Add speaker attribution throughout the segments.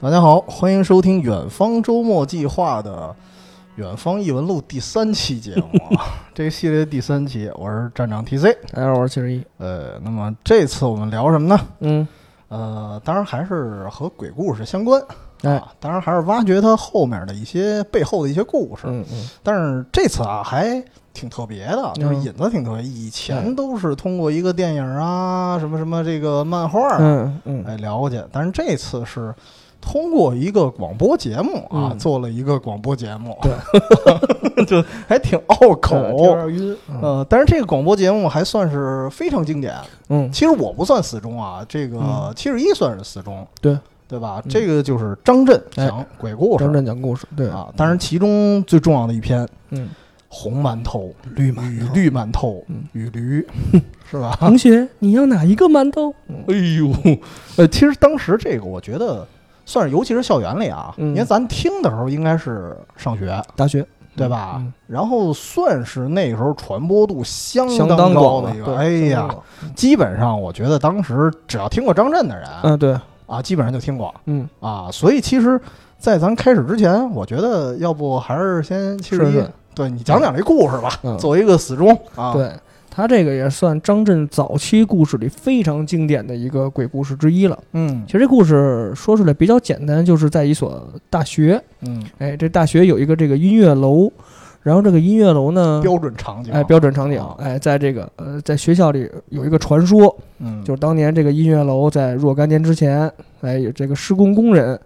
Speaker 1: 大家好，欢迎收听《远方周末计划》的《远方异闻录》第三期节目，啊， 这个系列第三期，我是站长 TC。
Speaker 2: 大家好，我是七十一。
Speaker 1: 呃，那么这次我们聊什么呢？
Speaker 2: 嗯，
Speaker 1: 呃，当然还是和鬼故事相关，
Speaker 2: 哎，
Speaker 1: 啊，当然还是挖掘它后面的一些背后的一些故事。
Speaker 2: 嗯嗯，
Speaker 1: 但是这次啊，还挺特别的，就是
Speaker 2: 嗯哎
Speaker 1: 引子挺特别。以前
Speaker 2: 对
Speaker 1: 都是通过一个电影啊，什么什么这个漫画啊，
Speaker 2: 嗯嗯，
Speaker 1: 哎了解，但是这次是通过一个广播节目啊，
Speaker 2: 嗯
Speaker 1: 做了一个广播节目，就还挺拗口。
Speaker 2: 有点晕。
Speaker 1: 呃，但是这个广播节目还算是非常经典。
Speaker 2: 嗯，
Speaker 1: 其实我不算死忠啊，这个
Speaker 2: 嗯
Speaker 1: 七十一算是死忠，
Speaker 2: 对
Speaker 1: 对吧？
Speaker 2: 嗯
Speaker 1: 这个就是张震
Speaker 2: 哎
Speaker 1: 讲鬼故事
Speaker 2: 张震讲故事，对，
Speaker 1: 啊，当然其中最重要的一篇《
Speaker 2: 嗯，
Speaker 1: 红馒头
Speaker 2: 绿
Speaker 1: 与绿馒头
Speaker 2: 嗯
Speaker 1: 与 驴》，是吧？
Speaker 2: 同学，你要哪一个馒头？
Speaker 1: 哎呦， 呃，其实当时这个我觉得算是，尤其是校园里啊，
Speaker 2: 嗯
Speaker 1: 因为咱听的时候应该是上学，
Speaker 2: 大学，
Speaker 1: 对吧？
Speaker 2: 嗯
Speaker 1: 然后算是那时候传播度相
Speaker 2: 相
Speaker 1: 当
Speaker 2: 当
Speaker 1: 高
Speaker 2: 广
Speaker 1: 的
Speaker 2: 了
Speaker 1: 一，个，
Speaker 2: 对
Speaker 1: 哎呀，，基本上我觉得当时只要听过张震的人、
Speaker 2: 嗯对，
Speaker 1: 啊，基本上就听过
Speaker 2: 嗯，
Speaker 1: 啊。所以其实，在咱开始之前，我觉得要不还是先其实
Speaker 2: 顺顺
Speaker 1: 对你讲讲这故事吧，
Speaker 2: 嗯
Speaker 1: 作为一个死忠啊，
Speaker 2: 对。他这个也算张震早期故事里非常经典的一个鬼故事之一了。
Speaker 1: 嗯
Speaker 2: 其实这故事说出来比较简单，就是在一所大学，
Speaker 1: 嗯，
Speaker 2: 哎，这大学有一个这个音乐楼，然后这个音乐楼呢，
Speaker 1: 标准场景，
Speaker 2: 哎，标准场景
Speaker 1: 啊，
Speaker 2: 哎，在这个呃，在学校里有一个传说，
Speaker 1: 嗯
Speaker 2: 就是当年这个音乐楼在若干年之前，哎，有这个施工工人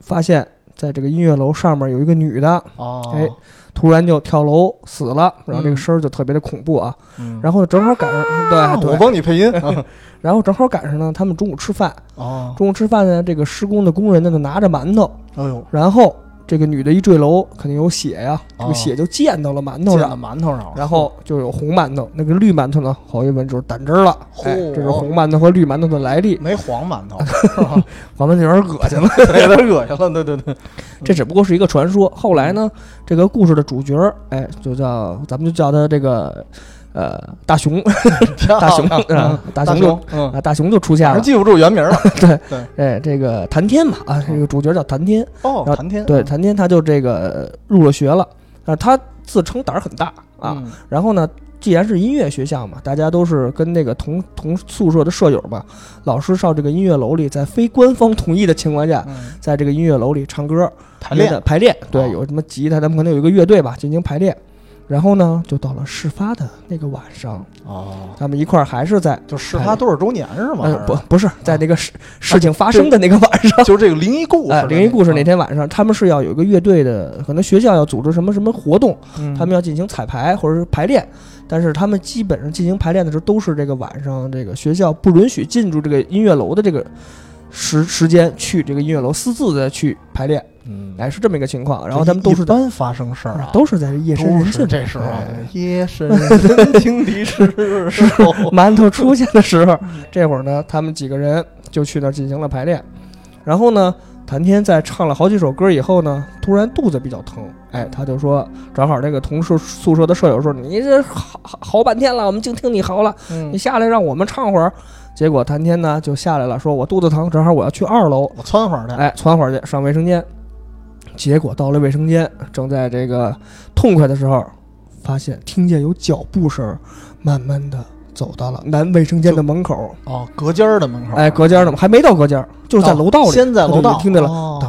Speaker 2: 发现，在这个音乐楼上面有一个女的
Speaker 1: 哦，
Speaker 2: 哎突然就跳楼死了，然后
Speaker 1: 嗯
Speaker 2: 这个声儿就特别的恐怖啊，
Speaker 1: 嗯
Speaker 2: 然后正好赶上
Speaker 1: 啊
Speaker 2: 对
Speaker 1: 我
Speaker 2: 对，
Speaker 1: 帮你配 音。啊
Speaker 2: 然后正好赶上呢，他们中午吃饭，
Speaker 1: 哦，
Speaker 2: 中午吃饭呢，这个施工的工人呢就拿着馒头，
Speaker 1: 哎呦，
Speaker 2: 然后这个女的一坠楼，肯定有血呀、这
Speaker 1: 哦
Speaker 2: 个血就溅到了馒头
Speaker 1: 溅
Speaker 2: 上
Speaker 1: 到。馒头上了，
Speaker 2: 然后就有红馒头，那个绿馒头呢？好一闻就是胆汁儿了。哎，
Speaker 1: 嚯
Speaker 2: 这是红馒头和绿馒头的来历。
Speaker 1: 没黄馒 头， 是吧
Speaker 2: 黄馒头有点恶心了，
Speaker 1: 有点恶心了。对对对，
Speaker 2: 这只不过是一个传说。后来呢，这个故事的主角儿，哎，就叫咱们就叫他这个呃大 熊， 大熊啊，大
Speaker 1: 大
Speaker 2: 熊就
Speaker 1: 熊，嗯，
Speaker 2: 啊大熊就出现
Speaker 1: 反
Speaker 2: 了
Speaker 1: 正。记不住原 名了。
Speaker 2: 哎，这个谭天嘛啊，这个主角叫谭天。
Speaker 1: 哦
Speaker 2: 然，后
Speaker 1: 谭天，
Speaker 2: 对，谭天他就这个入了学了，啊，他自称胆儿很大啊，
Speaker 1: 嗯，
Speaker 2: 然后呢，既然是音乐学校嘛，大家都是跟那个同同宿舍的舍友嘛，老师上这个音乐楼里，在非官方同意的情况下，
Speaker 1: 嗯
Speaker 2: 在这个音乐楼里唱歌
Speaker 1: 排练，
Speaker 2: 排练，
Speaker 1: 哦
Speaker 2: 对，有什么吉他，他们可能有一个乐队吧，进行排练。然后呢，就到了事发的那个晚上，
Speaker 1: 哦，
Speaker 2: 他们一块儿还是在，
Speaker 1: 就事发多少周年是吗？
Speaker 2: 呃，不，不是在那个事
Speaker 1: 啊
Speaker 2: 事情发生的那个晚上，
Speaker 1: 就是这个灵异故事
Speaker 2: 哎，
Speaker 1: 的，
Speaker 2: 灵异故事那天晚上，他们是要有一个乐队的，可能学校要组织什么什么活动，
Speaker 1: 嗯，
Speaker 2: 他们要进行彩排或者是排练，但是他们基本上进行排练的时候都是这个晚上，这个学校不允许进入这个音乐楼的这个时时间去这个音乐楼私自的去排练，
Speaker 1: 嗯，
Speaker 2: 哎，是这么一个情况。然后他们
Speaker 1: 这
Speaker 2: 都
Speaker 1: 一
Speaker 2: 是
Speaker 1: 一
Speaker 2: 在、
Speaker 1: 般发生事儿啊，
Speaker 2: 都是在夜深人
Speaker 1: 是
Speaker 2: 静
Speaker 1: 这时候
Speaker 2: 哎，
Speaker 1: 夜深人静的时候，
Speaker 2: 馒头出现的时候，这会儿呢，他们几个人就去那儿进行了排练。然后呢，谭天在唱了好几首歌以后呢，突然肚子比较疼，哎，他就说，正好这个同事宿舍的舍友说：“你这嚎嚎嚎半天了，我们净听你嚎了，
Speaker 1: 嗯
Speaker 2: 你下来让我们唱会儿。”结果谭天呢就下来了，说：“我肚子疼，正好我要去二楼，
Speaker 1: 我窜会儿去，
Speaker 2: 哎，窜会儿去上卫生间。”结果到了卫生间，正在这个痛快的时候，发现听见有脚步声儿，慢慢的走到了男卫生间的门口。
Speaker 1: 哦，隔间儿的门口，
Speaker 2: 哎，隔间儿呢？还没到隔间儿，就是在
Speaker 1: 哦
Speaker 2: 楼道里，
Speaker 1: 先在楼
Speaker 2: 他
Speaker 1: 道哦
Speaker 2: 就听见了
Speaker 1: 了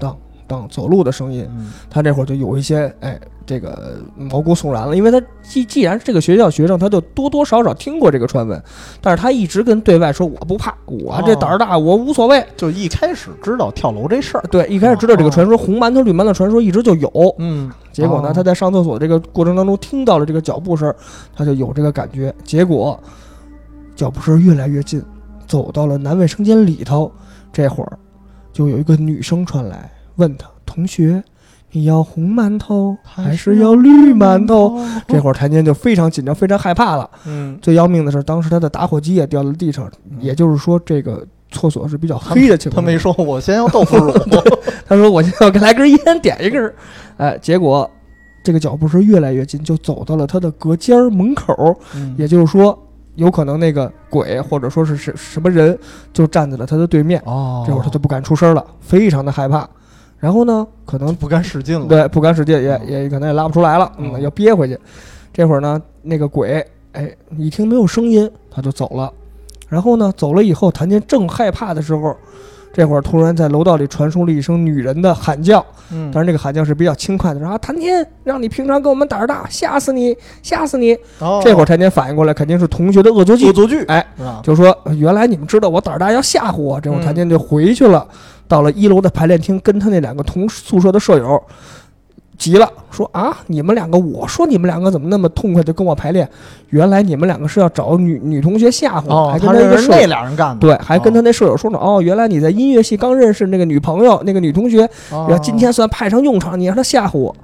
Speaker 2: 当当走路的声音。他这会儿就有一些哎，这个毛骨悚然了，因为他既既然是这个学校学生，他就多多少少听过这个传闻，但是他一直跟对外说我不怕，我这胆儿大，我无所谓。
Speaker 1: 就一开始知道跳楼这事儿，
Speaker 2: 对，一开始知道这个传说，红馒头绿馒头传说一直就有，
Speaker 1: 嗯，
Speaker 2: 结果呢，他在上厕所这个过程当中听到了这个脚步声，他就有这个感觉。结果脚步声越来越近，走到了男卫生间里头。这会儿就有一个女生传来，问他同学：“你要红馒头还是要绿馒
Speaker 1: 哦
Speaker 2: 头？”，这会儿谭健就非常紧张，非常害怕了。
Speaker 1: 嗯，
Speaker 2: 最要命的是，当时他的打火机也掉到地上，也就是说，这个厕所是比较黑的情
Speaker 1: 他
Speaker 2: 况下。
Speaker 1: 没说我先要豆腐 乳，
Speaker 2: 他说我现在要来根烟，点一根儿，哎，结果这个脚步声越来越近，就走到了他的隔间儿门口，
Speaker 1: 嗯
Speaker 2: 也就是说，有可能那个鬼或者说是什什么人就站在了他的对面，
Speaker 1: 哦
Speaker 2: 这会儿他就不敢出声了，非常的害怕。然后呢，可能
Speaker 1: 不敢使劲了，
Speaker 2: 对不敢使劲，也也可能也拉不出来了，
Speaker 1: 嗯
Speaker 2: 嗯，要憋回去。这会儿呢，那个鬼哎一听没有声音，他就走了。然后呢，走了以后，谭健正害怕的时候，这会儿突然在楼道里传出了一声女人的喊叫。
Speaker 1: 嗯，
Speaker 2: 当然，这个喊叫是比较轻快的，说啊，谭天，让你平常跟我们胆儿大，吓死你，吓死你！
Speaker 1: 哦
Speaker 2: 这会儿谭天反应过来，肯定是同学的恶作剧
Speaker 1: 恶，作剧，
Speaker 2: 哎，
Speaker 1: 是吧？
Speaker 2: 就说呃原来你们知道我胆儿大要吓唬我，这会儿
Speaker 1: 嗯
Speaker 2: 谭天就回去了，到了一楼的排练厅，跟他那两个同宿舍的舍友。急了，说啊，你们两个，我说你们两个怎么那么痛快就跟我排练？原来你们两个是要找女女同学吓唬我，还跟
Speaker 1: 哦他
Speaker 2: 他一
Speaker 1: 认
Speaker 2: 个
Speaker 1: 识
Speaker 2: 舍
Speaker 1: 那
Speaker 2: 友，
Speaker 1: 俩人干的，
Speaker 2: 对，还跟他那舍友说呢，哦，原来你在音乐系刚认识那个女朋友，那个女同学，
Speaker 1: 哦，
Speaker 2: 然后今天算派上用场，你让他吓唬我。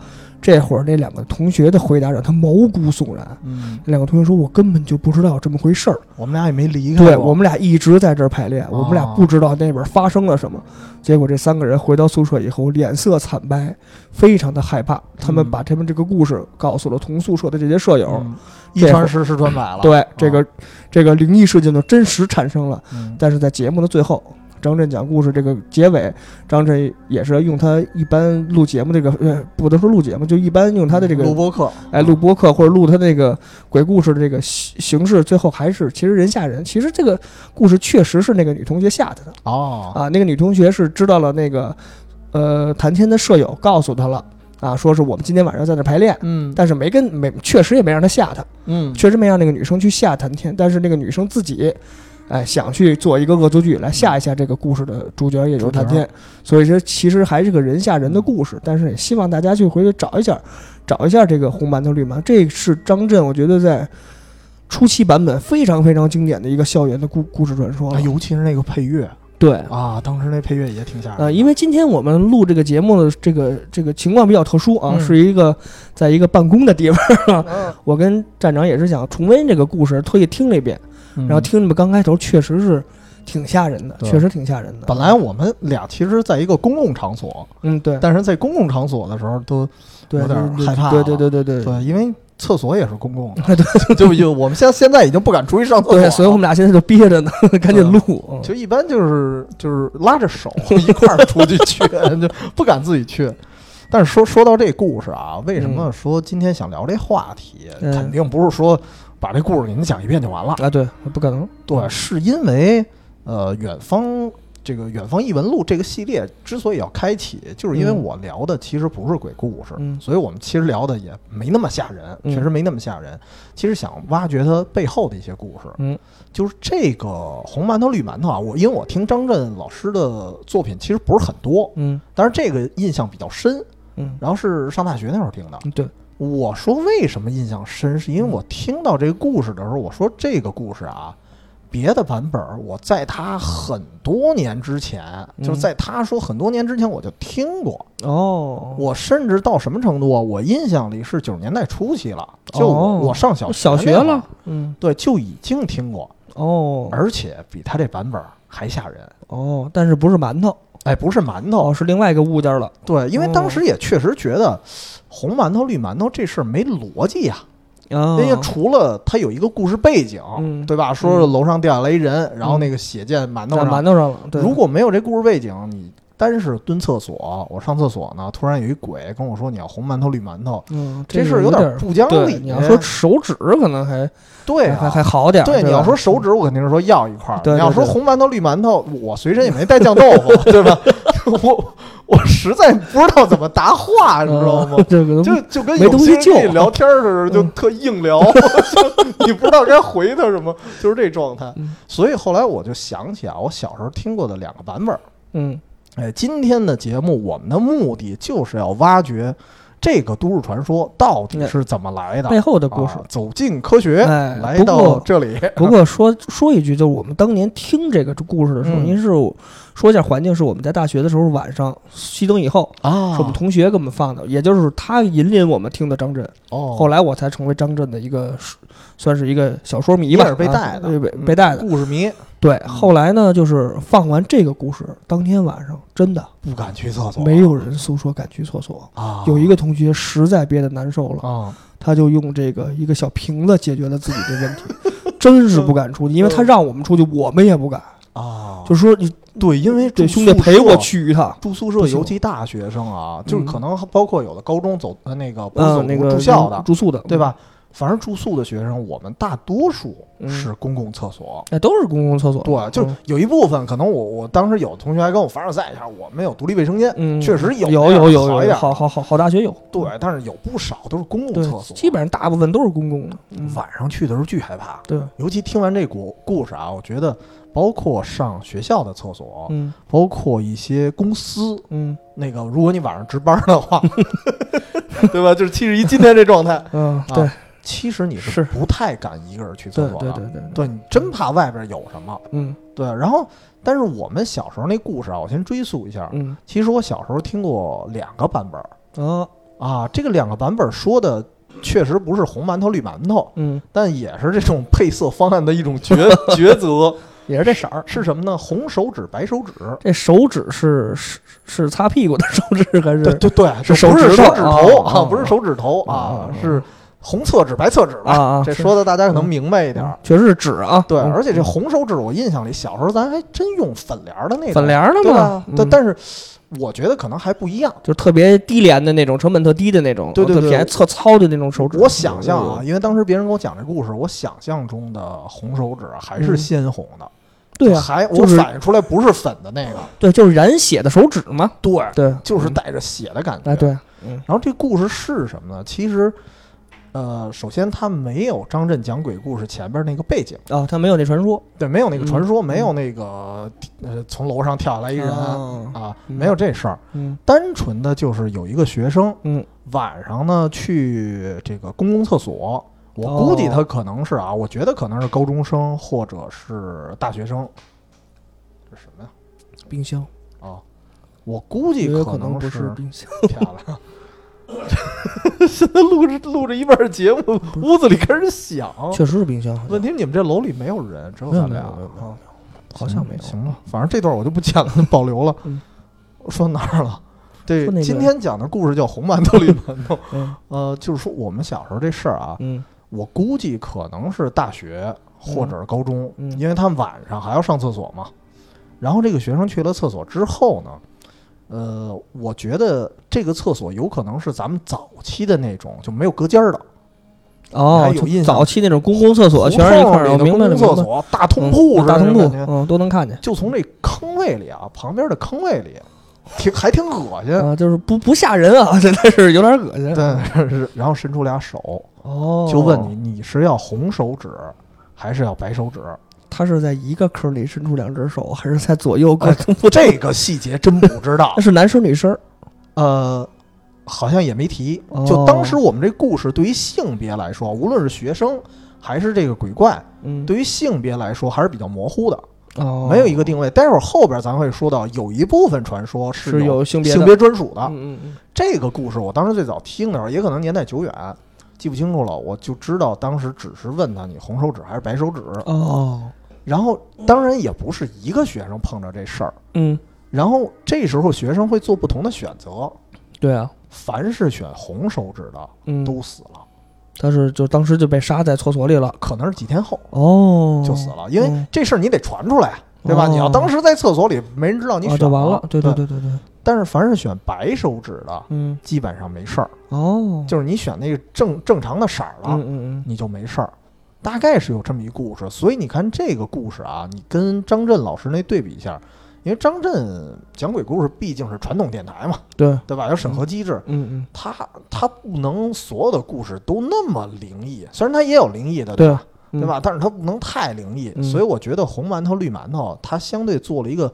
Speaker 2: 这会儿那两个同学的回答让他毛骨悚然。
Speaker 1: 嗯，
Speaker 2: 那两个同学说：“我根本就不知道有这么回事儿，
Speaker 1: 我们俩也没离开过，哦
Speaker 2: 对我们俩一直在这儿排练，我们俩不知道那边发生了什么。”结果这三个人回到宿舍以后，脸色惨白，非常的害怕。他们
Speaker 1: 嗯
Speaker 2: 把他们这个故事告诉了同宿舍的这些舍友。
Speaker 1: 嗯一传十，十传百了，
Speaker 2: 对这个这个灵异事件的真实产生了。
Speaker 1: 嗯，
Speaker 2: 但是在节目的最后，张震讲故事这个结尾，张震也是用他一般录节目这个呃，不能说录节目，就一般用他的这个
Speaker 1: 录播课，
Speaker 2: 哎录播客或者录他那个鬼故事的这个形形式，最后还是其实人吓人。其实这个故事确实是那个女同学吓的他
Speaker 1: 哦，
Speaker 2: 啊，那个女同学是知道了那个呃谭天的舍友告诉他了啊，说是我们今天晚上在那排练。
Speaker 1: 嗯
Speaker 2: 但是没跟没，确实也没让他吓他，
Speaker 1: 嗯，
Speaker 2: 确实没让那个女生去吓谭天，但是那个女生自己，哎，想去做一个恶作剧来吓一吓这个故事的主角，也就是谭天。所以这其实还是个人吓人的故事，但是也希望大家去回去找一下，找一下这个红馒头绿馒头，这是张震我觉得在初期版本非常非常经典的一个校园的故故事传说了。
Speaker 1: 啊尤其是那个配乐
Speaker 2: 对。
Speaker 1: 啊，当时那配乐也挺吓人的，
Speaker 2: 呃，因为今天我们录这个节目的这个这个情况比较特殊啊，
Speaker 1: 嗯
Speaker 2: 是一个在一个办公的地方，啊
Speaker 1: 嗯，
Speaker 2: 我跟站长也是想重温这个故事，特意听了一遍。
Speaker 1: 嗯
Speaker 2: 然后听你们刚开头确实是挺吓人的，
Speaker 1: 对
Speaker 2: 确实挺吓人的。
Speaker 1: 本来我们俩其实在一个公共场所，
Speaker 2: 嗯对
Speaker 1: 但是在公共场所的时候都
Speaker 2: 对
Speaker 1: 有点
Speaker 2: 对
Speaker 1: 害怕
Speaker 2: 对
Speaker 1: 了
Speaker 2: 对对对对
Speaker 1: 对，因为厕所也是公共的，
Speaker 2: 对
Speaker 1: 就就我们现在现在已经不敢出去上厕所了，
Speaker 2: 对，所以我们俩现在就憋着呢， 赶紧录。
Speaker 1: 就一般就是就是拉着手一块儿出去 去，就不敢自己去。但是说说到这故事啊，为什么说今天想聊这话题？
Speaker 2: 嗯
Speaker 1: 肯定不是说把这故事给您讲一遍就完了，
Speaker 2: 啊，对，不可能。
Speaker 1: 对，是因为呃，远方这个《远方异闻录》这个系列之所以要开启，就是因为
Speaker 2: 嗯
Speaker 1: 我聊的其实不是鬼故事，
Speaker 2: 嗯
Speaker 1: 所以我们其实聊的也没那么吓人，
Speaker 2: 嗯
Speaker 1: 确实没那么吓人。其实想挖掘它背后的一些故事，
Speaker 2: 嗯，
Speaker 1: 就是这个红馒头绿馒头啊，我因为我听张震老师的作品其实不是很多，
Speaker 2: 嗯
Speaker 1: 但是这个印象比较深。
Speaker 2: 嗯，
Speaker 1: 然后是上大学那会儿听的。
Speaker 2: 对，
Speaker 1: 我说为什么印象深，是因为我听到这个故事的时候，我说这个故事啊，别的版本儿我在他很多年之前，
Speaker 2: 嗯
Speaker 1: 就是在他说很多年之前我就听过。
Speaker 2: 哦，
Speaker 1: 我甚至到什么程度啊？我印象里是九十年代初期了，就
Speaker 2: 哦
Speaker 1: 我上小
Speaker 2: 小
Speaker 1: 学
Speaker 2: 学
Speaker 1: 那会儿
Speaker 2: 了，，嗯
Speaker 1: 对，就已经听过，
Speaker 2: 哦
Speaker 1: 而且比他这版本儿还吓人。
Speaker 2: 哦，但是不是馒头
Speaker 1: 哎，不是馒头，
Speaker 2: 哦，是另外一个物件了。
Speaker 1: 对，因为
Speaker 2: 哦
Speaker 1: 当时也确实觉得红馒头绿馒头这事儿没逻辑哎呀、
Speaker 2: 啊
Speaker 1: 因为除了它有一个故事背景，
Speaker 2: 嗯
Speaker 1: 对吧？说是楼上掉下来一人，然后那个血溅馒头
Speaker 2: 在
Speaker 1: 上。
Speaker 2: 馒头上了。对，
Speaker 1: 如果没有这故事背景，你单是蹲厕所，我上厕所呢，突然有一鬼跟我说你要红馒头绿馒头，
Speaker 2: 嗯，
Speaker 1: 这事
Speaker 2: 是
Speaker 1: 儿有
Speaker 2: 点
Speaker 1: 点
Speaker 2: 儿。
Speaker 1: 不讲理。哎
Speaker 2: 对，你要说手指可能还
Speaker 1: 对
Speaker 2: 还
Speaker 1: 啊
Speaker 2: 还。好点儿。
Speaker 1: 对，你
Speaker 2: 吧
Speaker 1: 要说手指，我肯定是说要一块儿。
Speaker 2: 对对
Speaker 1: 你要说
Speaker 2: 对
Speaker 1: 红馒头绿馒头，我随身也没带酱豆腐， 对吧？我我实在不知道怎么答话，你知道吗
Speaker 2: 嗯？ 这个
Speaker 1: 就就跟
Speaker 2: 没
Speaker 1: 有
Speaker 2: 东
Speaker 1: 些
Speaker 2: 西
Speaker 1: 人跟
Speaker 2: 救
Speaker 1: 你聊天儿似的，就
Speaker 2: 嗯
Speaker 1: 特硬聊， 就你不知道该回他什么，就是这状态
Speaker 2: 嗯。
Speaker 1: 所以后来我就想起啊，我小时候听过的两个版本儿。
Speaker 2: 嗯
Speaker 1: 哎，今天的节目我们的目的就是要挖掘这个都市传说到
Speaker 2: 哎
Speaker 1: 底是怎么来的，
Speaker 2: 背后的故事
Speaker 1: 啊。走进科学，
Speaker 2: 哎
Speaker 1: 来
Speaker 2: 不
Speaker 1: 到
Speaker 2: 过
Speaker 1: 这里。
Speaker 2: 不过说说一句，就是我们当年听这个故事的时候，
Speaker 1: 嗯
Speaker 2: 您是我说一下环境，是我们在大学的时候晚上熄灯以后，
Speaker 1: 啊
Speaker 2: 是我们同学给我们放的，也就是他引领我们听的张震。
Speaker 1: 哦，
Speaker 2: 后来我才成为张震的一个，算是一个小说迷
Speaker 1: 一
Speaker 2: 吧，
Speaker 1: 是被带
Speaker 2: 啊对
Speaker 1: 的，
Speaker 2: 被
Speaker 1: 嗯
Speaker 2: 被带的。
Speaker 1: 故事迷
Speaker 2: 对，后来呢，就是放完这个故事，当天晚上真的
Speaker 1: 不敢去厕所，
Speaker 2: 没有人诉说敢去厕所。
Speaker 1: 啊，
Speaker 2: 有一个同学实在憋得难受了，
Speaker 1: 啊，
Speaker 2: 他就用这个一个小瓶子解决了自己的问题。真是不敢出去，因为
Speaker 1: 嗯
Speaker 2: 他让我们出去，我们也不敢。
Speaker 1: 啊，
Speaker 2: 就说你
Speaker 1: 对，因为
Speaker 2: 这
Speaker 1: 住
Speaker 2: 兄弟
Speaker 1: 宿
Speaker 2: 陪
Speaker 1: 舍
Speaker 2: 我。去一趟，
Speaker 1: 住宿舍，
Speaker 2: 不行
Speaker 1: 尤其大学生啊，就是
Speaker 2: 嗯
Speaker 1: 可能包括有的高中走呃那个不是走读
Speaker 2: 嗯，那个
Speaker 1: 住校的，
Speaker 2: 住宿的，
Speaker 1: 对吧？反正住宿的学生，我们大多数
Speaker 2: 嗯
Speaker 1: 是公共厕所。
Speaker 2: 哎，都是公共厕所。
Speaker 1: 对，就是
Speaker 2: 嗯
Speaker 1: 有一部分可能我我当时有同学还跟我凡尔赛一下，我们有独立卫生间，
Speaker 2: 嗯，
Speaker 1: 确实有那
Speaker 2: 有有
Speaker 1: 样
Speaker 2: 有
Speaker 1: 好
Speaker 2: 有
Speaker 1: 一
Speaker 2: 有，
Speaker 1: 点
Speaker 2: 好好好好大学有，
Speaker 1: 对，但是有不少都是公共
Speaker 2: 对
Speaker 1: 厕，所，
Speaker 2: 基本上大部分都是公共的。嗯，
Speaker 1: 晚上去的时候巨害怕。
Speaker 2: 对，
Speaker 1: 尤其听完这故故事啊，我觉得包括上学校的厕所，
Speaker 2: 嗯
Speaker 1: 包括一些公司，
Speaker 2: 嗯
Speaker 1: 那个如果你晚上值班的话， 对吧？就是七十一今天这状态，
Speaker 2: 嗯，对
Speaker 1: 其实你
Speaker 2: 是
Speaker 1: 是不太敢一个人去
Speaker 2: 对
Speaker 1: 啊厕所
Speaker 2: 对
Speaker 1: 的，
Speaker 2: 对对对，
Speaker 1: 对你真怕外边有什么。
Speaker 2: 嗯
Speaker 1: 对，然后但是我们小时候那故事啊，我先追溯一下。
Speaker 2: 嗯
Speaker 1: 其实我小时候听过两个版本儿
Speaker 2: 啊
Speaker 1: 啊，这个两个版本儿说的确实不是红馒头绿馒头，
Speaker 2: 嗯，
Speaker 1: 但也是这种配色方案的一种抉 抉择。
Speaker 2: 也是这色儿。
Speaker 1: 是什么呢？红手指白手指。
Speaker 2: 这手指是是是擦屁股的手指还
Speaker 1: 对
Speaker 2: 是
Speaker 1: 对对，
Speaker 2: 是
Speaker 1: 就不
Speaker 2: 手
Speaker 1: 是
Speaker 2: 指
Speaker 1: 手
Speaker 2: 头
Speaker 1: 指头
Speaker 2: 啊
Speaker 1: 啊，不是手指头啊
Speaker 2: 啊啊，
Speaker 1: 是红厕纸白厕纸
Speaker 2: 啊
Speaker 1: 吧？
Speaker 2: 啊？
Speaker 1: 这
Speaker 2: 是
Speaker 1: 说的大家可能明白一点儿。
Speaker 2: 确实是指啊，
Speaker 1: 对，
Speaker 2: 嗯
Speaker 1: 而且这红手指，我印象里小时候咱还真用粉帘儿的那种，
Speaker 2: 粉帘儿的
Speaker 1: 对
Speaker 2: 嘛
Speaker 1: 吧，？但
Speaker 2: 嗯
Speaker 1: 但是我觉得可能还不一样。
Speaker 2: 就是特别低廉的那种，成本特低的那种，嗯
Speaker 1: 对对
Speaker 2: 特
Speaker 1: 对
Speaker 2: 便宜特糙的那种手指。
Speaker 1: 我想象啊，
Speaker 2: 嗯，
Speaker 1: 因为当时别人给我讲这故事，我想象中的红手指啊还是
Speaker 2: 嗯
Speaker 1: 鲜红的，
Speaker 2: 对啊，
Speaker 1: 还
Speaker 2: 就
Speaker 1: 我
Speaker 2: 是
Speaker 1: 反应出来不是粉的那个，
Speaker 2: 对，就是染血的手指嘛，
Speaker 1: 对，
Speaker 2: 对，
Speaker 1: 就是
Speaker 2: 嗯
Speaker 1: 带着血的感觉。
Speaker 2: 哎，对，嗯
Speaker 1: 然后这故事是什么呢？其实，呃，首先它没有张震讲鬼故事前边那个背景，
Speaker 2: 啊，他没有那传说，
Speaker 1: 对，没有那个传说，
Speaker 2: 嗯
Speaker 1: 没有那个呃从楼上跳下来一人啊，
Speaker 2: 啊嗯
Speaker 1: 没有这事儿，
Speaker 2: 嗯
Speaker 1: 单纯的就是有一个学生，
Speaker 2: 嗯，
Speaker 1: 晚上呢去这个公共厕所。我
Speaker 2: 哦
Speaker 1: 估计他可能是啊，我觉得可能是高中生或者是大学生。这是什么呀？
Speaker 2: 冰箱，
Speaker 1: 啊，我估计
Speaker 2: 也有
Speaker 1: 可
Speaker 2: 能不
Speaker 1: 是
Speaker 2: 冰箱，
Speaker 1: 漂亮。 现在录着录着一半节目，屋子里开始响。
Speaker 2: 确实是冰箱，
Speaker 1: 哦问题你们这楼里没有人，只有
Speaker 2: 没有
Speaker 1: 咱
Speaker 2: 没
Speaker 1: 俩
Speaker 2: 有没有没有，好像没有，
Speaker 1: 行吧，反正这段我就不讲了， 保留了。
Speaker 2: 嗯
Speaker 1: 我说哪儿了？对，
Speaker 2: 说那个
Speaker 1: 今天讲的故事叫《红馒头绿馒头》。
Speaker 2: 嗯
Speaker 1: 呃，就是说我们小时候这事儿啊，
Speaker 2: 嗯
Speaker 1: 我估计可能是大学或者是高中，
Speaker 2: 嗯嗯
Speaker 1: 因为他们晚上还要上厕所嘛。然后这个学生去了厕所之后呢，呃，我觉得这个厕所有可能是咱们早期的那种，就没有隔间儿的，
Speaker 2: 哦
Speaker 1: 还有，印象
Speaker 2: 早期那种公共厕所全是一
Speaker 1: 胡
Speaker 2: 块
Speaker 1: 同
Speaker 2: 儿，
Speaker 1: 里
Speaker 2: 我
Speaker 1: 的
Speaker 2: 明白了，
Speaker 1: 公共
Speaker 2: 明
Speaker 1: 厕
Speaker 2: 白了，
Speaker 1: 所大通铺
Speaker 2: 嗯
Speaker 1: 似
Speaker 2: 大
Speaker 1: 的
Speaker 2: 通
Speaker 1: 那种感
Speaker 2: 铺
Speaker 1: 觉，，
Speaker 2: 嗯，都能看见。
Speaker 1: 就从这坑位里啊，旁边的坑位里，挺还挺恶心。
Speaker 2: 啊，就是不不吓人啊， 真的是有点恶心。
Speaker 1: 但 是然后伸出俩手，
Speaker 2: 哦，
Speaker 1: 就问你，你是要红手指还是要白手指？
Speaker 2: 他是在一个坑里伸出两只手，还是在左右各
Speaker 1: 哎
Speaker 2: 伸出？
Speaker 1: 这个细节真不知道
Speaker 2: 那。是男生女生？
Speaker 1: 呃，好像也没提
Speaker 2: 哦。
Speaker 1: 就当时我们这故事对于性别来说，无论是学生还是这个鬼怪，
Speaker 2: 嗯，，
Speaker 1: 对于性别来说还是比较模糊的，
Speaker 2: 哦，
Speaker 1: 没有一个定位。待会儿后边咱会说到，有一部分传说
Speaker 2: 是
Speaker 1: 有
Speaker 2: 有性别的
Speaker 1: 性别专属的。
Speaker 2: 嗯嗯
Speaker 1: 这个故事我当时最早听的时候，也可能年代久远，记不清楚了。我就知道当时只是问他你红手指还是白手指，
Speaker 2: 嗯，哦，
Speaker 1: 然后当然也不是一个学生碰着这事儿，
Speaker 2: 嗯，
Speaker 1: 然后这时候学生会做不同的选择，
Speaker 2: 对啊，
Speaker 1: 凡是选红手指的
Speaker 2: 嗯，
Speaker 1: 都死了，
Speaker 2: 他是就当时就被杀在厕所里了。
Speaker 1: 可能是几天后
Speaker 2: 哦，
Speaker 1: 就死了，因为
Speaker 2: 嗯
Speaker 1: 这事儿你得传出来，啊对吧？
Speaker 2: 哦
Speaker 1: 你要当时在厕所里没人知道你
Speaker 2: 啊，
Speaker 1: 选
Speaker 2: 就完
Speaker 1: 了
Speaker 2: 了。，对
Speaker 1: 对。
Speaker 2: 对对对，
Speaker 1: 但是凡是选白手指的，
Speaker 2: 嗯，
Speaker 1: 基本上没事儿，
Speaker 2: 哦，
Speaker 1: 就是你选那个正正常的色儿了，
Speaker 2: 嗯嗯
Speaker 1: 你就没事儿。大概是有这么一故事，所以你看这个故事啊，你跟张震老师那对比一下，因为张震讲鬼故事毕竟是传统电台嘛，
Speaker 2: 嗯，对，
Speaker 1: 对吧？有审核机制，
Speaker 2: 嗯嗯，
Speaker 1: 他他不能所有的故事都那么灵异，虽然他也有灵异的，
Speaker 2: 对
Speaker 1: 吧？
Speaker 2: 啊，
Speaker 1: 对吧？但是他不能太灵异，
Speaker 2: 嗯
Speaker 1: 所以我觉得红馒头绿馒头，它相对做了一个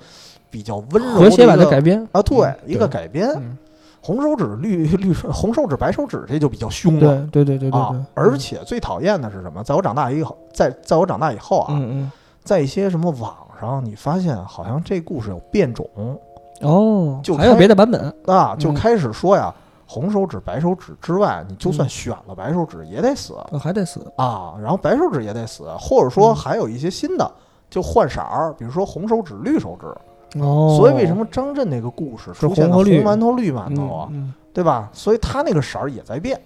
Speaker 1: 比较温
Speaker 2: 嗯？
Speaker 1: 柔
Speaker 2: 和谐版
Speaker 1: 的一
Speaker 2: 的
Speaker 1: 个
Speaker 2: 改编
Speaker 1: 啊，对
Speaker 2: 嗯，
Speaker 1: 一个改编，
Speaker 2: 嗯
Speaker 1: 红手指绿绿红手指白手指这就比较凶了，
Speaker 2: 对对对对对对
Speaker 1: 啊，，而
Speaker 2: 嗯
Speaker 1: 且最讨厌的是什么？在我长大以后，在在我长大以后啊，
Speaker 2: 嗯
Speaker 1: 在一些什么网上，你发现好像这故事有变种
Speaker 2: 嗯，哦，
Speaker 1: 就
Speaker 2: 还有
Speaker 1: 开
Speaker 2: 别的版本，
Speaker 1: 啊，
Speaker 2: 嗯
Speaker 1: 就开始说呀，红手指、白手指之外，你就
Speaker 2: 嗯
Speaker 1: 算选了白手指也得死
Speaker 2: 啊还得死。
Speaker 1: 啊，然后白手指也得死，或者说
Speaker 2: 嗯
Speaker 1: 还有一些新的。就换色儿，比如说红手指、绿手指，
Speaker 2: 哦，
Speaker 1: 所以为什么张震那个故事出现
Speaker 2: 红
Speaker 1: 了
Speaker 2: 和绿
Speaker 1: 馒头绿馒
Speaker 2: 嗯
Speaker 1: 头啊，
Speaker 2: 嗯
Speaker 1: 对吧？所以他那个色儿也在变，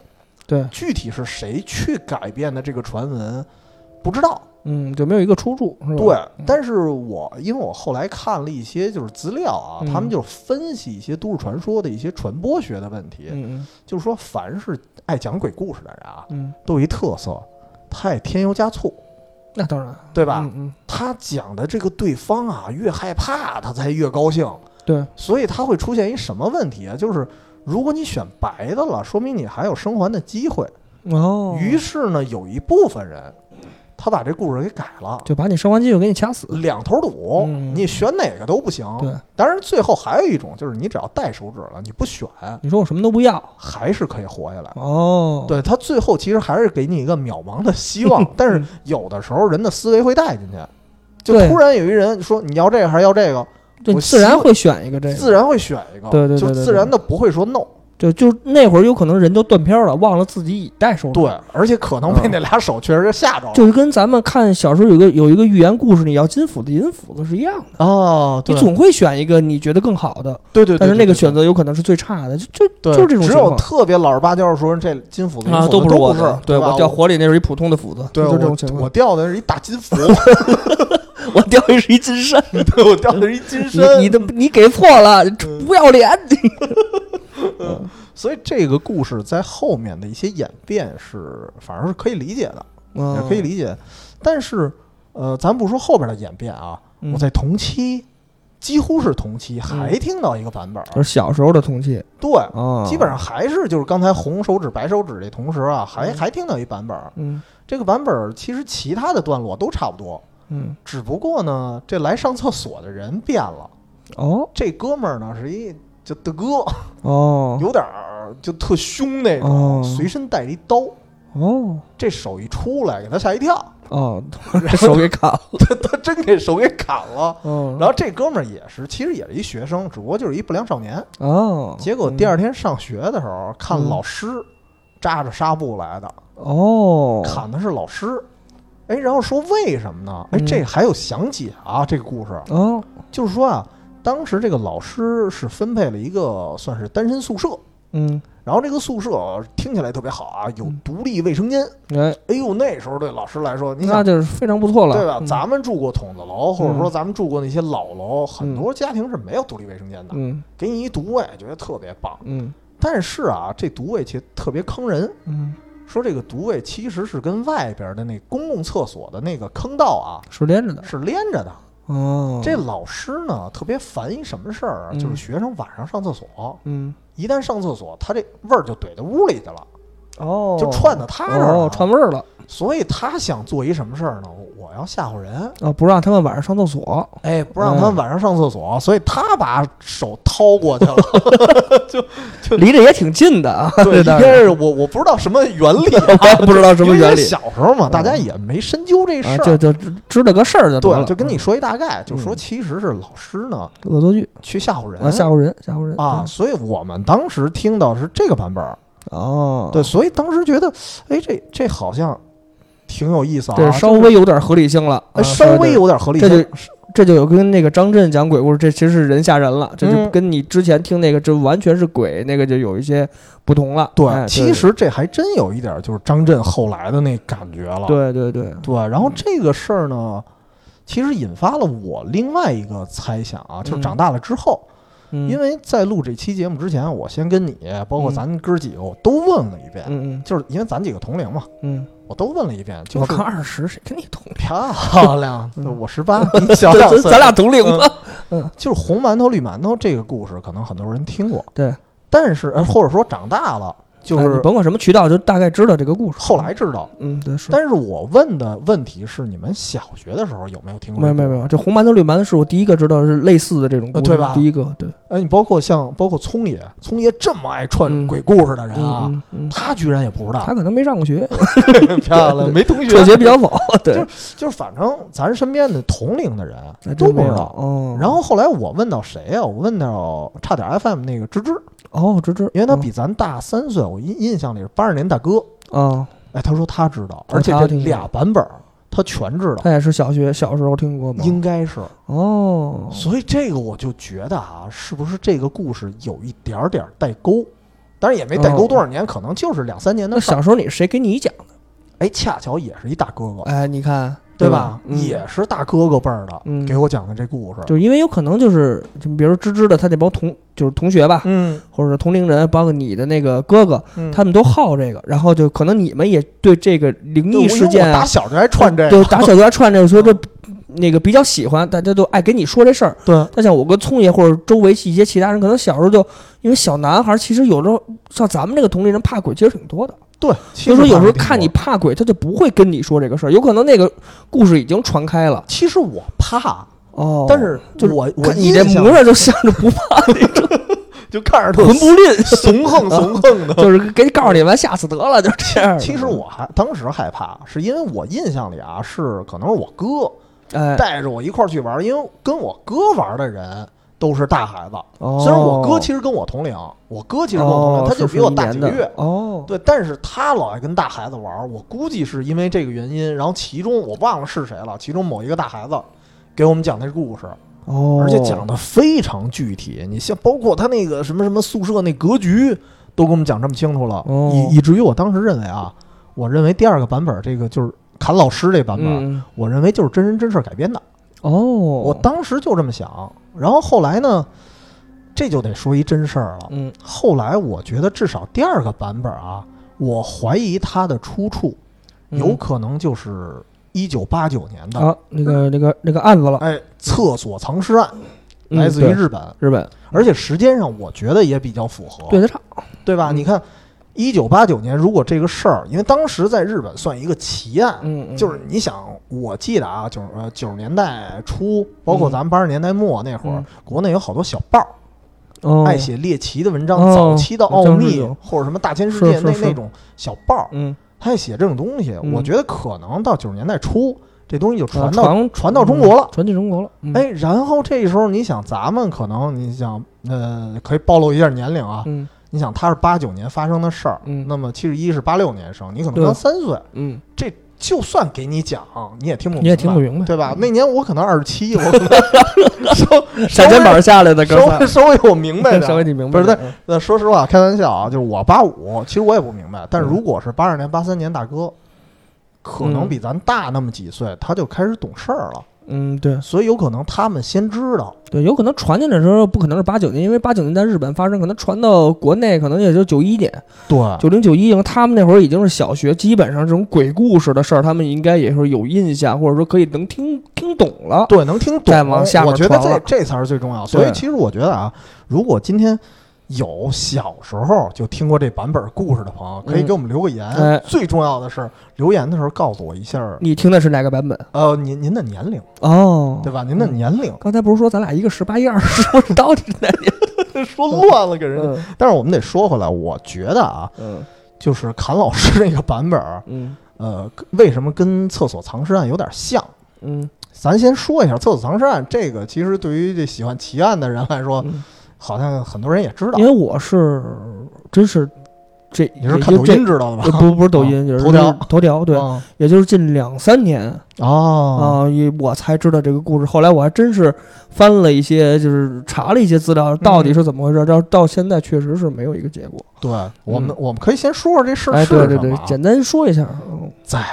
Speaker 2: 对，
Speaker 1: 具体是谁去改变的这个传闻，不知道。
Speaker 2: 嗯，就没有一个出处，是吧？
Speaker 1: 对，
Speaker 2: 嗯
Speaker 1: 但是我因为我后来看了一些就是资料啊，他
Speaker 2: 嗯
Speaker 1: 们就是分析一些都市传说的一些传播学的问题，
Speaker 2: 嗯
Speaker 1: 就是说凡是爱讲鬼故事的人啊，
Speaker 2: 嗯，嗯
Speaker 1: 都有一特色，他爱添油加醋，
Speaker 2: 那当然，
Speaker 1: 对吧？
Speaker 2: 嗯嗯，
Speaker 1: 他讲的这个对方啊，越害怕他才越高兴，
Speaker 2: 对，
Speaker 1: 所以他会出现一什么问题啊？就是如果你选白的了，说明你还有生还的机会。
Speaker 2: 哦，
Speaker 1: 于是呢，有一部分人，他把这故事给改了，
Speaker 2: 就把你生完气就给你掐死，
Speaker 1: 两头堵，
Speaker 2: 嗯
Speaker 1: 你选哪个都不行。
Speaker 2: 对，
Speaker 1: 当然最后还有一种就是你只要带手指了，你不选
Speaker 2: 你说我什么都不要，
Speaker 1: 还是可以活下来。
Speaker 2: 哦，，
Speaker 1: 对他最后其实还是给你一个渺茫的希 望，但是有的时候人的思维会带进去，就
Speaker 2: 对
Speaker 1: 突然有一人说你要这个还是要这个，
Speaker 2: 就你
Speaker 1: 我
Speaker 2: 自
Speaker 1: 希
Speaker 2: 然
Speaker 1: 望
Speaker 2: 会选一个这
Speaker 1: 自
Speaker 2: 个，
Speaker 1: 然会选一个，
Speaker 2: 对对对
Speaker 1: 就
Speaker 2: 对
Speaker 1: 自然的不会说 no，
Speaker 2: 就就那会儿有可能人就断片儿了，忘了自己已带手指
Speaker 1: 对，而且可能被那俩手确实就吓着了。
Speaker 2: 嗯就是跟咱们看小时候有个有一个寓言故事，你要金斧子银斧子是一样的，
Speaker 1: 哦，
Speaker 2: 你
Speaker 1: 对
Speaker 2: 总会选一个你觉得更好的，
Speaker 1: 对对，对
Speaker 2: 但是那个
Speaker 1: 对
Speaker 2: 选择有可能是最差的，就就
Speaker 1: 对
Speaker 2: 就是这种
Speaker 1: 只
Speaker 2: 情
Speaker 1: 有
Speaker 2: 况
Speaker 1: 特别老实巴交的说这金斧子银斧子
Speaker 2: 啊都
Speaker 1: 不
Speaker 2: 是我
Speaker 1: 我
Speaker 2: 的，
Speaker 1: 对吧
Speaker 2: 我掉火里那是一普通的斧子，
Speaker 1: 对
Speaker 2: 就这种
Speaker 1: 我
Speaker 2: 情
Speaker 1: 我
Speaker 2: 况，
Speaker 1: 掉的是一大金 斧，
Speaker 2: 我掉的是一金山，
Speaker 1: 对我掉的是一金
Speaker 2: 你
Speaker 1: 身，
Speaker 2: 你的你给错了，不要脸，
Speaker 1: 所以这个故事在后面的一些演变是反而是可以理解的，
Speaker 2: 嗯
Speaker 1: 也可以理解。但是呃，咱不说后边的演变啊，
Speaker 2: 嗯
Speaker 1: 我在同期几乎是同期还听到一个版本儿，
Speaker 2: 就是小时候的铜器
Speaker 1: 对，
Speaker 2: 啊，
Speaker 1: 基本上还是就是刚才红手指白手指这同时啊，还
Speaker 2: 嗯
Speaker 1: 还听到一版本儿。
Speaker 2: 嗯
Speaker 1: 这个版本儿其实其他的段落都差不多，
Speaker 2: 嗯
Speaker 1: 只不过呢，这来上厕所的人变了。
Speaker 2: 哦
Speaker 1: 这哥们儿呢是一就的哥，
Speaker 2: 哦
Speaker 1: 有点儿就特凶那
Speaker 2: 哦
Speaker 1: 种，随身带着一刀。
Speaker 2: 哦
Speaker 1: 这手一出来，给他吓一 跳，
Speaker 2: 哦，手给砍了，
Speaker 1: 他他真给手给砍了。
Speaker 2: 嗯，
Speaker 1: 然后这哥们儿也是，其实也是一学生，只不过就是一不良少年。
Speaker 2: 哦，嗯
Speaker 1: 结果第二天上学的时候，看老师扎着纱布来的，
Speaker 2: 哦
Speaker 1: 砍的是老师。哎，然后说为什么呢？哎，
Speaker 2: 嗯
Speaker 1: 这还有详解啊，这个故事
Speaker 2: 哦
Speaker 1: 就是说啊，当时这个老师是分配了一个算是单身宿舍，
Speaker 2: 嗯
Speaker 1: 然后这个宿舍听起来特别好啊，有
Speaker 2: 嗯
Speaker 1: 独立卫生间。
Speaker 2: 哎，
Speaker 1: 哎呦，那时候对老师来说，你想
Speaker 2: 那就是非常不错了，
Speaker 1: 对吧？
Speaker 2: 嗯
Speaker 1: 咱们住过筒子楼，或者说
Speaker 2: 嗯
Speaker 1: 咱们住过那些老楼，很多家庭是没有独立卫生间的，
Speaker 2: 嗯
Speaker 1: 给你一独卫，觉得特别棒。
Speaker 2: 嗯
Speaker 1: 但是啊，这独卫其实特别坑人，
Speaker 2: 嗯，
Speaker 1: 说这个独卫其实是跟外边的那公共厕所的那个坑道啊
Speaker 2: 是连着的
Speaker 1: 是连着的。
Speaker 2: 哦，
Speaker 1: 这老师呢特别烦一什么事儿啊，
Speaker 2: 嗯
Speaker 1: 就是学生晚上上厕所，
Speaker 2: 嗯
Speaker 1: 一旦上厕所，他这味儿就怼到屋里去了，
Speaker 2: 哦，
Speaker 1: 就串到他这儿
Speaker 2: 哦
Speaker 1: 了。
Speaker 2: 串味儿了
Speaker 1: 所以他想做一什么事儿呢？我我要吓唬人。
Speaker 2: 啊，不让他们晚上上厕所，
Speaker 1: 哎，不让他
Speaker 2: 嗯
Speaker 1: 晚上上厕所，所以他把手掏过 去了。
Speaker 2: 离着也挺近的啊，
Speaker 1: 对，
Speaker 2: 这
Speaker 1: 应
Speaker 2: 当
Speaker 1: 该
Speaker 2: 然，
Speaker 1: 是我我不知道什么原理啊
Speaker 2: 我也不知道什么
Speaker 1: 因为
Speaker 2: 原理
Speaker 1: 小时候嘛，
Speaker 2: 嗯
Speaker 1: 大家也没深究这事
Speaker 2: 啊，
Speaker 1: 儿。
Speaker 2: 就就知知道个事儿就得
Speaker 1: 对，
Speaker 2: 了，
Speaker 1: 就跟你
Speaker 2: 嗯
Speaker 1: 说一大概，就说
Speaker 2: 嗯
Speaker 1: 其实是老师呢
Speaker 2: 恶作剧
Speaker 1: 去吓唬人
Speaker 2: 啊，吓唬嗯人吓唬人
Speaker 1: 啊，所以我们当时听到是这个版本儿，
Speaker 2: 嗯哦，
Speaker 1: 对，所以当时觉得，哎，这这好像挺有意思啊，
Speaker 2: 对，稍微有点合理性了，
Speaker 1: 哎
Speaker 2: 啊
Speaker 1: 稍微。有点合理
Speaker 2: 这
Speaker 1: 性
Speaker 2: 就，这就有跟那个张震讲鬼故事，这其实是人吓人了，这就
Speaker 1: 嗯
Speaker 2: 跟你之前听那个，这完全是鬼那个就有一些不同了。哎
Speaker 1: 对，其实这还真有一点儿就是张震后来的那感觉了，
Speaker 2: 对嗯对对，
Speaker 1: 对，然后这个事儿呢，其实引发了我另外一个猜想啊，就是长大了之后，
Speaker 2: 嗯
Speaker 1: 因为在录这期节目之前，我先跟你，包括
Speaker 2: 嗯
Speaker 1: 咱哥几个，我都问了一遍，
Speaker 2: 嗯
Speaker 1: 就是因为咱几个同龄嘛，
Speaker 2: 嗯
Speaker 1: 我都问了一遍，
Speaker 2: 嗯，
Speaker 1: 就
Speaker 2: 我
Speaker 1: 是
Speaker 2: 看二十，谁跟你同龄？
Speaker 1: 漂亮，
Speaker 2: 嗯
Speaker 1: 对我十八， 你小两
Speaker 2: 咱
Speaker 1: 岁，嗯
Speaker 2: 咱俩同龄吗？
Speaker 1: 就是红馒头绿馒头这个故事，可能很多人听过，
Speaker 2: 对，
Speaker 1: 但是呃或者说长大了，就
Speaker 2: 哎你
Speaker 1: 是
Speaker 2: 甭管什么渠道，就大概知道这个故事。
Speaker 1: 后来，知道。
Speaker 2: 嗯，对，是。
Speaker 1: 但是我问的问题是，你们小学的时候有没有听过？
Speaker 2: 没有没有没有，这红馒头绿馒头是我第一个知道是类似的这种故
Speaker 1: 呃
Speaker 2: 事，
Speaker 1: 对吧
Speaker 2: 第一个对，
Speaker 1: 哎，你包括像包括聪爷，聪爷这么爱
Speaker 2: 嗯
Speaker 1: 串鬼故事的人啊，
Speaker 2: 嗯嗯嗯，
Speaker 1: 他居然也不知道
Speaker 2: 他，可能没上过学，
Speaker 1: 漂亮，没同啊
Speaker 2: 辍学比较早，对，
Speaker 1: 就是反正咱身边的同龄的
Speaker 2: 哎
Speaker 1: 人
Speaker 2: 真
Speaker 1: 都不
Speaker 2: 没
Speaker 1: 知
Speaker 2: 有
Speaker 1: 道。
Speaker 2: 哦，
Speaker 1: 然后后来我问到谁啊？我问到差点 FM 那个芝芝，
Speaker 2: 哦，芝芝，
Speaker 1: 因为他比咱大三岁，我印印象里是八十年大哥。
Speaker 2: 哦，
Speaker 1: 哎，他说他知道，
Speaker 2: 哦
Speaker 1: 而且
Speaker 2: 他
Speaker 1: 这
Speaker 2: 听过
Speaker 1: 俩版本儿他全知道，
Speaker 2: 他也是小学小时候听过吗？
Speaker 1: 应该是。
Speaker 2: 哦，
Speaker 1: 所以这个我就觉得啊，是不是这个故事有一点儿点儿代沟？当然也没代沟
Speaker 2: 哦
Speaker 1: 多少年，可能就是两三年的
Speaker 2: 那
Speaker 1: 事儿。
Speaker 2: 小时候你谁给你讲的？
Speaker 1: 哎，恰巧也是一大哥哥，
Speaker 2: 哎，你看，
Speaker 1: 对
Speaker 2: 对
Speaker 1: 吧
Speaker 2: 吧？嗯
Speaker 1: 也是大哥哥辈儿的、
Speaker 2: 嗯
Speaker 1: 给我讲的这故事。
Speaker 2: 就是因为有可能就是，就比如芝芝的他那帮同就是同学吧，
Speaker 1: 嗯，
Speaker 2: 或者是同龄人，包括你的那个哥哥，
Speaker 1: 嗯
Speaker 2: 他们都好这个，然后就可能你们也对这个灵
Speaker 1: 对
Speaker 2: 异
Speaker 1: 我因为
Speaker 2: 事
Speaker 1: 我
Speaker 2: 件
Speaker 1: 打
Speaker 2: 啊，
Speaker 1: 小就爱串这个，
Speaker 2: 对打小就爱串这个，所以说那个比较喜欢，大家都爱给你说这事儿。
Speaker 1: 对
Speaker 2: 但像我跟聪爷或者周围一些其他人，可能小时候就因为小男孩，其实有时候像咱们这个同龄人怕鬼其实挺多的，
Speaker 1: 对，
Speaker 2: 所以说有时候看你
Speaker 1: 其实我挺多的。
Speaker 2: 怕鬼，他就不会跟你说这个事儿，有可能那个故事已经传开了。
Speaker 1: 其实我怕，啊
Speaker 2: 哦
Speaker 1: 但是
Speaker 2: 就是
Speaker 1: 我我
Speaker 2: 看你这
Speaker 1: 印象
Speaker 2: 模样就像是不怕那种
Speaker 1: 就看着特
Speaker 2: 魂不吝，
Speaker 1: 怂横 怂横的。
Speaker 2: 就是给告诉你完，吓死得了，就这样。
Speaker 1: 其实，我还当时害怕，是因为我印象里啊，是可能是我哥
Speaker 2: 哎，
Speaker 1: 带着我一块儿去玩儿，因为跟我哥玩儿的人都是大孩子。
Speaker 2: 虽
Speaker 1: 虽然我哥其实跟我同龄，我哥其实跟我同龄，他就比我大几个月。
Speaker 2: 哦，
Speaker 1: 对，但是他老爱跟大孩子玩儿，我估计是因为这个原因。然后其中我忘了是谁了，其中某一个大孩子给我们讲这故事，
Speaker 2: 哦，
Speaker 1: 而且讲的非常具体。你像包括他那个什么什么宿舍那格局，都给我们讲这么清楚了，
Speaker 2: 哦
Speaker 1: 以以至于我当时认为啊，我认为第二个版本这个就是砍老师这版本，
Speaker 2: 嗯，
Speaker 1: 我认为就是真人真事儿改编的，
Speaker 2: 哦，
Speaker 1: 我
Speaker 2: 我
Speaker 1: 当时就这么想。然后后来呢，这就得说一真事儿了。
Speaker 2: 嗯
Speaker 1: 后来我觉得至少第二个版本啊，我怀疑它的出处
Speaker 2: 嗯
Speaker 1: 有可能就是一九八九年的、
Speaker 2: 啊，那个那个那个案子了，
Speaker 1: 哎厕所藏尸案，
Speaker 2: 嗯
Speaker 1: 来自于
Speaker 2: 对
Speaker 1: 日本。
Speaker 2: 日本
Speaker 1: 而且时间上，我觉得也比较符合，
Speaker 2: 对得上，
Speaker 1: 对吧？
Speaker 2: 嗯
Speaker 1: 你看，一九八九年，如果这个事儿，因为当时在日本算一个奇案，
Speaker 2: 嗯，嗯
Speaker 1: 就是你想，我记得啊，九呃九十年代初，包括
Speaker 2: 嗯
Speaker 1: 咱们八十年代末那会儿，
Speaker 2: 嗯
Speaker 1: 国内有好多小报、
Speaker 2: 哦
Speaker 1: 爱写猎奇的文章，
Speaker 2: 哦
Speaker 1: 早期的
Speaker 2: 好
Speaker 1: 奥
Speaker 2: 像是
Speaker 1: 秘
Speaker 2: 有
Speaker 1: 或者什么大千世
Speaker 2: 是
Speaker 1: 界
Speaker 2: 是
Speaker 1: 那
Speaker 2: 是
Speaker 1: 那种小报，
Speaker 2: 嗯，
Speaker 1: 他爱写这种东西，
Speaker 2: 嗯
Speaker 1: 我觉得可能到九十年代初，这东西就
Speaker 2: 啊
Speaker 1: 传到、
Speaker 2: 传
Speaker 1: 传到中国了
Speaker 2: 嗯传进中国了，嗯，
Speaker 1: 哎，然后这时候你想，咱们可能你想，呃，可以暴露一下年龄啊。
Speaker 2: 嗯
Speaker 1: 你想，他是八九年发生的事儿，
Speaker 2: 嗯
Speaker 1: 那么七十一是八六年生，你可能
Speaker 2: 对
Speaker 1: 刚三岁，
Speaker 2: 嗯，
Speaker 1: 这就算给你讲，你也听不明白
Speaker 2: 你也听不明白，嗯
Speaker 1: 对吧？那年我可能二十七， 我可能稍
Speaker 2: 闪肩膀下来的哥
Speaker 1: 稍
Speaker 2: 仨
Speaker 1: 微稍微我明白
Speaker 2: 稍微
Speaker 1: 点。啊
Speaker 2: 你明
Speaker 1: 不
Speaker 2: 白
Speaker 1: 是
Speaker 2: 点，嗯
Speaker 1: 那说实话，开玩笑啊，就是我八五，其实我也不明白。但是如果是八二年、八三年大哥，可能
Speaker 2: 嗯
Speaker 1: 比咱大那么几岁，他就开始懂事儿了，
Speaker 2: 嗯，对
Speaker 1: 所以有可能他们先知道。
Speaker 2: 对，有可能传进来的时候不可能是八九年，因为八九年在日本发生，可能传到国内可能也就九一年，
Speaker 1: 对，
Speaker 2: 九零九一，因为他们那会儿已经是小学，基本上这种鬼故事的事儿，他们应该也是有印象，或者说可以能听听懂了。
Speaker 1: 对，能听懂。
Speaker 2: 再往下面
Speaker 1: 我觉得
Speaker 2: 传
Speaker 1: 这
Speaker 2: 了
Speaker 1: 这才是最重要。所以
Speaker 2: 对
Speaker 1: 其实我觉得啊，如果今天有小时候就听过这版本故事的朋友，可以
Speaker 2: 嗯
Speaker 1: 给我们留个言。
Speaker 2: 哎
Speaker 1: 最重要的是留言的时候告诉我一下，
Speaker 2: 你听的是哪个版本？
Speaker 1: 呃，您您的年龄，
Speaker 2: 哦
Speaker 1: 对吧？您的年龄
Speaker 2: 刚才不是说咱俩一个十八一二十，我到底是哪年？
Speaker 1: 说乱了给人家。
Speaker 2: 嗯
Speaker 1: 但是我们得说回来，我觉得啊，
Speaker 2: 嗯
Speaker 1: 就是侃老师那个版本，
Speaker 2: 嗯
Speaker 1: 呃，为什么跟厕所藏尸案有点像？
Speaker 2: 嗯
Speaker 1: 咱先说一下厕所藏尸案这个，其实对于这喜欢奇案的人来说，
Speaker 2: 嗯，
Speaker 1: 好像很多人也知道
Speaker 2: 因。为我是真是这
Speaker 1: 你是
Speaker 2: 也
Speaker 1: 看
Speaker 2: 就
Speaker 1: 抖
Speaker 2: 这
Speaker 1: 音知道的吧？啊
Speaker 2: 呃不不是抖音，就是
Speaker 1: 头条
Speaker 2: 头条对，
Speaker 1: 嗯
Speaker 2: 也就是近两三年
Speaker 1: 哦，
Speaker 2: 啊，也我才知道这个故事。后来我还真是翻了一些，就是查了一些资料，到
Speaker 1: 嗯
Speaker 2: 底是怎么回事。到到现在确实是没有一个结果。
Speaker 1: 对，我们我们可以先说说这事儿
Speaker 2: 哎，
Speaker 1: 是哦
Speaker 2: 对
Speaker 1: 什
Speaker 2: 对
Speaker 1: 么
Speaker 2: 对，
Speaker 1: 啊。
Speaker 2: 简单说一下。嗯
Speaker 1: 在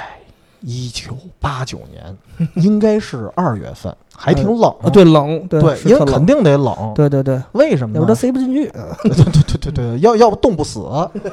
Speaker 1: 一九八九年，应该是二月份，还挺冷
Speaker 2: 啊，对，冷，对
Speaker 1: 对，
Speaker 2: 是
Speaker 1: 因为
Speaker 2: 特冷
Speaker 1: 肯定嗯得冷。
Speaker 2: 对对对，
Speaker 1: 为什么
Speaker 2: 要不它
Speaker 1: 呢？
Speaker 2: 塞不 进去。
Speaker 1: 对对对对对对，要要不冻不死。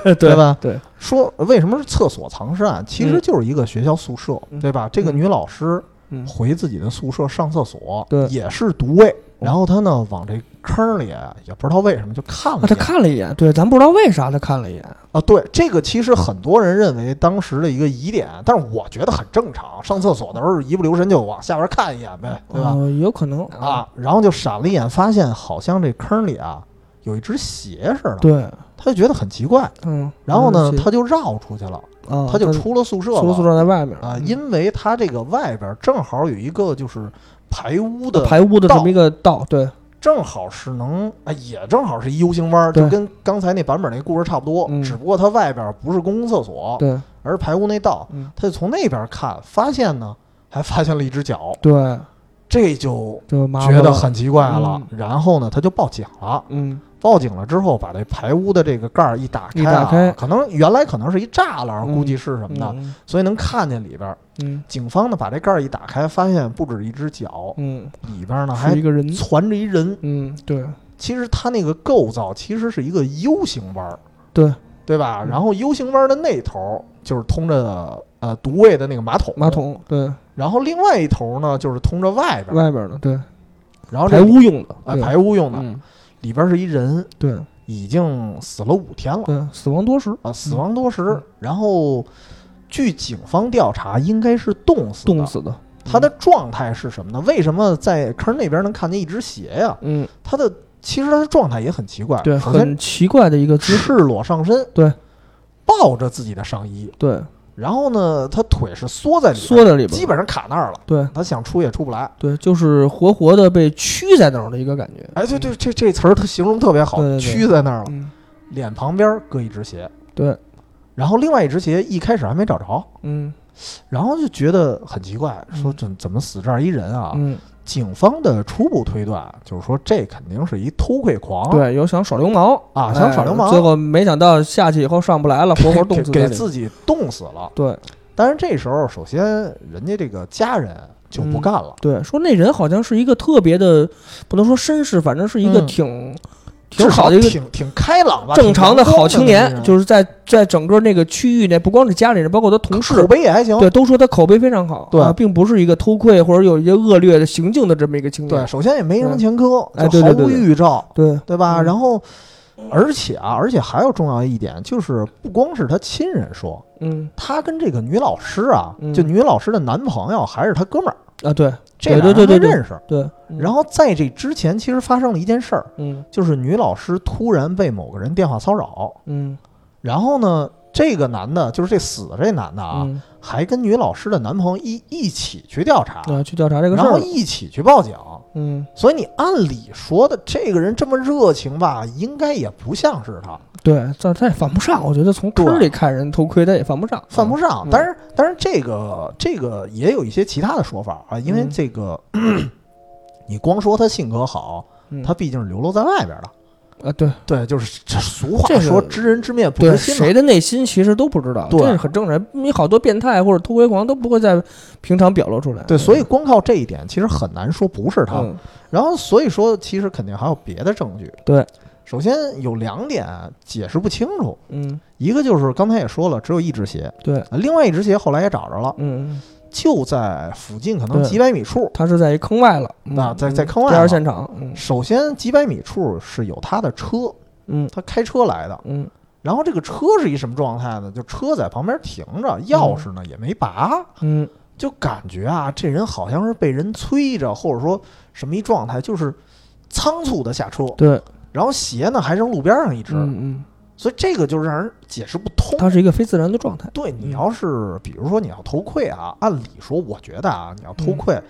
Speaker 1: 对
Speaker 2: 对
Speaker 1: 吧？
Speaker 2: 对，
Speaker 1: 说为什么是厕所藏尸案？其实就是一个学校宿舍，
Speaker 2: 嗯
Speaker 1: 对吧？这个女老师
Speaker 2: 嗯
Speaker 1: 回自己的宿舍上厕所，
Speaker 2: 对哦
Speaker 1: 也是独卫。然后她呢，往这坑里啊也不知道为什么就看了
Speaker 2: 啊
Speaker 1: 一眼，
Speaker 2: 他看了一眼，对，咱不知道为啥他看了一眼。
Speaker 1: 啊，对，这个其实很多人认为当时的一个疑点，但是我觉得很正常。上厕所的时候一不留神就往下边看一眼呗，对吧？
Speaker 2: 呃有可能
Speaker 1: 啊，，然后就闪了一眼，发现好像这坑里啊有一只鞋似的，
Speaker 2: 对，
Speaker 1: 他就觉得很奇怪。
Speaker 2: 嗯。
Speaker 1: 然后呢，
Speaker 2: 嗯
Speaker 1: 他就绕出去了，
Speaker 2: 啊，
Speaker 1: 他就出了宿舍
Speaker 2: 出宿
Speaker 1: 了
Speaker 2: 舍在外面
Speaker 1: 啊，
Speaker 2: 嗯
Speaker 1: 因为他这个外边正好有一个就是排污的，
Speaker 2: 呃排污的这么一个道，对，
Speaker 1: 正好是能啊，也正好是一 U 型弯儿，
Speaker 2: 对
Speaker 1: 就跟刚才那版本那故事差不多，
Speaker 2: 嗯
Speaker 1: 只不过它外边不是公共厕所，
Speaker 2: 对，
Speaker 1: 而是排污那道。
Speaker 2: 嗯，
Speaker 1: 他就从那边看，发现呢，还发现了一只脚，
Speaker 2: 对，
Speaker 1: 这就
Speaker 2: 就麻
Speaker 1: 觉
Speaker 2: 烦
Speaker 1: 得
Speaker 2: 了
Speaker 1: 很奇怪了。然后呢，他就报警了。
Speaker 2: 嗯，
Speaker 1: 报警了之后，把这排污的这个盖儿一打开、啊，
Speaker 2: 一打开
Speaker 1: 可能原来可能是一栅栏，
Speaker 2: 嗯
Speaker 1: 估计是什么的，
Speaker 2: 嗯
Speaker 1: 所以能看见里边儿。
Speaker 2: 嗯
Speaker 1: 警方呢把这盖儿一打开，发现不止一只脚，
Speaker 2: 嗯，
Speaker 1: 里边呢
Speaker 2: 是
Speaker 1: 啊还
Speaker 2: 一个人，
Speaker 1: 攒着一人。
Speaker 2: 嗯，对，
Speaker 1: 其实它那个构造其实是一个 U 型弯儿，
Speaker 2: 对
Speaker 1: 对吧？
Speaker 2: 嗯
Speaker 1: 然后 U 型弯儿的那头儿就是通着呃独卫的那个马桶，
Speaker 2: 马，桶，对，
Speaker 1: 然后另外一头呢就是通着外边儿，
Speaker 2: 外边的，对，
Speaker 1: 然后这
Speaker 2: 排污用的，
Speaker 1: 哎
Speaker 2: 对
Speaker 1: 排污用的，
Speaker 2: 嗯，
Speaker 1: 里边是一人
Speaker 2: 对
Speaker 1: 已经死了五天了
Speaker 2: 对，死亡多时，
Speaker 1: 啊，死亡多
Speaker 2: 嗯
Speaker 1: 时。然后据警方调查，应该是冻死的。
Speaker 2: 冻死嗯的，
Speaker 1: 他的状态是什么呢？为什么在坑那边能看见一只鞋呀、
Speaker 2: 嗯，
Speaker 1: 他的其实他的状态也很奇怪，
Speaker 2: 对，
Speaker 1: 啊首先
Speaker 2: 很奇怪的一个姿势，
Speaker 1: 赤裸上身，
Speaker 2: 对，
Speaker 1: 抱着自己的上衣，
Speaker 2: 对，
Speaker 1: 然后呢，他腿是缩在里边，
Speaker 2: 缩在里边，嗯
Speaker 1: 基本上卡那儿了，
Speaker 2: 对
Speaker 1: 他想出也出不来。
Speaker 2: 对，就是活活的被屈在那儿的一个感觉，
Speaker 1: 哎，对对，这这词儿他形容特别好，
Speaker 2: 对对对
Speaker 1: 屈在那儿了，
Speaker 2: 嗯，
Speaker 1: 脸旁边搁一只鞋，
Speaker 2: 对，
Speaker 1: 然后另外一只鞋一开始还没找着，
Speaker 2: 嗯
Speaker 1: 然后就觉得很奇怪，
Speaker 2: 嗯
Speaker 1: 说怎怎么死这儿一人啊？
Speaker 2: 嗯，
Speaker 1: 警方的初步推断就是说这肯定是一偷窥狂，
Speaker 2: 对，有想耍流氓
Speaker 1: 啊想耍流
Speaker 2: 哎
Speaker 1: 氓
Speaker 2: 结果没想到下去以后上不来 了，活活冻
Speaker 1: 给
Speaker 2: 死在
Speaker 1: 给
Speaker 2: 里面
Speaker 1: 自己冻死了。
Speaker 2: 对
Speaker 1: 但是这时候，首先人家这个家人就不干了，
Speaker 2: 对，说那人好像是一个特别的，不能说绅士，反正是一个
Speaker 1: 嗯
Speaker 2: 挺、挺
Speaker 1: 至少
Speaker 2: 好的一个
Speaker 1: 挺挺开朗吧，
Speaker 2: 正常的
Speaker 1: 挺阳光
Speaker 2: 好青年，
Speaker 1: 是
Speaker 2: 就是在在整个那个区域内，不光是家里人，包括他同
Speaker 1: 口
Speaker 2: 事，
Speaker 1: 碑也还行。
Speaker 2: 对，都说他口碑非常好，
Speaker 1: 对
Speaker 2: 啊，并不是一个偷窥或者有一些恶劣的行径的这么一个青
Speaker 1: 对，
Speaker 2: 年，
Speaker 1: 首先也没什么前科，
Speaker 2: 哎
Speaker 1: 就
Speaker 2: 对
Speaker 1: 毫
Speaker 2: 对
Speaker 1: 无
Speaker 2: 对对
Speaker 1: 预兆，
Speaker 2: 对
Speaker 1: 对吧？
Speaker 2: 嗯
Speaker 1: 然后，而且啊，而且还有重要一点，就是不光是他亲人说，
Speaker 2: 嗯
Speaker 1: 他跟这个女老师啊，
Speaker 2: 嗯
Speaker 1: 就女老师的男朋友还是他哥们儿，
Speaker 2: 啊，对
Speaker 1: 这
Speaker 2: 对
Speaker 1: 俩人还
Speaker 2: 对对对嗯
Speaker 1: 认识。
Speaker 2: 对，
Speaker 1: 然
Speaker 2: 后
Speaker 1: 后在这之前，其实发生了一件事儿，
Speaker 2: 嗯
Speaker 1: 就是女老师突然被某个人电话骚扰，
Speaker 2: 嗯
Speaker 1: 然后呢，这个男的，就是这死的这男的啊，
Speaker 2: 嗯
Speaker 1: 还跟女老师的男朋友一一起去调查，
Speaker 2: 啊，去调查这个事
Speaker 1: 然后
Speaker 2: 儿，
Speaker 1: 一起去报警。
Speaker 2: 嗯，
Speaker 1: 所以你按理说的这个人这么热情吧，应该也不像是他，
Speaker 2: 对，这他也犯不上，我觉得从
Speaker 1: 对
Speaker 2: 坑里看人偷窥，他也犯不上，
Speaker 1: 犯不上。
Speaker 2: 嗯
Speaker 1: 当然，当然这个这个也有一些其他的说法啊，因为
Speaker 2: 嗯
Speaker 1: 这个、 你光说他性格好，
Speaker 2: 嗯
Speaker 1: 他毕竟是流落在外边的。
Speaker 2: 啊，对
Speaker 1: 对，就是这俗话
Speaker 2: 这个
Speaker 1: 说“知人知面不
Speaker 2: 对，
Speaker 1: 知心”嘛。
Speaker 2: 谁的内心其实都不知道，
Speaker 1: 对
Speaker 2: 这是很正常，你好多变态或者偷窥狂都不会在平常表露出来，
Speaker 1: 对，所以
Speaker 2: 嗯
Speaker 1: 光靠这一点，其实很难说不是他。
Speaker 2: 嗯
Speaker 1: 然后，所以说，其实肯定还有别的证据。
Speaker 2: 对，
Speaker 1: 首先有两点解释不清楚，
Speaker 2: 嗯
Speaker 1: 一个就是刚才也说了，只有一只鞋，
Speaker 2: 对，
Speaker 1: 呃另外一只鞋后来也找着了，
Speaker 2: 嗯。嗯
Speaker 1: 就在附近可能
Speaker 2: 对
Speaker 1: 几百米处。
Speaker 2: 他是在一坑外了，嗯
Speaker 1: 啊在
Speaker 2: 嗯
Speaker 1: 在坑外
Speaker 2: 第
Speaker 1: 了
Speaker 2: 二现场，嗯
Speaker 1: 首先，几百米处是有他的车，
Speaker 2: 嗯
Speaker 1: 他开车来的。
Speaker 2: 嗯
Speaker 1: 然后这个车是一什么状态呢？就车在旁边停着，钥匙呢也没拔，
Speaker 2: 嗯
Speaker 1: 就感觉啊，这人好像是被人催着，或者说什么一状态，就是仓促的下车，
Speaker 2: 对，
Speaker 1: 然后鞋呢还扔路边上一只，
Speaker 2: 嗯嗯，
Speaker 1: 所以这个就是让人解释不通。
Speaker 2: 他是一嗯个非自然的状态，
Speaker 1: 对你要是比如说你要偷窥啊，按理说我觉得啊，你要
Speaker 2: 嗯
Speaker 1: 偷窥，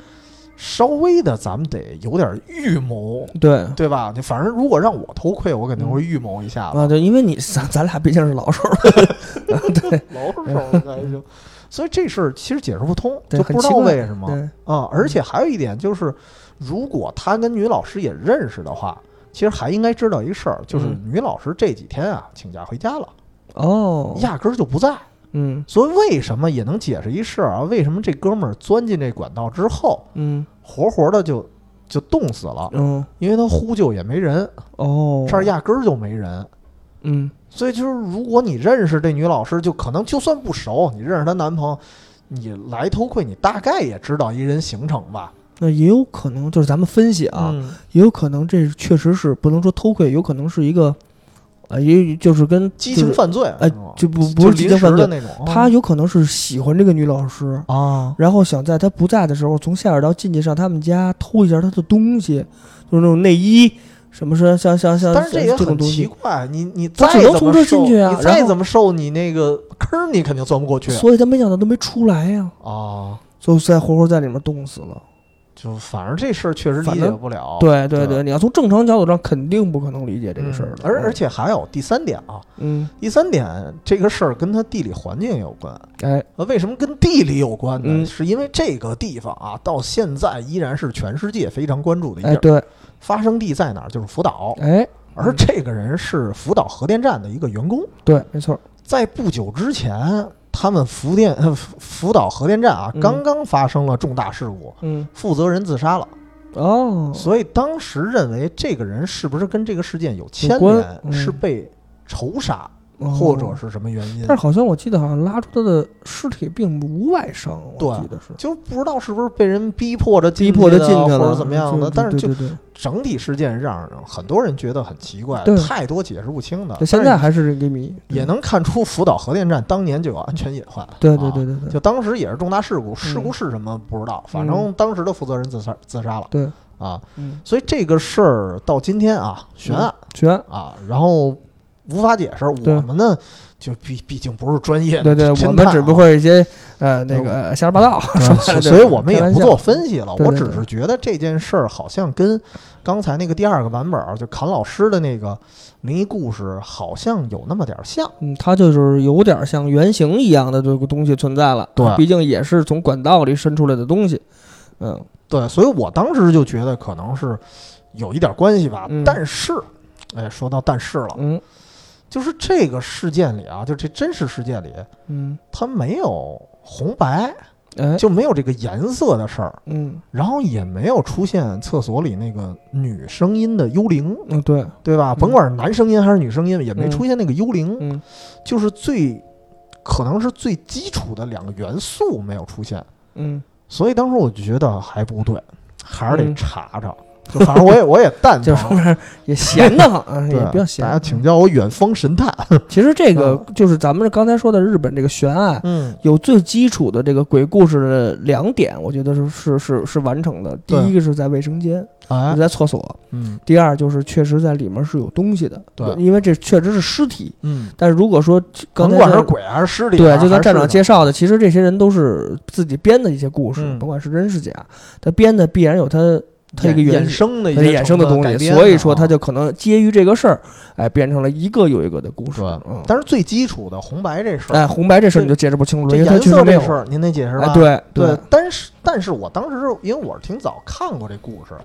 Speaker 1: 稍微的咱们得有点预谋，
Speaker 2: 对
Speaker 1: 对吧？你反正如果让我偷窥，我肯定会预谋一下子。
Speaker 2: 啊，对，因为你咱咱俩毕竟是老手，
Speaker 1: 老手还行， 所以这事儿其实解释不通，
Speaker 2: 对
Speaker 1: 就不知道
Speaker 2: 很奇怪
Speaker 1: 为什么
Speaker 2: 对，嗯
Speaker 1: 啊、而且还有一点就是，如果他跟女老师也认识的话。其实还应该知道一事儿，就是
Speaker 2: 嗯
Speaker 1: 女老师这几天啊请假回家了，
Speaker 2: 哦，
Speaker 1: 压根儿就不在。
Speaker 2: 嗯
Speaker 1: 所以为什么也能解释一事儿啊？为什么这哥们儿钻进这管道之后，
Speaker 2: 嗯
Speaker 1: 活活的就就冻死了？
Speaker 2: 嗯，
Speaker 1: 因为他呼救也没人，
Speaker 2: 哦，
Speaker 1: 啊这儿压根儿就没人。
Speaker 2: 嗯
Speaker 1: 所以就是，如果你认识这女老师，就可能就算不熟，你认识她男朋友，你来偷窥，你大概也知道一人行程吧？
Speaker 2: 那也有可能就是咱们分析啊，
Speaker 1: 嗯，
Speaker 2: 也有可能这确实是不能说偷窥，有可能是一个，呃，也就是跟
Speaker 1: 激情
Speaker 2: 就是
Speaker 1: 犯罪，
Speaker 2: 哎
Speaker 1: 是吗
Speaker 2: 就不不
Speaker 1: 就是
Speaker 2: 激
Speaker 1: 临
Speaker 2: 情
Speaker 1: 时
Speaker 2: 犯
Speaker 1: 的
Speaker 2: 罪，
Speaker 1: 那种。
Speaker 2: 他有可能是喜欢这个女老师，
Speaker 1: 啊，
Speaker 2: 然后想在他不在的时候，从下水道进去上他们家偷一下他的东西，就是那种内衣，什么是像像像，
Speaker 1: 但是这也
Speaker 2: 像种
Speaker 1: 很
Speaker 2: 东
Speaker 1: 奇
Speaker 2: 西。
Speaker 1: 怪，你你
Speaker 2: 他
Speaker 1: 再
Speaker 2: 只能
Speaker 1: 怎
Speaker 2: 从
Speaker 1: 么
Speaker 2: 这
Speaker 1: 受
Speaker 2: 进去啊
Speaker 1: 你
Speaker 2: 然
Speaker 1: 再
Speaker 2: 后
Speaker 1: 怎么受，你那个坑儿你肯定钻不过去
Speaker 2: 所以他没想到都没出来呀、
Speaker 1: 啊。
Speaker 2: 所以在活活在里面冻死了。
Speaker 1: 就反正这事儿确实
Speaker 2: 反
Speaker 1: 理解
Speaker 2: 正
Speaker 1: 不了。
Speaker 2: 对对
Speaker 1: 哦对
Speaker 2: 对，你要从正常角度上，肯定不可能理解
Speaker 1: 这
Speaker 2: 这
Speaker 1: 个
Speaker 2: 个事
Speaker 1: 事
Speaker 2: 儿
Speaker 1: 儿
Speaker 2: 的。
Speaker 1: 的，而
Speaker 2: 嗯
Speaker 1: 而，且还有第三点啊，
Speaker 2: 嗯，
Speaker 1: 第三点这个事儿跟它地理环境有关。
Speaker 2: 哎，
Speaker 1: 呃，为什么跟地理有关呢？
Speaker 2: 嗯
Speaker 1: 是因为这个地方啊，到现在依然是全世界非常关注的一地
Speaker 2: 哎，
Speaker 1: 儿。
Speaker 2: 对，
Speaker 1: 发生地在哪儿？就是福岛。
Speaker 2: 哎，
Speaker 1: 而这个人是福岛核电站的一个员工，
Speaker 2: 对，没错，
Speaker 1: 在不久之前，他们福电呃福福岛核电站啊
Speaker 2: 嗯
Speaker 1: 刚刚发生了重大事故，
Speaker 2: 嗯，
Speaker 1: 负责人自杀了，
Speaker 2: 哦，
Speaker 1: 所以当时认为这个人是不是跟这个事件有牵
Speaker 2: 有关
Speaker 1: 连，
Speaker 2: 嗯
Speaker 1: 是被仇杀
Speaker 2: 哦
Speaker 1: 或者是什么原因
Speaker 2: 但是，好像我记得，好像拉出他的尸体并无外伤，我
Speaker 1: 对
Speaker 2: 记得是
Speaker 1: 就不知道是不是被人逼迫着
Speaker 2: 逼
Speaker 1: 进
Speaker 2: 迫
Speaker 1: 的
Speaker 2: 的进去了，嗯
Speaker 1: 或者怎么样的，
Speaker 2: 对
Speaker 1: 但是就啊
Speaker 2: 对对对
Speaker 1: 整体事件让很多人觉得很奇怪
Speaker 2: 对，
Speaker 1: 太多解释不清的。
Speaker 2: 对，现在
Speaker 1: 但是
Speaker 2: 还是这个谜，
Speaker 1: 也能看出福岛核电站当年就有安全隐患。
Speaker 2: 对对
Speaker 1: 啊
Speaker 2: 对对对嗯
Speaker 1: 就当时也是重大事故，事故是什么不知道，反正当时的负责人自杀自杀了
Speaker 2: 对，
Speaker 1: 啊，
Speaker 2: 嗯，
Speaker 1: 所以这个事儿到今天啊悬案
Speaker 2: 全。
Speaker 1: 啊，然后无法解释。
Speaker 2: 嗯对
Speaker 1: 我们呢就毕毕竟不是专业
Speaker 2: 对
Speaker 1: 的
Speaker 2: 对，
Speaker 1: 侦探啊，
Speaker 2: 我们只不过一些呃那个瞎说八道，
Speaker 1: 对
Speaker 2: 说白了
Speaker 1: 嗯所
Speaker 2: 就
Speaker 1: 所以
Speaker 2: 是
Speaker 1: 我们也
Speaker 2: 开玩
Speaker 1: 不
Speaker 2: 笑
Speaker 1: 做分析了。
Speaker 2: 对
Speaker 1: 我
Speaker 2: 对
Speaker 1: 只
Speaker 2: 对
Speaker 1: 是觉得这件事儿好像跟刚才那个第二个版本儿，就侃老师的那个灵异故事，好像有那么点儿像。
Speaker 2: 嗯，它就是有点像原型一样的这个东西存在了。
Speaker 1: 对
Speaker 2: 毕竟也是从管道里伸出来的东西。嗯，
Speaker 1: 对，所以我当时就觉得可能是有一点关系吧。
Speaker 2: 嗯
Speaker 1: 但是，哎，说到但是了，
Speaker 2: 嗯
Speaker 1: 就是这个事件里啊，就这真实事件里，
Speaker 2: 嗯，
Speaker 1: 它没有红白，
Speaker 2: 哎，
Speaker 1: 就没有这个颜色的事儿，
Speaker 2: 嗯
Speaker 1: 然后也没有出现厕所里那个女声音的幽灵，
Speaker 2: 嗯，对，
Speaker 1: 对吧？
Speaker 2: 嗯
Speaker 1: 甭管是男声音还是女声音，也没
Speaker 2: 嗯
Speaker 1: 出现那个幽灵，
Speaker 2: 嗯
Speaker 1: 就是最可能是最基础的两个元素没有出现。
Speaker 2: 嗯，
Speaker 1: 所以当时我就觉得还不对，还是得
Speaker 2: 嗯
Speaker 1: 查查。就反 正我也我也淡
Speaker 2: 就
Speaker 1: 定，
Speaker 2: 说是也闲得很， 哎
Speaker 1: 对啊
Speaker 2: 也比较闲
Speaker 1: 大。家啊请教我远方神探。
Speaker 2: 其实这个就是咱们刚才说的日本这个悬案，
Speaker 1: 嗯，
Speaker 2: 有最基础的这个鬼故事的两点，我觉得是是是是完成的。第
Speaker 1: 对啊
Speaker 2: 一个是在卫生间，
Speaker 1: 哎
Speaker 2: 就，在厕所；
Speaker 1: 嗯
Speaker 2: 第二就是确实在里面是有东西的，
Speaker 1: 对啊
Speaker 2: 因为这确实是尸体。
Speaker 1: 嗯，
Speaker 2: 但是如果说刚
Speaker 1: 甭
Speaker 2: 才
Speaker 1: 管是
Speaker 2: 在
Speaker 1: 鬼还是尸体啊，
Speaker 2: 对，就
Speaker 1: 还
Speaker 2: 像
Speaker 1: 是
Speaker 2: 站长介
Speaker 1: 什
Speaker 2: 绍的，其实这些人都是自己编的一些故事，
Speaker 1: 嗯
Speaker 2: 甭管是真是假，他编的必然有他
Speaker 1: 么
Speaker 2: 它一个
Speaker 1: 衍
Speaker 2: 原
Speaker 1: 衍生的一
Speaker 2: 他
Speaker 1: 些
Speaker 2: 衍生的
Speaker 1: 成分
Speaker 2: 东
Speaker 1: 改
Speaker 2: 西，
Speaker 1: 编
Speaker 2: 所以
Speaker 1: 的
Speaker 2: 说
Speaker 1: 啊
Speaker 2: 他就可能基于这个事儿，哎，变成了一个又一个的故事。
Speaker 1: 对
Speaker 2: 嗯，
Speaker 1: 但是最基础的红白这事儿，
Speaker 2: 哎，红白这事儿你就解释不清楚了，
Speaker 1: 这
Speaker 2: 因为他
Speaker 1: 颜
Speaker 2: 确实
Speaker 1: 色这
Speaker 2: 没有
Speaker 1: 事。儿您得解释吧？
Speaker 2: 哎，对
Speaker 1: 对，，但是但是我当时因为我是挺早看过这故事，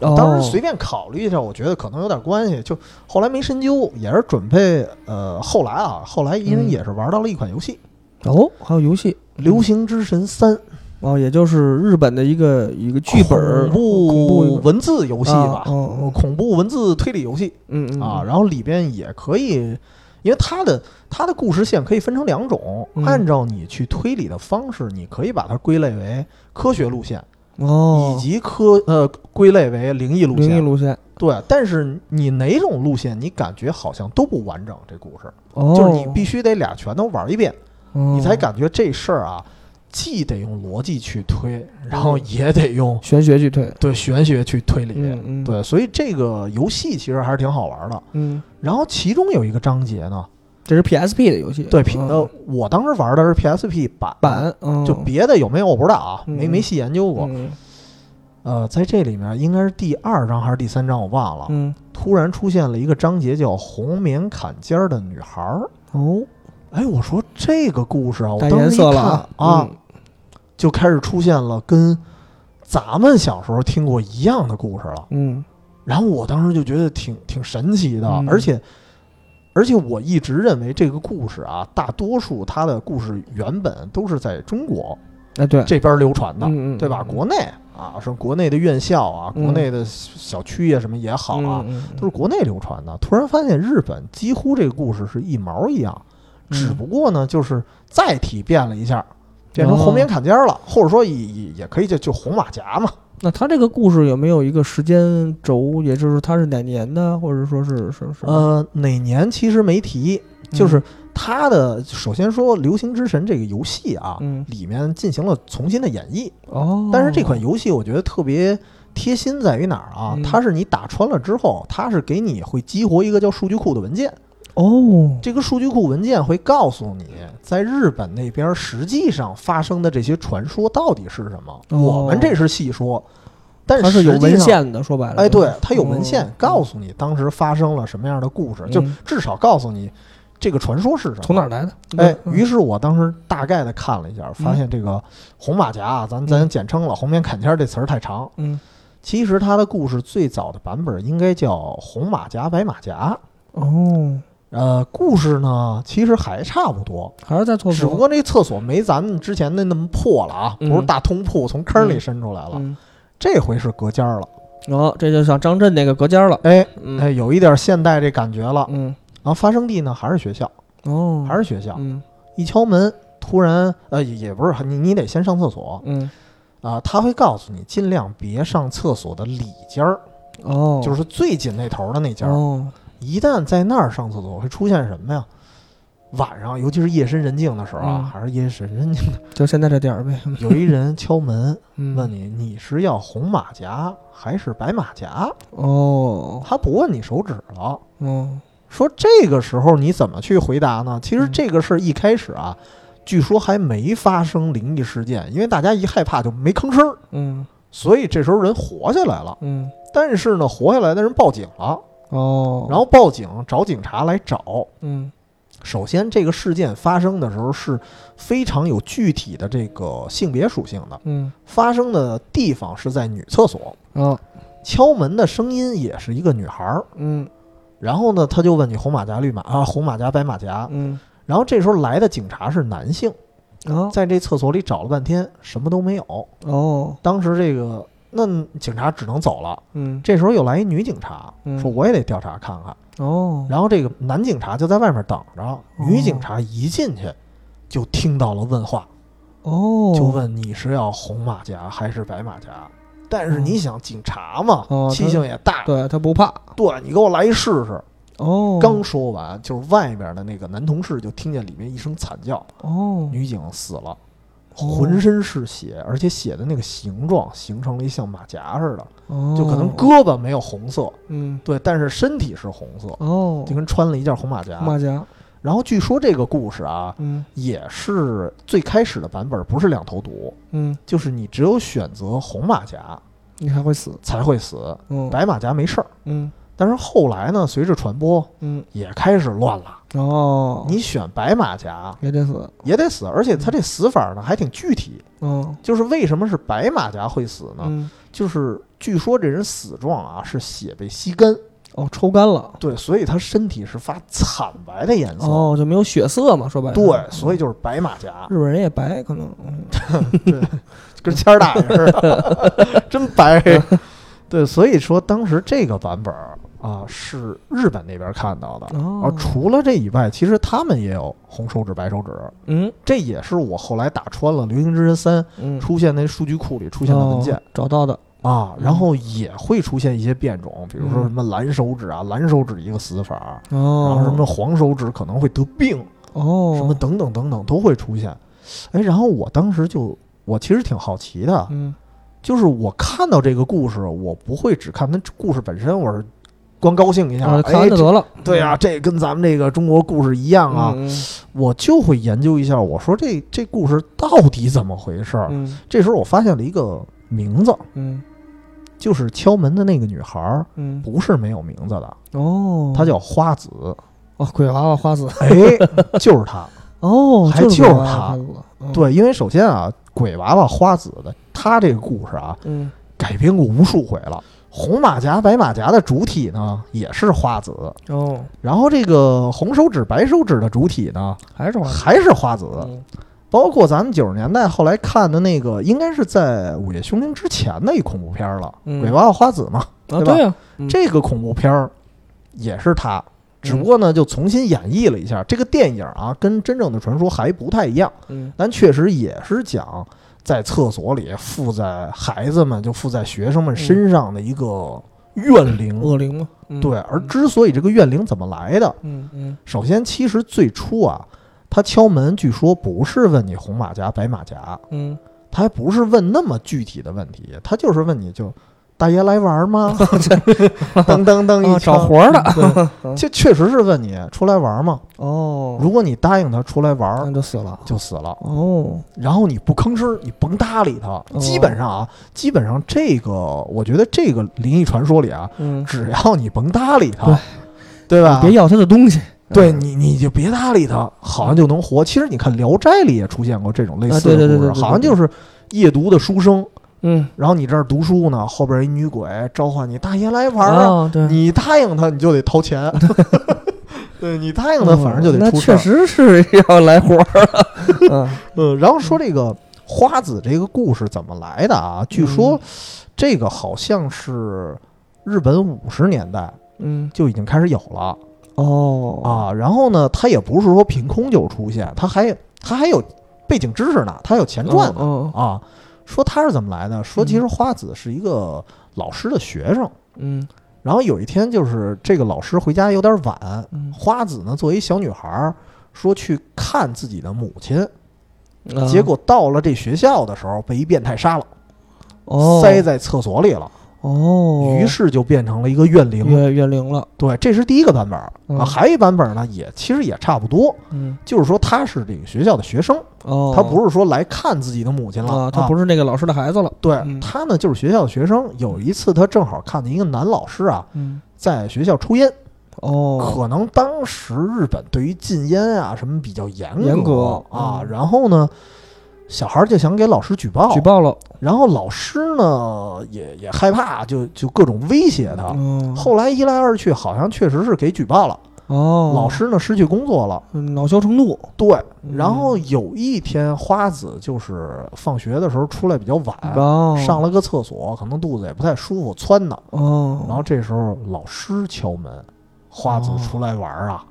Speaker 2: 哦，
Speaker 1: 当时随便考虑一下，我觉得可能有点关系，就后来没深究，也是准备呃，后来啊，后来因为
Speaker 2: 嗯
Speaker 1: 也是玩到了一款游戏
Speaker 2: 哦，还有游戏
Speaker 1: 《流行之神三》
Speaker 2: 哦，也就是日本的一个一个剧本儿
Speaker 1: 恐怖文字游戏吧
Speaker 2: 啊，哦
Speaker 1: 恐怖文字推理游戏
Speaker 2: 嗯嗯
Speaker 1: 啊，
Speaker 2: 嗯
Speaker 1: 然后里边也可以。因为它的它的故事线可以分成两种，
Speaker 2: 嗯
Speaker 1: 按照你去推理的方式，你可以把它归类为科学路线，
Speaker 2: 哦，
Speaker 1: 以及科呃归类为灵异路
Speaker 2: 灵异
Speaker 1: 线。
Speaker 2: 路线，
Speaker 1: 对，但是你哪种路线，你感觉好像都不完整。这故事、
Speaker 2: 哦，
Speaker 1: 就是你必须得俩全都玩一遍，你才
Speaker 2: 哦
Speaker 1: 感觉这事儿啊，既得用逻辑去推，然后也得用
Speaker 2: 玄学去推，
Speaker 1: 对玄学去推理。
Speaker 2: 嗯嗯，，
Speaker 1: 对，所以这个游戏其实还是挺好玩的。
Speaker 2: 嗯，
Speaker 1: 然后其中有一个章节呢，
Speaker 2: 这是 PSP 的游戏，
Speaker 1: 对，P-
Speaker 2: 嗯
Speaker 1: 呃，我当时玩的是 PSP 版，
Speaker 2: 版，嗯
Speaker 1: 就别的有没有我不知道啊，
Speaker 2: 嗯
Speaker 1: 没没细研究过。
Speaker 2: 嗯
Speaker 1: 呃，在这里面应该是第二章还是第三章，我忘了。
Speaker 2: 嗯
Speaker 1: 突然出现了一个章节叫《红棉坎肩儿的女孩儿》。
Speaker 2: 哦，
Speaker 1: 哎，我说这个故事啊，我
Speaker 2: 带
Speaker 1: 当
Speaker 2: 颜
Speaker 1: 时一
Speaker 2: 色
Speaker 1: 看
Speaker 2: 了
Speaker 1: 啊，
Speaker 2: 啊，
Speaker 1: 就开始出现了跟咱们小时候听过一样的故事了。
Speaker 2: 嗯
Speaker 1: 然后我当时就觉得挺挺神奇的，
Speaker 2: 嗯
Speaker 1: 而且而且我一直认为这个故事啊，大多数它的故事原本都是在中国
Speaker 2: 哎对，
Speaker 1: 这边流传的，
Speaker 2: 嗯嗯
Speaker 1: 对吧？
Speaker 2: 嗯
Speaker 1: 国内啊，什么国内的院校啊，
Speaker 2: 嗯
Speaker 1: 国内的小区啊，什么也好啊，
Speaker 2: 嗯嗯
Speaker 1: 都是国内流传的。突然发现日本几乎这个故事是一毛一样，
Speaker 2: 嗯
Speaker 1: 只不过呢就是载体变了一下，变
Speaker 2: 哦
Speaker 1: 成红棉坎肩了，或者说也也也可以就就红马甲嘛。
Speaker 2: 那他这个故事有没有一个时间轴？也就是他是哪年的，或者说是是是？
Speaker 1: 呃，哪年其实没提，
Speaker 2: 嗯，
Speaker 1: 就是它的首先说《流行之神》这个游戏啊，
Speaker 2: 嗯
Speaker 1: 里面进行了重新的演绎，
Speaker 2: 哦，
Speaker 1: 但是这款游戏我觉得特别。贴心在于哪儿啊
Speaker 2: 嗯？
Speaker 1: 它是你打穿了之后，它是给你会激活一个叫数据库的文件，
Speaker 2: 哦，
Speaker 1: 这个数据库文件会告诉你，在日本那边实际上发生的这些传说到底是什么。
Speaker 2: 哦
Speaker 1: 我们这是细说，但
Speaker 2: 它是有
Speaker 1: 实际上
Speaker 2: 文。献的，说白了，
Speaker 1: 哎，
Speaker 2: 就
Speaker 1: 对
Speaker 2: 是，
Speaker 1: 它有文献
Speaker 2: 嗯
Speaker 1: 告诉你当时发生了什么样的故事，
Speaker 2: 嗯
Speaker 1: 就至少告诉你这个传说是什么。
Speaker 2: 从哪儿？来的？
Speaker 1: 哎，
Speaker 2: 嗯
Speaker 1: 于是我当时大概的看了一下，发现这个红马甲啊，咱咱简称了，红棉坎肩儿这词儿太长，
Speaker 2: 嗯
Speaker 1: 其实他的故事最早的版本应该叫《红马甲白马甲》。
Speaker 2: 哦，
Speaker 1: 呃，故事呢其实还差不多，
Speaker 2: 还是在厕
Speaker 1: 只不
Speaker 2: 所。
Speaker 1: 过那厕所没咱们之前的那么破了啊，
Speaker 2: 嗯
Speaker 1: 不是大通铺从坑里伸出来了，
Speaker 2: 嗯，
Speaker 1: 这回是隔间儿了。
Speaker 2: 然后这就像张震那个隔间了。
Speaker 1: 哎
Speaker 2: 嗯
Speaker 1: 哎，有一点现代这感觉了。
Speaker 2: 嗯，
Speaker 1: 然后发生地呢还是学校，
Speaker 2: 哦，
Speaker 1: 还是学校。
Speaker 2: 嗯
Speaker 1: 一敲门，突然呃也也不是你你得先上厕所
Speaker 2: 嗯
Speaker 1: 啊、他会告诉你尽量别上厕所的里间儿，
Speaker 2: 哦，
Speaker 1: 就是是最紧那头的那间儿。
Speaker 2: 哦
Speaker 1: 一旦在那儿上厕所，会出现什么呀？晚上，尤其是夜深人静的时候啊，
Speaker 2: 嗯
Speaker 1: 还是夜深人静的，
Speaker 2: 就现在这点儿呗。
Speaker 1: 有一人敲门
Speaker 2: 嗯，
Speaker 1: 问你你是要红马甲还是白马甲？
Speaker 2: 哦
Speaker 1: 他不问你手指了，
Speaker 2: 哦
Speaker 1: 说这个时候你怎么去回答呢？其实
Speaker 2: 嗯
Speaker 1: 这个事儿一开始啊，据说还没发生灵异事件，因为大家一害怕就没吭声儿，
Speaker 2: 嗯
Speaker 1: 所以这时候人活下来了。
Speaker 2: 嗯
Speaker 1: 但是呢，活下来的人报警了，
Speaker 2: 哦，
Speaker 1: 然后报警找警察来找，
Speaker 2: 嗯
Speaker 1: 首先，这个事件发生的时候是非常有具体的这个性别属性的，
Speaker 2: 嗯
Speaker 1: 发生的地方是在女厕所，
Speaker 2: 哦
Speaker 1: 敲门的声音也是一个女孩儿。
Speaker 2: 嗯
Speaker 1: 然后呢，他就问你红马甲、绿马啊，红马甲、白马甲。
Speaker 2: 嗯
Speaker 1: 然后这时候来的警察是男性，
Speaker 2: 哦
Speaker 1: 在这厕所里找了半天，什么都没有。
Speaker 2: 哦
Speaker 1: 当时这个那警察只能走了。
Speaker 2: 嗯
Speaker 1: 这时候又来一女警察，
Speaker 2: 嗯
Speaker 1: 说我也得调查看看。
Speaker 2: 哦
Speaker 1: 然后这个男警察就在外面等着，女警察一进去就听到了问话，
Speaker 2: 哦，
Speaker 1: 就问你是要红马甲还是白马甲。但是你想，警察嘛
Speaker 2: 哦，
Speaker 1: 气性也大，
Speaker 2: 对他不怕
Speaker 1: 对你给我来一试试。
Speaker 2: 哦，
Speaker 1: 刚说完，就是外边的那个男同事就听见里面一声惨叫，
Speaker 2: 哦
Speaker 1: 女警死了，浑身是血，而且血的那个形状形成了一像马甲似的，
Speaker 2: 哦，
Speaker 1: 就可能胳膊没有红色，
Speaker 2: 嗯
Speaker 1: 对，但是身体是红色，
Speaker 2: 哦
Speaker 1: 就跟穿了一件红马甲。
Speaker 2: 马甲
Speaker 1: 然后据说这个故事啊，
Speaker 2: 嗯
Speaker 1: 也是最开始的版本不是两头毒，
Speaker 2: 嗯
Speaker 1: 就是你只有选择红马甲
Speaker 2: 你还会死
Speaker 1: 才会死，
Speaker 2: 嗯
Speaker 1: 白马甲没事儿。
Speaker 2: 嗯
Speaker 1: 但是后来呢，随着传播
Speaker 2: 嗯
Speaker 1: 也开始乱了，
Speaker 2: 哦
Speaker 1: 你选白马甲
Speaker 2: 也得死
Speaker 1: 也得死，而且它这死法呢还挺具体，
Speaker 2: 嗯
Speaker 1: 就是为什么是白马甲会死呢？
Speaker 2: 嗯
Speaker 1: 就是据说这人死状啊是血被吸干，
Speaker 2: 哦抽干了
Speaker 1: 对，所以他身体是发惨白的颜色。
Speaker 2: 哦就没有血色嘛说白了
Speaker 1: 对，所以就是白马甲，
Speaker 2: 日本人也白可能嗯
Speaker 1: 跟谦儿大爷似的， 真 白。对，所以说当时这个版本儿啊是日本那边看到的。啊
Speaker 2: 哦，
Speaker 1: 除了这以外，其实他们也有红手指、白手指，
Speaker 2: 嗯
Speaker 1: 这也是我后来打穿了《流星之神三
Speaker 2: 嗯》
Speaker 1: 出现那数据库里出现的文件
Speaker 2: 哦找到的
Speaker 1: 啊，
Speaker 2: 嗯
Speaker 1: 然后也会出现一些变种，比如说
Speaker 2: 嗯
Speaker 1: 什么蓝手指啊，蓝手指一个死法，然
Speaker 2: 哦
Speaker 1: 后什么黄手指可能会得病，
Speaker 2: 哦
Speaker 1: 什么等等等等都会出现。哎，然后我当时就我其实挺好奇的，
Speaker 2: 嗯
Speaker 1: 就是我看到这个故事，我不会只看它故事本身，我是光高兴一下。
Speaker 2: 啊
Speaker 1: 哎，
Speaker 2: 看完就
Speaker 1: 这
Speaker 2: 得了
Speaker 1: 对啊，这跟咱们这个中国故事一样啊，
Speaker 2: 嗯
Speaker 1: 我就会研究一下。我说这这故事到底怎么回事儿？
Speaker 2: 嗯
Speaker 1: 这时候我发现了一个名字，
Speaker 2: 嗯
Speaker 1: 就是敲门的那个女孩儿，
Speaker 2: 嗯
Speaker 1: 不是没有名字的，
Speaker 2: 嗯哦
Speaker 1: 她叫花 子。
Speaker 2: 哦鬼娃娃花子
Speaker 1: 哎，就是她。
Speaker 2: 哦
Speaker 1: 还
Speaker 2: 就是
Speaker 1: 就是
Speaker 2: 鬼娃娃
Speaker 1: 他
Speaker 2: 花子嗯
Speaker 1: 对，因为首先啊，鬼娃娃花子的她这个故事啊，
Speaker 2: 嗯
Speaker 1: 改编过无数回了。红马甲、白马甲的主体呢，也是花子。
Speaker 2: 哦
Speaker 1: 然后这个红手指、白手指的主体呢，
Speaker 2: 还是花子
Speaker 1: 还是花子，
Speaker 2: 嗯
Speaker 1: 包括咱们九十年代后来看的那个，应该是在《午夜凶铃》之前的一恐怖片了，
Speaker 2: 嗯
Speaker 1: 鬼娃娃花子》嘛。
Speaker 2: 啊
Speaker 1: 对吧
Speaker 2: 对呀嗯
Speaker 1: 这个恐怖片儿也是他，只不过呢就重新演绎了一下。这个电影啊，跟真正的传说还不太一样，
Speaker 2: 嗯
Speaker 1: 但确实也是讲在厕所里附在孩子们，就附在学生们身上的一个怨灵。
Speaker 2: 恶灵嘛嗯
Speaker 1: 对，而之所以这个怨灵怎么来的，
Speaker 2: 嗯嗯
Speaker 1: 首先，其实最初啊，他敲门，据说不是问你红马甲、白马甲，
Speaker 2: 嗯
Speaker 1: 他还不是问那么具体的问题，他就是问你就大爷来玩 吗？噔噔噔
Speaker 2: 啊
Speaker 1: 一
Speaker 2: 找
Speaker 1: 敲，
Speaker 2: 活儿的
Speaker 1: 对，就确实是问你出来玩吗？
Speaker 2: 哦嗯
Speaker 1: 如果你答应他出来玩
Speaker 2: 那，就死了
Speaker 1: 就死了。
Speaker 2: 哦
Speaker 1: 然后你不吭声儿，你甭搭理他。基本上啊，基本上这个，我觉得这个灵异传说里啊，
Speaker 2: 嗯
Speaker 1: 只要你甭搭理他
Speaker 2: 对，
Speaker 1: 对吧？
Speaker 2: 别要他的东西
Speaker 1: 对
Speaker 2: 嗯
Speaker 1: 你，你就别搭理他，好像就能活。其实你看《聊斋》里也出现过这种类似
Speaker 2: 啊对
Speaker 1: 的
Speaker 2: 对对
Speaker 1: 故事，
Speaker 2: 对对对
Speaker 1: 好像就是夜读的书生
Speaker 2: 嗯，
Speaker 1: 然后你这儿读书呢，后边一女鬼召唤你，大爷来玩儿啊！
Speaker 2: 啊，对，
Speaker 1: 你答应他，你就得掏 钱。对你答应他，反正就得
Speaker 2: 嗯哦
Speaker 1: 出
Speaker 2: 那
Speaker 1: 事
Speaker 2: 确
Speaker 1: 儿。
Speaker 2: 实是 要来活儿了。
Speaker 1: 嗯，然后说这个花子这个故事怎么来的啊？据
Speaker 2: 嗯
Speaker 1: 说这个好像是日本五十年代
Speaker 2: 嗯，嗯，
Speaker 1: 就已经开始有了
Speaker 2: 哦，
Speaker 1: 啊。然后呢，它也不是说凭空就出现，它还它还有背景知识呢，它还有前传呢
Speaker 2: 嗯
Speaker 1: 啊。说它是怎么来的？说其实
Speaker 2: 嗯
Speaker 1: 花子是一个老师的学生，
Speaker 2: 嗯
Speaker 1: 然后有一天就是这个老师回家有点晚，
Speaker 2: 嗯
Speaker 1: 花子呢作为一小女孩儿说去看自己的母亲，
Speaker 2: 嗯，啊
Speaker 1: 结果到了这学校的时候，被一变态杀了，
Speaker 2: 哦
Speaker 1: 塞在厕所里了，
Speaker 2: 哦，
Speaker 1: 于是就变成了一个怨灵。
Speaker 2: 越越灵了，
Speaker 1: 对，这是第一个版本儿
Speaker 2: 嗯
Speaker 1: 啊，还有一版本呢，也其实也差不多，
Speaker 2: 嗯，
Speaker 1: 就是说他是这个学校的学生，
Speaker 2: 哦，
Speaker 1: 他不是说来看自己的母亲了
Speaker 2: 啊，他
Speaker 1: 是。
Speaker 2: 不是那个老师的孩子了，
Speaker 1: 对
Speaker 2: 嗯
Speaker 1: 他呢，就是学校的学生。有一次，他正好看见一个男老师啊，
Speaker 2: 嗯，
Speaker 1: 在学校抽烟。
Speaker 2: 哦，
Speaker 1: 可能当时日本对于禁烟啊什么比较严格
Speaker 2: 严格
Speaker 1: 啊，
Speaker 2: 嗯
Speaker 1: 然后呢，小孩儿就想给老师举报，
Speaker 2: 举报了，
Speaker 1: 然后老师呢也也害怕，就就各种威胁他。
Speaker 2: 嗯，
Speaker 1: 啊后来一来二去，好像确实是给举报了，
Speaker 2: 哦，
Speaker 1: 老师呢失去工作了。
Speaker 2: 嗯恼羞成怒，
Speaker 1: 对，
Speaker 2: 嗯
Speaker 1: 然后有一天花子就是放学的时候出来比较晚，
Speaker 2: 哦，
Speaker 1: 哎上了个厕所，可能肚子也不太舒服，窜呢。
Speaker 2: 哦，
Speaker 1: 然后这时候老师敲门，花子
Speaker 2: 哦
Speaker 1: 出来玩儿啊。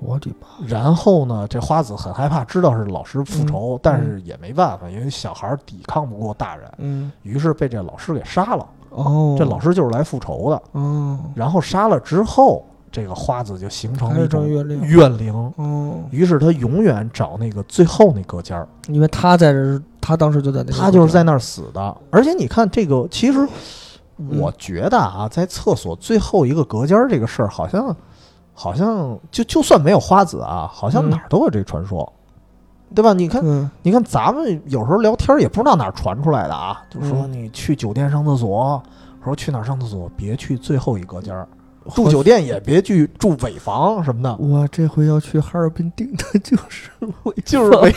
Speaker 2: 我的妈，
Speaker 1: 然后呢，这花子很害怕，知道是老师复仇，但是也没办法，因为小孩儿抵抗不过大人，
Speaker 2: 嗯，
Speaker 1: 于是被这老师给杀了。
Speaker 2: 哦，
Speaker 1: 这老师就是来复仇的。
Speaker 2: 哦，
Speaker 1: 然后杀了之后，这个花子就形成
Speaker 2: 还
Speaker 1: 了
Speaker 2: 是
Speaker 1: 一
Speaker 2: 正
Speaker 1: 种
Speaker 2: 月亮，
Speaker 1: 怨灵，
Speaker 2: 哦，
Speaker 1: 于是他永远找那个最后那隔间儿，
Speaker 2: 因为他在这儿，他当时就在那个地方，
Speaker 1: 他就是在那儿死的。而且你看，这个其实
Speaker 2: 嗯
Speaker 1: 我觉得啊，在厕所最后一个隔间儿这个事儿，好像好像就就算没有花子啊，好像
Speaker 2: 嗯
Speaker 1: 哪儿都有这传说。对吧？你看，
Speaker 2: 嗯，
Speaker 1: 你看，咱们有时候聊天儿也不知道哪儿传出来的啊，就说
Speaker 2: 嗯
Speaker 1: 你去酒店上厕所，说去哪儿上厕所，别去最后一隔间儿。住酒店也别去住尾房什么的，
Speaker 2: 我这回要去哈尔滨订 的 就是我，
Speaker 1: 就是
Speaker 2: 房
Speaker 1: 尾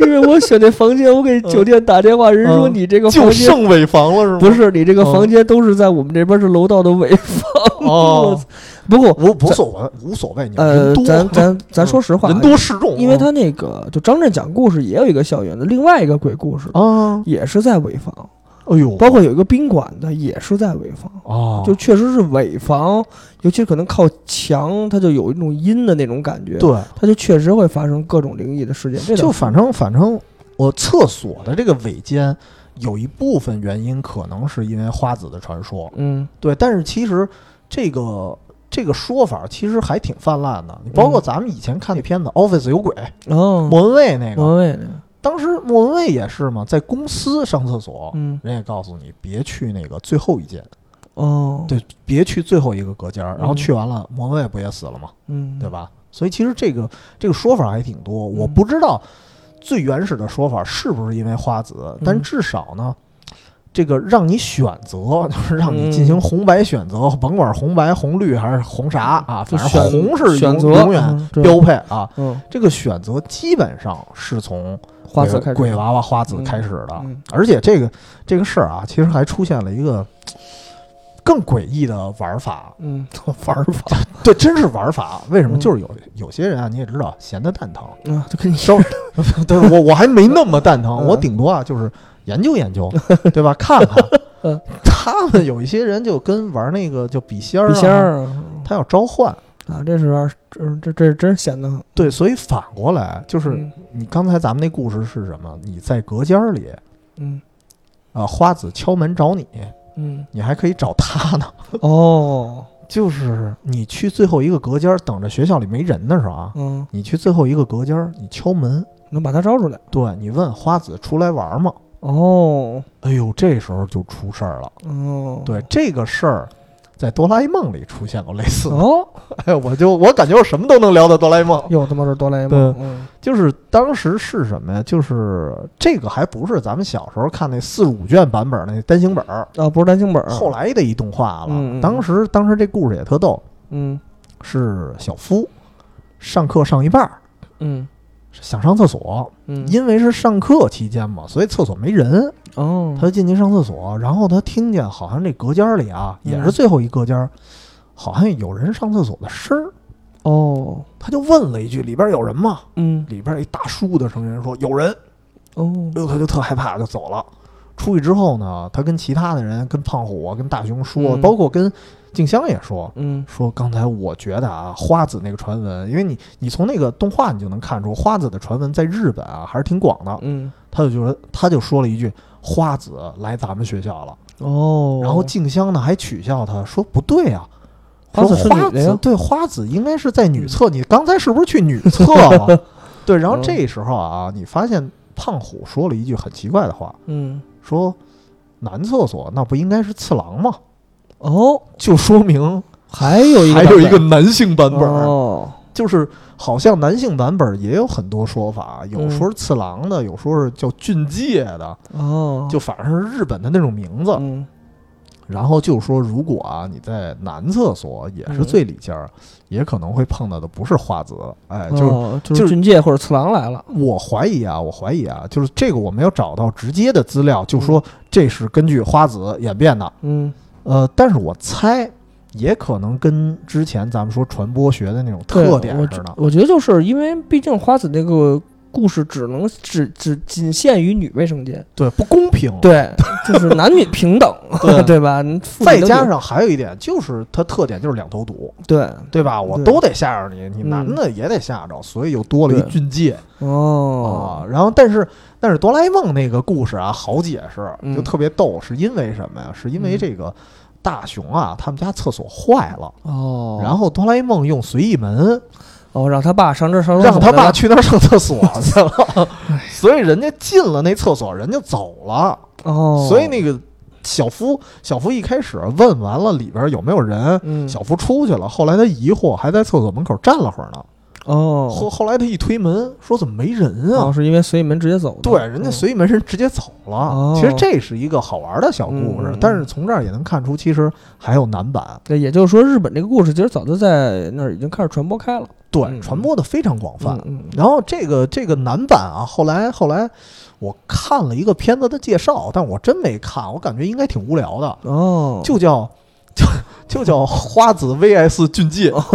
Speaker 2: 因为我选那房间，我给酒店打电话，人说
Speaker 1: 嗯
Speaker 2: 你这个房
Speaker 1: 就
Speaker 2: 间
Speaker 1: 剩尾房了是吗？
Speaker 2: 不是你这个
Speaker 1: 嗯
Speaker 2: 房间都是在我们这边是楼道的尾房。我
Speaker 1: 哦
Speaker 2: 操，不过
Speaker 1: 无无所谓，无所谓，你们
Speaker 2: 呃
Speaker 1: 人，多，嗯
Speaker 2: 咱咱咱说实话啊，
Speaker 1: 人多势众，哦
Speaker 2: 因为他那个就张震讲故事也有一个校园的另外一个鬼故事，
Speaker 1: 啊，
Speaker 2: 也是在潍坊，
Speaker 1: 哎呦，
Speaker 2: 包括有一个宾馆的也是在潍坊。
Speaker 1: 啊，
Speaker 2: 就确实是潍坊，尤其可能靠墙，它就有一种阴的那种感觉，
Speaker 1: 对，
Speaker 2: 它就确实会发生各种灵异的事件。这倒
Speaker 1: 就是反正反正我厕所的这个尾间有一部分原因可能是因为花子的传说，
Speaker 2: 嗯
Speaker 1: 对，但是其实这个。这个说法其实还挺泛滥的，你包括
Speaker 2: 嗯
Speaker 1: 咱们以前看那片子《Office 有鬼》，
Speaker 2: 哦，
Speaker 1: 嗯莫文蔚那个，
Speaker 2: 莫文蔚那个，
Speaker 1: 当时莫文蔚也是嘛，在公司上厕所，
Speaker 2: 嗯
Speaker 1: 人也告诉你别去那个最后一间，
Speaker 2: 哦，
Speaker 1: 对，别去最后一个隔间儿，然后
Speaker 2: 嗯
Speaker 1: 去完了，莫文蔚不也死了吗？
Speaker 2: 嗯，
Speaker 1: 对？吧？所以其实这个这个说法还挺多，我
Speaker 2: 嗯
Speaker 1: 不知道最原始的说法是不是因为花子，但
Speaker 2: 嗯
Speaker 1: 至少呢，这个让你选择，就是让你进行
Speaker 2: 嗯
Speaker 1: 红白选择，甭管是红白、红绿还是红啥啊，
Speaker 2: 就
Speaker 1: 反正
Speaker 2: 选
Speaker 1: 红是
Speaker 2: 选
Speaker 1: 永
Speaker 2: 择
Speaker 1: 永远
Speaker 2: 嗯对
Speaker 1: 标配啊。
Speaker 2: 嗯，
Speaker 1: 这个选择基本上是从
Speaker 2: 花
Speaker 1: 鬼
Speaker 2: 子开始，
Speaker 1: 鬼娃娃花子
Speaker 2: 嗯
Speaker 1: 开始的，
Speaker 2: 嗯
Speaker 1: 而且这个这个事儿啊，其实还出现了一个更诡异的玩法。
Speaker 2: 嗯，玩法
Speaker 1: 对，真是玩法。为什么？
Speaker 2: 嗯
Speaker 1: 就是有有些人啊，你也知道，闲的蛋 疼。
Speaker 2: 啊，就 跟你
Speaker 1: 稍，对我我还没那么蛋疼，
Speaker 2: 嗯
Speaker 1: 我顶多啊就是研究研 究，对吧？看看
Speaker 2: 嗯。
Speaker 1: 他们有一些人就跟玩那个就笔仙儿、啊，
Speaker 2: 笔仙，儿啊
Speaker 1: 他要召唤。
Speaker 2: 啊，这是玩这这这真闲得很，
Speaker 1: 对，所以反过来就是
Speaker 2: 嗯
Speaker 1: 你刚才咱们那故事是什么？你在隔间儿里
Speaker 2: 嗯
Speaker 1: 啊，花子敲门找你，
Speaker 2: 嗯，
Speaker 1: 你还可以找他呢。
Speaker 2: 哦，
Speaker 1: 就是你去最后一个隔间儿，等着学校里没人的时候啊，
Speaker 2: 嗯，
Speaker 1: 你去最后一个隔间儿，你敲门，
Speaker 2: 能把它招出来，
Speaker 1: 对你问花子出来玩吗？
Speaker 2: 哦
Speaker 1: 哎呦，这时候就出事儿了。
Speaker 2: 哦，
Speaker 1: 对这个事儿，在《哆啦 A 梦》里出现过类似的。
Speaker 2: 哦，
Speaker 1: 哎，我就我感觉我什么都能聊到《哆啦 A 梦》。
Speaker 2: 又他妈是哆啦 A
Speaker 1: 对
Speaker 2: 梦，嗯
Speaker 1: 就是当时是什么呀？就是这个还不是咱们小时候看那四十五卷版本儿那单行本儿，
Speaker 2: 啊，不是单行本儿，
Speaker 1: 后来的一动画了。
Speaker 2: 嗯嗯嗯
Speaker 1: 当时当时这故事也特逗，
Speaker 2: 嗯
Speaker 1: 是小夫上课上一半儿，
Speaker 2: 嗯
Speaker 1: 想上厕所，
Speaker 2: 嗯，
Speaker 1: 因为是上课期间嘛，所以厕所没人，
Speaker 2: 哦
Speaker 1: 他，就进去上厕所，然后他听见好像这隔间儿里啊，
Speaker 2: 嗯
Speaker 1: 也是最后一隔间儿，好像有人上厕所的声儿，
Speaker 2: 哦，
Speaker 1: 他就问了一句：“里边有人吗？”
Speaker 2: 嗯，
Speaker 1: 里边一大叔的声音说：“有人。”
Speaker 2: 哦，
Speaker 1: 哎呦，他就特害怕，就走了。出去之后呢，他跟其他的人，跟胖虎啊，跟大熊说，
Speaker 2: 嗯
Speaker 1: 包括跟静香也说，
Speaker 2: 嗯，
Speaker 1: 说刚才我觉得啊，花子那个传闻，因为你你从那个动画你就能看出，花子的传闻在日本啊还是挺广的。
Speaker 2: 嗯，
Speaker 1: 他就觉得，他就说了一句：“花子来咱们学校了。”
Speaker 2: 哦，
Speaker 1: 然后静香呢还取笑他说：“不对啊，
Speaker 2: 花
Speaker 1: 说
Speaker 2: 子是
Speaker 1: 花
Speaker 2: 女的呀
Speaker 1: 子哎对花子应该是在女厕，你刚才是不是去女厕了？” 对，然后这时候啊，你发现胖虎说了一句很奇怪的话，
Speaker 2: 嗯，
Speaker 1: 说：“男厕所那不应该是次郎吗
Speaker 2: 哦，？”
Speaker 1: 就说明
Speaker 2: 还有一个
Speaker 1: 还
Speaker 2: 版
Speaker 1: 有一
Speaker 2: 本
Speaker 1: 个男性版本儿，
Speaker 2: 哦，
Speaker 1: 就是好像男性版本儿也有很多说法，有说是次郎的，有说是叫俊介的，
Speaker 2: 嗯哦，
Speaker 1: 就反正是日本的那种名字。
Speaker 2: 嗯，
Speaker 1: 然后就说，如果啊你在男厕所也
Speaker 2: 嗯
Speaker 1: 是最里间儿，也可能会碰到的不是花子，哎，就是
Speaker 2: 哦就
Speaker 1: 就是
Speaker 2: 是俊介或者次郎来了，
Speaker 1: 我怀疑啊，我怀疑啊，就是这个我没有找到直接的资料，就说这是根据花子演变的，
Speaker 2: 嗯，
Speaker 1: 呃，但是我猜也可能跟之前咱们说传播学的那种
Speaker 2: 对
Speaker 1: 特点
Speaker 2: 我
Speaker 1: 似
Speaker 2: 觉
Speaker 1: 的，
Speaker 2: 我觉得就是因为毕竟花子那个故事只能只只仅限于女卫生间，
Speaker 1: 对，不公平，
Speaker 2: 对，就是男女平等，
Speaker 1: 对
Speaker 2: 对吧？父女
Speaker 1: 再
Speaker 2: 都
Speaker 1: 加
Speaker 2: 有
Speaker 1: 上还有一点，就是它特点就是两头堵，
Speaker 2: 对，
Speaker 1: 对吧？我
Speaker 2: 对
Speaker 1: 都得吓着你，你男
Speaker 2: 嗯
Speaker 1: 的也得吓着，所以又多了一
Speaker 2: 对
Speaker 1: 俊介。啊
Speaker 2: 哦，，
Speaker 1: 然后但是但是哆啦 A 梦那个故事啊，好解释，就
Speaker 2: 嗯
Speaker 1: 特别逗，是因为什么呀？是因为
Speaker 2: 嗯
Speaker 1: 这个大雄啊，他们家厕所坏了，
Speaker 2: 哦，
Speaker 1: 然后哆啦 A 梦用随意门
Speaker 2: 哦，哎让他爸上这上厕
Speaker 1: 让
Speaker 2: 所
Speaker 1: 他
Speaker 2: 去
Speaker 1: 爸
Speaker 2: 了
Speaker 1: 去那儿上厕所去 了，所以人家进了那厕所，人就走了，
Speaker 2: 哦，
Speaker 1: 所以那个小夫小夫一开始问完了里边有没有人。
Speaker 2: 嗯
Speaker 1: 小夫出去了，后来他疑惑，还在厕所门口站了会儿呢。后
Speaker 2: 哦
Speaker 1: 后来他一推门，说怎么没人啊？
Speaker 2: 哦，是因为随意门直接走的，嗯
Speaker 1: 对，人家随意门神直接走了。
Speaker 2: 哦
Speaker 1: 其实这是一个好玩的小故事，
Speaker 2: 嗯嗯嗯
Speaker 1: 但是从这儿也能看出，其实还有男版。
Speaker 2: 对，也就是说，日本这个故事其实早就在那儿已经开始传播开了。
Speaker 1: 对，
Speaker 2: 嗯
Speaker 1: 传播的非常广泛。
Speaker 2: 嗯，
Speaker 1: 然后这个这个男版啊，后来后来我看了一个片子的介绍，但我真没看，我感觉应该挺无聊的，
Speaker 2: 嗯哦，
Speaker 1: 就叫就就叫花子 VS 俊介。
Speaker 2: 哦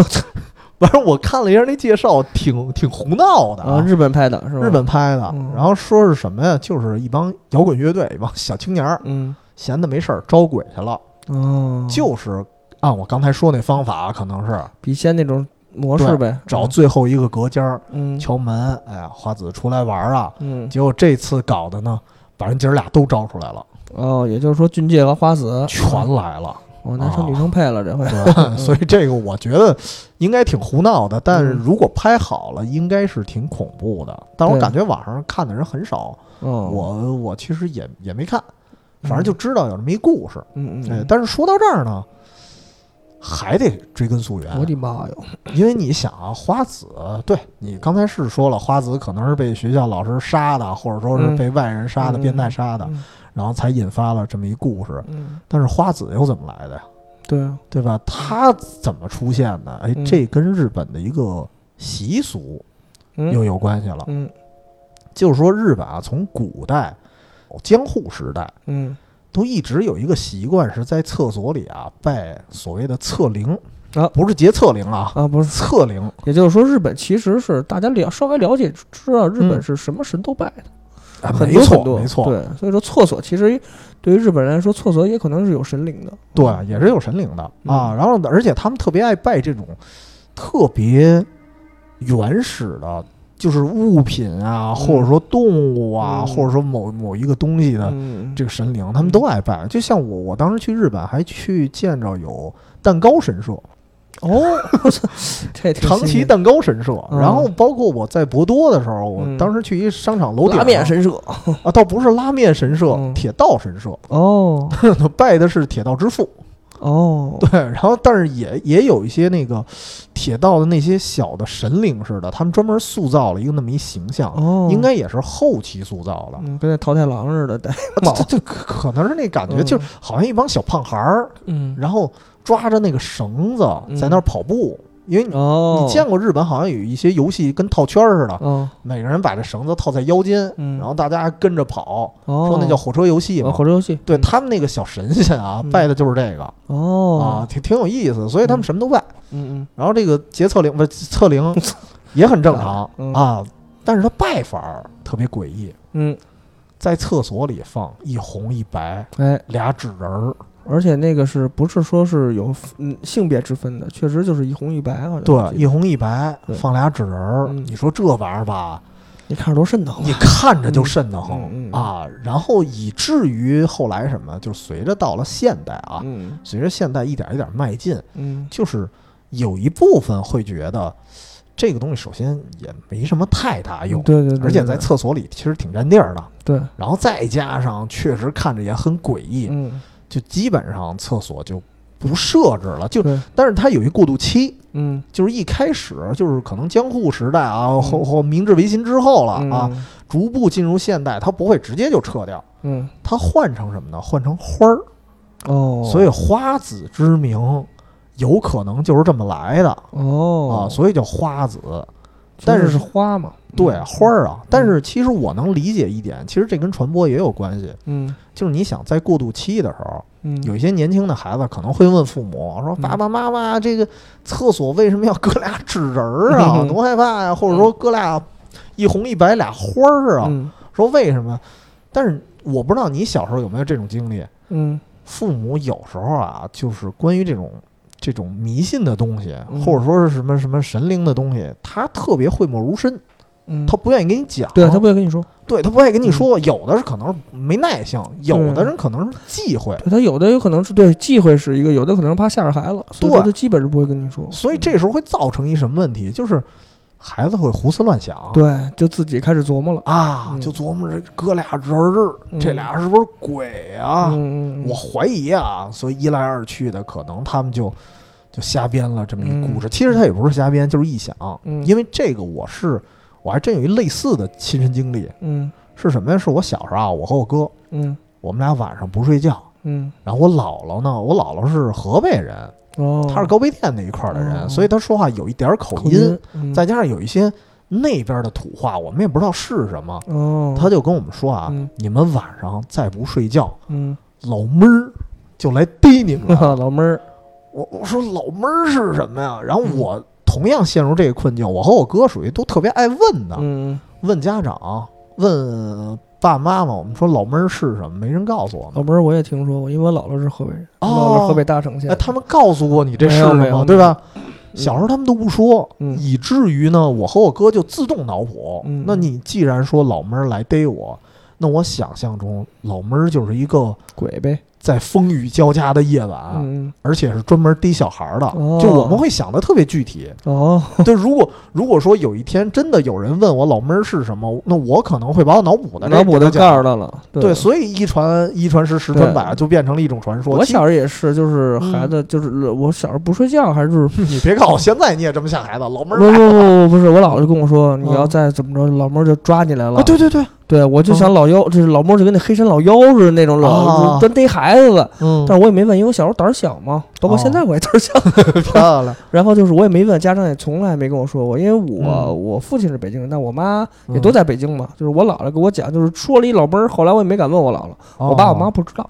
Speaker 1: 反正我看了一下那介绍，挺挺胡闹的
Speaker 2: 啊，日本拍的是吧？
Speaker 1: 日，本拍的
Speaker 2: 嗯，
Speaker 1: 然后说是什么呀？就是一帮摇滚乐队，一帮小青年儿，
Speaker 2: 嗯，
Speaker 1: 闲的没事儿招鬼去了，
Speaker 2: 哦，
Speaker 1: 就是按我刚才说那方法，可能是
Speaker 2: 笔仙那种模式呗，
Speaker 1: 找最后一个隔间儿
Speaker 2: 嗯
Speaker 1: 敲门，哎呀，花子出来玩儿啊，
Speaker 2: 嗯
Speaker 1: 结果这次搞的呢，把人姐儿俩都招出来了，
Speaker 2: 哦，也就是说俊介和花子
Speaker 1: 全来 了，
Speaker 2: 哦，男生
Speaker 1: 啊
Speaker 2: 女生配了这回，
Speaker 1: 对， 所以这个我觉得应该挺胡闹的，但是
Speaker 2: 嗯
Speaker 1: 如果拍好了，应该是挺恐怖的，但我
Speaker 2: 对
Speaker 1: 感觉网上看的人很少，
Speaker 2: 哦，
Speaker 1: 我我其实也也没看，反正就知道有这么一故事，
Speaker 2: 嗯
Speaker 1: 哎
Speaker 2: 嗯，，
Speaker 1: 但是说到这儿呢。还得追根溯源，
Speaker 2: 我的妈哟，
Speaker 1: 因为你想啊，花子，对你刚才是说了，花子可能是被学校老师杀的，或者说是
Speaker 2: 嗯
Speaker 1: 被外人杀的、
Speaker 2: 嗯
Speaker 1: 变态杀的，
Speaker 2: 嗯
Speaker 1: 然后才引发了这么一故事。
Speaker 2: 嗯，
Speaker 1: 但是花子又怎么来的呀？
Speaker 2: 对啊，
Speaker 1: 对吧？他怎么出现的？哎，
Speaker 2: 嗯
Speaker 1: 这跟日本的一个习俗又
Speaker 2: 嗯
Speaker 1: 有关系了。
Speaker 2: 嗯
Speaker 1: 就是说，日本啊，从古代哦江户时代
Speaker 2: 嗯
Speaker 1: 都一直有一个习惯，是在厕所里啊拜所谓的厕灵
Speaker 2: 啊
Speaker 1: 不是劫厕灵啊，
Speaker 2: 啊，不是，
Speaker 1: 厕灵。
Speaker 2: 也就是说，日本其实是大家了稍微了解知道日
Speaker 1: 嗯
Speaker 2: 本是什么神都拜的。
Speaker 1: 啊
Speaker 2: 很
Speaker 1: 没
Speaker 2: 多很
Speaker 1: 错，
Speaker 2: 多，
Speaker 1: 没错，
Speaker 2: 对，所以说厕所其实对于日本人来说，厕所也可能是有神灵的。
Speaker 1: 对，也是有神灵的啊。
Speaker 2: 嗯
Speaker 1: 然后，而且他们特别爱拜这种特别原始的，就是物品啊，或者说动物啊，
Speaker 2: 嗯
Speaker 1: 或者说某某一个东西的
Speaker 2: 嗯，
Speaker 1: 这个神灵，他们都爱拜。就像我，我当时去日本还去见着有蛋糕神社，
Speaker 2: 哦， 这也挺
Speaker 1: 长
Speaker 2: 新
Speaker 1: 崎
Speaker 2: 鲜
Speaker 1: 蛋糕神社。
Speaker 2: 嗯
Speaker 1: 然后，包括我在博多的时候，我
Speaker 2: 嗯
Speaker 1: 当时去一商场楼顶
Speaker 2: 拉面神社
Speaker 1: 啊，倒不是拉面神社，
Speaker 2: 嗯
Speaker 1: 铁道神社，
Speaker 2: 哦
Speaker 1: 拜的是铁道之父。
Speaker 2: 哦，
Speaker 1: 对，然后但是也也有一些那个铁道的那些小的神灵似的，他们专门塑造了一个那么一形象，
Speaker 2: 哦，
Speaker 1: 应该也是后期塑造的。
Speaker 2: 嗯，跟那桃太郎似的，戴帽
Speaker 1: 这这可可能是那感觉，
Speaker 2: 嗯
Speaker 1: 就是好像一帮小胖孩儿，
Speaker 2: 嗯
Speaker 1: 然后抓着那个绳子在那儿跑步，因为你
Speaker 2: 哦，
Speaker 1: 你见过日本好像有一些游戏跟套圈儿似的，
Speaker 2: 哦，
Speaker 1: 每个人把这绳子套在腰间，
Speaker 2: 嗯，
Speaker 1: 然后大家跟着跑，
Speaker 2: 哦，
Speaker 1: 说那叫火车游戏
Speaker 2: 啊
Speaker 1: 嘛。
Speaker 2: 火车游戏，
Speaker 1: 对
Speaker 2: 嗯
Speaker 1: 他们那个小神仙啊，
Speaker 2: 嗯
Speaker 1: 拜的就是这个啊，
Speaker 2: 哦，
Speaker 1: 挺挺有意思，所以他们什么都拜。
Speaker 2: 嗯
Speaker 1: 然后这个劫策灵不是策 灵也很正常
Speaker 2: 嗯
Speaker 1: 啊，但是他拜法儿特别诡异，
Speaker 2: 嗯
Speaker 1: 在厕所里放一红一白
Speaker 2: 嗯，哎，
Speaker 1: 俩纸人儿，
Speaker 2: 而且那个是不是说是有嗯性别之分的？确实就是一红一白，好像我
Speaker 1: 对，
Speaker 2: 记
Speaker 1: 一
Speaker 2: 得
Speaker 1: 红一白
Speaker 2: 对
Speaker 1: 放俩纸人儿，
Speaker 2: 嗯
Speaker 1: 你说这玩意儿吧，
Speaker 2: 你看着多瘆得慌
Speaker 1: 你看着就瘆得慌、
Speaker 2: 嗯嗯嗯
Speaker 1: 啊。然后以至于后来什么，就是随着到了现代啊，
Speaker 2: 嗯
Speaker 1: 随着现代一点一点迈进，
Speaker 2: 嗯
Speaker 1: 就是有一部分会觉得这个东西首先也没什么太大用，
Speaker 2: 对对对，
Speaker 1: 而且在
Speaker 2: 对
Speaker 1: 厕所里其实挺占地儿的。
Speaker 2: 对，
Speaker 1: 然后再加上确实看着也很诡异，
Speaker 2: 嗯，
Speaker 1: 就基本上厕所就不设置了。就
Speaker 2: 对，
Speaker 1: 但是它有一过渡期，
Speaker 2: 嗯
Speaker 1: 就是一开始就是可能江户时代啊，
Speaker 2: 嗯
Speaker 1: 或或明治维新之后了啊，
Speaker 2: 嗯
Speaker 1: 逐步进入现代，它不会直接就撤掉，
Speaker 2: 嗯
Speaker 1: 它换成什么呢？换成花儿。
Speaker 2: 哦，
Speaker 1: 所
Speaker 2: 以
Speaker 1: 以花子之名有可能就是这么来的啊，
Speaker 2: 哦
Speaker 1: 所以叫花子。
Speaker 2: 其实
Speaker 1: 但是
Speaker 2: 是花嘛，
Speaker 1: 对
Speaker 2: 嗯
Speaker 1: 花儿啊，但是其实我能理解一点，其实这跟传播也有关系。
Speaker 2: 嗯
Speaker 1: 就是你想在过渡期的时候，
Speaker 2: 嗯
Speaker 1: 有一些年轻的孩子可能会问父母说：“
Speaker 2: 嗯
Speaker 1: 爸爸妈妈，这个厕所为什么要搁俩纸人儿啊？
Speaker 2: 嗯
Speaker 1: 多害怕呀、或者说搁俩一红一白俩花儿啊？
Speaker 2: 嗯
Speaker 1: 说为什么？但是我不知道你小时候有没有这种经历。
Speaker 2: 嗯
Speaker 1: 父母有时候啊，就是关于这种这种迷信的东西，
Speaker 2: 嗯
Speaker 1: 或者说是什么什么神灵的东西，他特别讳莫如深，
Speaker 2: 嗯，
Speaker 1: 他不愿意跟你讲。
Speaker 2: 对他不嗯会跟你说，
Speaker 1: 对他不愿意跟你说。有的是可能没耐性，有的人可能是忌讳。
Speaker 2: 对他有的有可能是对忌讳是一个，有的可能是怕吓着孩子，所以说
Speaker 1: 对
Speaker 2: 他基本是不会跟你说，
Speaker 1: 所以
Speaker 2: 嗯
Speaker 1: 这时候会造成一什么问题？就是孩子会胡思乱想。
Speaker 2: 嗯对就自己开始琢磨了
Speaker 1: 啊，
Speaker 2: 嗯
Speaker 1: 就琢磨着哥俩人儿，
Speaker 2: 嗯
Speaker 1: 这俩是不是鬼啊？
Speaker 2: 嗯嗯嗯
Speaker 1: 我怀疑啊，所以一来二去的，可能他们就就瞎编了这么一故事。其实他也不是瞎编，就是臆想。
Speaker 2: 嗯
Speaker 1: 因为这个，我是我还真有一类似的亲身经历，
Speaker 2: 嗯
Speaker 1: 是什么呀？是我小时候啊，我和我哥，
Speaker 2: 嗯
Speaker 1: 我们俩晚上不睡觉。
Speaker 2: 嗯
Speaker 1: 然后我姥姥呢，我姥姥是河北人，
Speaker 2: 哦，
Speaker 1: 她是高碑店那一块儿的人，
Speaker 2: 哦
Speaker 1: 所以她说话有一点儿口
Speaker 2: 口
Speaker 1: 音，
Speaker 2: 嗯
Speaker 1: 再加上有一些那边的土话，我们也不知道是什么。
Speaker 2: 哦，
Speaker 1: 她就跟我们说啊，
Speaker 2: 嗯
Speaker 1: 你们晚上再不睡觉，
Speaker 2: 嗯，
Speaker 1: 老妹儿就来逮你们了。
Speaker 2: 老妹儿，
Speaker 1: 我我说老妹儿是什么呀？然后
Speaker 2: 嗯
Speaker 1: 我同样陷入这个困境，我和我哥属于都特别爱问的，
Speaker 2: 嗯，
Speaker 1: 问家长，问爸妈嘛。我们说老妹儿是什么，没人告诉我们。
Speaker 2: 老妹儿我也听说过，因为我姥姥是河北人，
Speaker 1: 哦
Speaker 2: 我姥姥是河北大城县
Speaker 1: 哎，，他们告诉过你这
Speaker 2: 没
Speaker 1: 事
Speaker 2: 有
Speaker 1: 儿
Speaker 2: 没有
Speaker 1: 吗？
Speaker 2: 没
Speaker 1: 对吧？
Speaker 2: 嗯
Speaker 1: 小时候他们都不说，
Speaker 2: 嗯
Speaker 1: 以至于呢，我和我哥就自动脑补。
Speaker 2: 嗯
Speaker 1: 那你既然说老妹儿来逮我，那我想象中老妹儿就是一个
Speaker 2: 鬼呗，
Speaker 1: 在风雨交加的夜晚，
Speaker 2: 嗯
Speaker 1: 而且是专门逮小孩儿的。
Speaker 2: 哦
Speaker 1: 就我们会想的特别具 体。
Speaker 2: 嗯，哦，
Speaker 1: 对，如果如果说有一天真的有人问我老妹儿是什么，那我可能会把我脑补的这
Speaker 2: 脑补
Speaker 1: 给
Speaker 2: 的
Speaker 1: 他讲
Speaker 2: 告诉他了，
Speaker 1: 对，所以一传一传十，十传百，就变成了一种传说。
Speaker 2: 我
Speaker 1: 其
Speaker 2: 小时候也是，就是
Speaker 1: 嗯
Speaker 2: 孩子，就是我小时候不睡 觉，还是就是
Speaker 1: 你别告诉我，现在你也这么吓孩子，老妹
Speaker 2: 不
Speaker 1: 儿
Speaker 2: 不不不不是，我姥姥就跟我说，你要
Speaker 1: 嗯
Speaker 2: 再怎么着，老妹儿就抓你来了。
Speaker 1: 啊，对对哦对，
Speaker 2: 对，我就想老妖，就是老妹儿就跟那黑山老妖似的那种
Speaker 1: 啊
Speaker 2: 老，专逮孩子的。
Speaker 1: 嗯
Speaker 2: 但是我也没问，因为我小时候胆儿小嘛，包括
Speaker 1: 哦
Speaker 2: 现在我也胆儿小。
Speaker 1: 漂 亮，
Speaker 2: 然后就是我也没问，家长也从来没跟我说过，因为我
Speaker 1: 嗯
Speaker 2: 我父亲是北京人，但我妈也
Speaker 1: 嗯
Speaker 2: 都在北京嘛。就是我姥姥给我讲，就是说了一老妹儿，后来我也没敢问我姥姥，我爸我妈
Speaker 1: 哦，
Speaker 2: 不知道，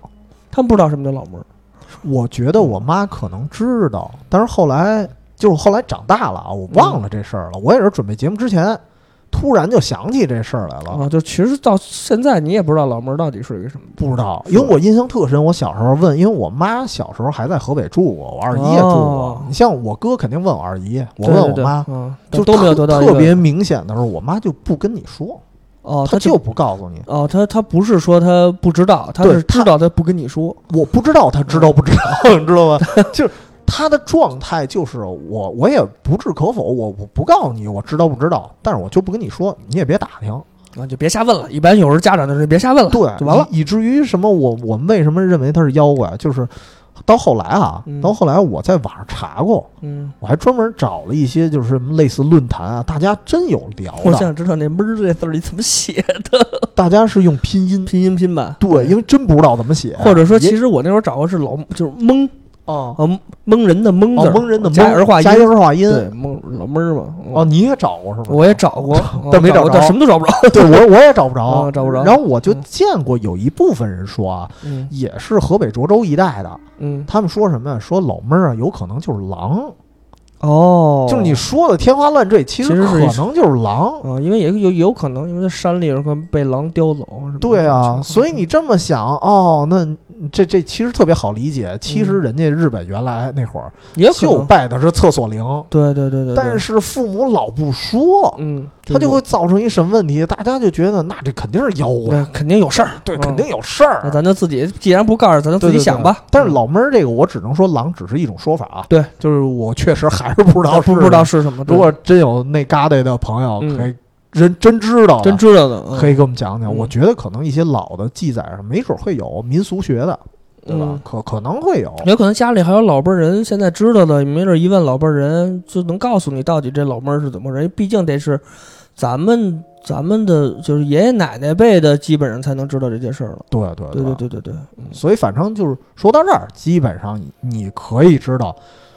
Speaker 2: 他们不知道什么叫老妹儿。
Speaker 1: 我觉得我妈可能知道，但是后来就是后来长大了啊，我忘了这事儿了。我也是准备节目之前，突然就想起这事儿来了，
Speaker 2: 啊，就其实到现在你也不知道老妹儿到底是一个什么。
Speaker 1: 不知道，
Speaker 2: 是
Speaker 1: 因为我印象特深。我小时候问，因为我妈小时候还在河北住过，我二姨也住过
Speaker 2: 哦。
Speaker 1: 你像我哥肯定问我二姨，我
Speaker 2: 对
Speaker 1: 问
Speaker 2: 对
Speaker 1: 我
Speaker 2: 对
Speaker 1: 妈，
Speaker 2: 嗯，
Speaker 1: 就
Speaker 2: 都没有
Speaker 1: 特
Speaker 2: 得到一
Speaker 1: 特
Speaker 2: 个
Speaker 1: 别明显的时候，我妈就不跟你说，
Speaker 2: 哦，
Speaker 1: 她
Speaker 2: 他
Speaker 1: 就不告诉你。
Speaker 2: 哦，他他不是说他不知道，他
Speaker 1: 对
Speaker 2: 是知道他不跟你说。
Speaker 1: 我不知道他知道不知 道，你知道吗？就是他的状态就是我我也不置可否，我我不告诉你我知道不知道，但是我就不跟你说，你也别打听。
Speaker 2: 啊，就别瞎问了。一般有时候家长就是别瞎问了，
Speaker 1: 对，
Speaker 2: 就完了。
Speaker 1: 以以至于什么我我们为什么认为他是妖怪，就是到后来啊，
Speaker 2: 嗯
Speaker 1: 到后来我在网上查过，
Speaker 2: 嗯，
Speaker 1: 我还专门找了一些就是什么类似论坛啊，大家真有聊
Speaker 2: 我
Speaker 1: 的，
Speaker 2: 想知道那“闷”儿这字儿你怎么写？
Speaker 1: 大家是用 拼音。
Speaker 2: 拼音拼吧。
Speaker 1: 对，因为真不知道怎么写，
Speaker 2: 或者说，
Speaker 1: 啊也
Speaker 2: 其实我那会儿找的是老，就是“蒙”，
Speaker 1: 哦
Speaker 2: 啊，蒙人的蒙字
Speaker 1: 哦
Speaker 2: 儿，
Speaker 1: 蒙人的
Speaker 2: 加
Speaker 1: 蒙
Speaker 2: 儿化音
Speaker 1: 加，儿化音。
Speaker 2: 对，蒙老闷儿嘛。
Speaker 1: 哦，，你也找过是吗？
Speaker 2: 我也找 过，嗯
Speaker 1: 但没
Speaker 2: 找
Speaker 1: 找
Speaker 2: 过，
Speaker 1: 着
Speaker 2: 但什么都找不着。
Speaker 1: 对我我也找不着，
Speaker 2: 啊找不着
Speaker 1: 然后我就
Speaker 2: 嗯
Speaker 1: 见过有一部分人说啊，
Speaker 2: 嗯
Speaker 1: 也是河北涿州一带的，
Speaker 2: 嗯，
Speaker 1: 他们说什么呀？说老妹儿啊，有可能就是狼，
Speaker 2: 哦，
Speaker 1: 就是你说的天花乱坠，其
Speaker 2: 其
Speaker 1: 实
Speaker 2: 实
Speaker 1: 可
Speaker 2: 是一
Speaker 1: 能就是狼。
Speaker 2: 啊，因为也有有可能，因为在山里有可能被狼叼走什么的。
Speaker 1: 对啊，所以
Speaker 2: 嗯
Speaker 1: 你这么想哦，那这这其实特别好理解。其实人家日本原来那会儿
Speaker 2: 嗯也可
Speaker 1: 就
Speaker 2: 能，
Speaker 1: 拜的是厕所灵，
Speaker 2: 对对对 对，
Speaker 1: 但
Speaker 2: 是
Speaker 1: 是父母老不说，
Speaker 2: 嗯，
Speaker 1: 他就会造成一什么问题？大家就觉得那这肯定是妖
Speaker 2: 那
Speaker 1: 怪，
Speaker 2: 肯定有事儿，
Speaker 1: 对，
Speaker 2: 嗯
Speaker 1: 肯定有事儿。
Speaker 2: 那咱就自己既然不告诉，咱就
Speaker 1: 对
Speaker 2: 自己
Speaker 1: 对
Speaker 2: 想
Speaker 1: 对
Speaker 2: 吧。
Speaker 1: 但是
Speaker 2: 嗯
Speaker 1: 老妹儿这个，我只能说狼只是一种说法啊。
Speaker 2: 对，
Speaker 1: 就是我确实还是 不知道，
Speaker 2: 不不知道。是什么，对
Speaker 1: 如果真有那旮瘩的朋友，
Speaker 2: 嗯
Speaker 1: 可以真真知道了，
Speaker 2: 真知道的，嗯
Speaker 1: 可以给我们讲讲。
Speaker 2: 嗯
Speaker 1: 我觉得可能一些老的记载上，没准会有民俗学的，对吧
Speaker 2: 嗯？
Speaker 1: 可可能会有。
Speaker 2: 有可能家里还有老辈儿人，现在知道的，没准一问老辈儿人就能告诉你到底这老妹儿是怎么回事。毕竟得是咱们咱们的就是爷爷奶奶辈的，基本上才能知道这件事儿了。
Speaker 1: 对对
Speaker 2: 对对对对对，
Speaker 1: 所以反正就是说到这儿，基本上你你可以知道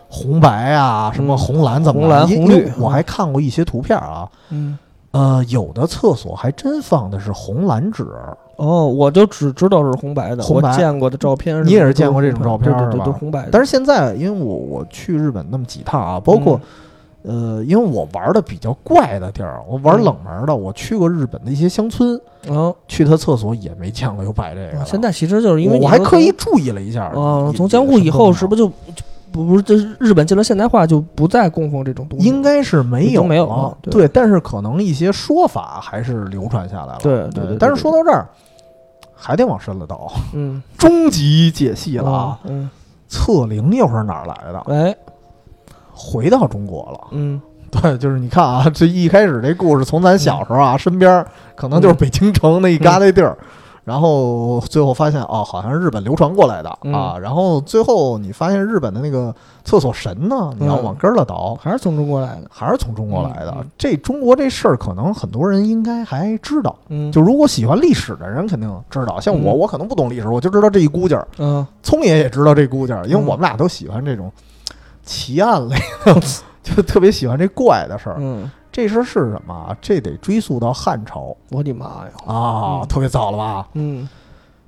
Speaker 1: 红白啊，什么
Speaker 2: 嗯
Speaker 1: 红蓝怎么
Speaker 2: 红蓝
Speaker 1: 来因
Speaker 2: 红绿
Speaker 1: 因为我
Speaker 2: 嗯
Speaker 1: 还看过一些图片啊，
Speaker 2: 嗯，
Speaker 1: 呃，有的厕所还真放的是红蓝纸，
Speaker 2: 哦，我就只知道是红白的，
Speaker 1: 红白
Speaker 2: 我见过的照片什么的都是红白，
Speaker 1: 你也是见过这种照片
Speaker 2: 对对
Speaker 1: 是吧
Speaker 2: 对，都红白的。
Speaker 1: 但是现在因为我我去日本那么几趟啊，包
Speaker 2: 嗯
Speaker 1: 括、呃，因为我玩的比较怪的地儿，我玩
Speaker 2: 嗯
Speaker 1: 冷门的，我去过日本的一些乡村，
Speaker 2: 嗯，
Speaker 1: 去他厕所也没见过有摆这个的。
Speaker 2: 现在其实就是因为
Speaker 1: 我
Speaker 2: 你
Speaker 1: 我还
Speaker 2: 说
Speaker 1: 刻意注意了一下，
Speaker 2: 啊，
Speaker 1: 也
Speaker 2: 从江户以后是不？
Speaker 1: 也什么
Speaker 2: 是就就不不是这日本进了现代化就不再供奉这种
Speaker 1: 都
Speaker 2: 东
Speaker 1: 没有
Speaker 2: 西了？
Speaker 1: 应该是没有
Speaker 2: 已经没有
Speaker 1: 啊
Speaker 2: 了对
Speaker 1: 对，但是可能一些说法还是流传下来了。
Speaker 2: 对对
Speaker 1: 对
Speaker 2: 对对
Speaker 1: 但是
Speaker 2: 对
Speaker 1: 说到这儿，还得往深了倒，
Speaker 2: 嗯，
Speaker 1: 终极解析了啊！
Speaker 2: 嗯，
Speaker 1: 测灵又是哪儿来的？
Speaker 2: 哎，
Speaker 1: 回到中国了。
Speaker 2: 嗯。
Speaker 1: 对，就是你看啊，这一开始这故事从咱小时候啊，身边儿可能就是
Speaker 2: 嗯
Speaker 1: 北京城那一旮瘩地儿，然后最后发现哦，好像是日本流传过来的
Speaker 2: 嗯
Speaker 1: 啊，然后最后你发现日本的那个厕所神呢，你要往根儿了倒，
Speaker 2: 还是从中国来的。
Speaker 1: 还是从中国来
Speaker 2: 嗯
Speaker 1: 的
Speaker 2: 嗯。
Speaker 1: 这中国这事儿，可能很多人应该还知道，
Speaker 2: 嗯
Speaker 1: 就如果喜欢历史的人肯定知道，像我，
Speaker 2: 嗯
Speaker 1: 我可能不懂历史，我就知道这一估劲儿，
Speaker 2: 嗯
Speaker 1: 聪爷也知道这估计儿，因为
Speaker 2: 嗯
Speaker 1: 我们俩都喜欢这种奇案类的， 就特别喜欢这怪的事儿。
Speaker 2: 嗯，
Speaker 1: 这事儿是什么啊？这得追溯到汉朝
Speaker 2: 我的妈呀！
Speaker 1: 啊，
Speaker 2: 嗯
Speaker 1: 特别早了吧？
Speaker 2: 嗯，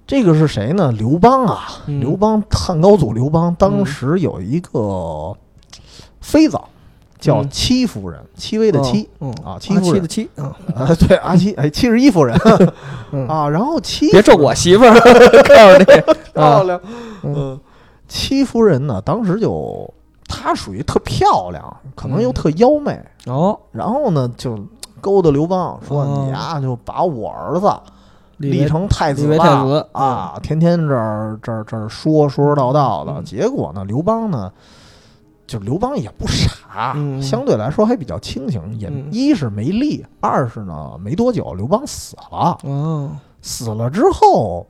Speaker 1: 这个是谁呢？刘邦啊，
Speaker 2: 嗯
Speaker 1: 刘邦，汉高祖刘邦，当
Speaker 2: 嗯
Speaker 1: 时有一个妃子叫
Speaker 2: 嗯
Speaker 1: 戚夫人，戚薇的戚，，
Speaker 2: 嗯
Speaker 1: 啊
Speaker 2: 七
Speaker 1: 戚夫人
Speaker 2: 的七，嗯
Speaker 1: 啊，对，阿戚，哎，七十一夫 人
Speaker 2: 嗯，
Speaker 1: 啊。然后戚
Speaker 2: 别咒我媳妇儿， 告诉你，
Speaker 1: 漂亮，
Speaker 2: 嗯
Speaker 1: 嗯，戚夫人呢，当时就她属于特漂亮，可能又
Speaker 2: 嗯
Speaker 1: 特妖媚，
Speaker 2: 哦，
Speaker 1: 然后呢就勾搭刘邦说：“
Speaker 2: 哦
Speaker 1: 你呀，就把我儿子
Speaker 2: 维
Speaker 1: 立成太
Speaker 2: 李
Speaker 1: 子
Speaker 2: 维
Speaker 1: 吧。
Speaker 2: 太子，
Speaker 1: 啊，天天这儿这儿这儿说说说道道的，
Speaker 2: 嗯
Speaker 1: 结果呢，刘邦呢，就刘邦也不傻，
Speaker 2: 嗯
Speaker 1: 相对来说还比较清醒，也、
Speaker 2: 嗯
Speaker 1: 一是没力，二是呢没多久刘邦死了，
Speaker 2: 哦，
Speaker 1: 死了之后，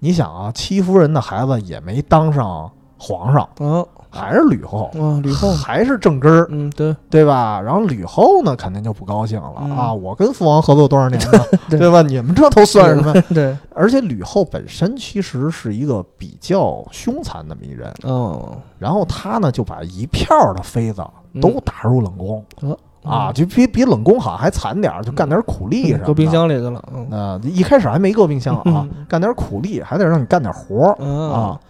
Speaker 1: 你想啊，戚夫人的孩子也没当上皇上，
Speaker 2: 哦，
Speaker 1: 还是吕后，
Speaker 2: 哦，吕后，
Speaker 1: 还是正根儿，
Speaker 2: 嗯，对，
Speaker 1: 对吧？然后吕后呢，肯定就不高兴了、
Speaker 2: 嗯
Speaker 1: 啊！我跟父王合作多少年了，
Speaker 2: 对
Speaker 1: 对吧？你们这都算什么？
Speaker 2: 对，
Speaker 1: 而且吕后本身其实是一个比较凶残的迷人，
Speaker 2: 哦，
Speaker 1: 然后她呢就把一票的妃子都打入冷宫、
Speaker 2: 嗯
Speaker 1: 啊，，就比比冷宫好像还惨点儿，就干点苦力什么的。
Speaker 2: 搁冰。箱里去了，嗯，
Speaker 1: 呃，一开始还没搁冰箱啊
Speaker 2: 嗯，
Speaker 1: 干点苦力，还得让你干点活儿啊
Speaker 2: 啊，。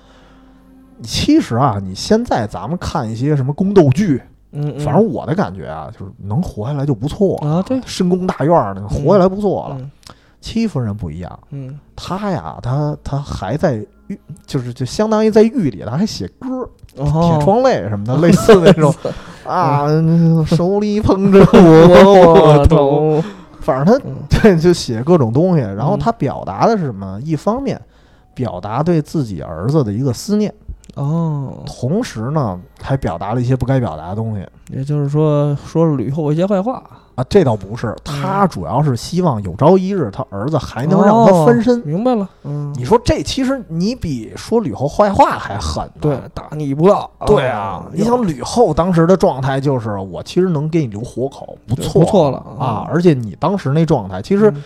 Speaker 1: 其实啊，你现在咱们看一些什么宫斗剧，
Speaker 2: 嗯，
Speaker 1: 反正我的感觉啊，就是能活下来就不错
Speaker 2: 啊对
Speaker 1: 深宫大院儿的活下来不错了。
Speaker 2: 嗯
Speaker 1: 戚夫人不一样，
Speaker 2: 嗯，
Speaker 1: 他呀，他他还在狱，就是就相当于在狱里了，还写歌儿，
Speaker 2: 铁
Speaker 1: 铁，窗泪什 么的，类似那种啊，手里捧着
Speaker 2: 我
Speaker 1: 我
Speaker 2: 我
Speaker 1: 我头，
Speaker 2: 懂，
Speaker 1: 反正
Speaker 2: 嗯
Speaker 1: 他对 就写各种东西。然后
Speaker 2: 嗯
Speaker 1: 他表达的是什么？一方面表达对自己儿子的一个思念，
Speaker 2: 哦，
Speaker 1: 同时呢，还表达了一些不该表达的东西
Speaker 2: 也就是说，说了吕后一些坏话，
Speaker 1: 啊。这倒不是，他主要是希望有朝一日他儿子还能让他翻身
Speaker 2: 哦。明白了，嗯，
Speaker 1: 你说这其实你比说吕后坏话还狠呢。
Speaker 2: 对，啊打你一不到，
Speaker 1: 对啊，你想吕后当时的状态就是，我其实能给你留活口，不
Speaker 2: 对
Speaker 1: 错，
Speaker 2: 不错了
Speaker 1: 啊
Speaker 2: 嗯！
Speaker 1: 而且你当时那状态，其实
Speaker 2: 嗯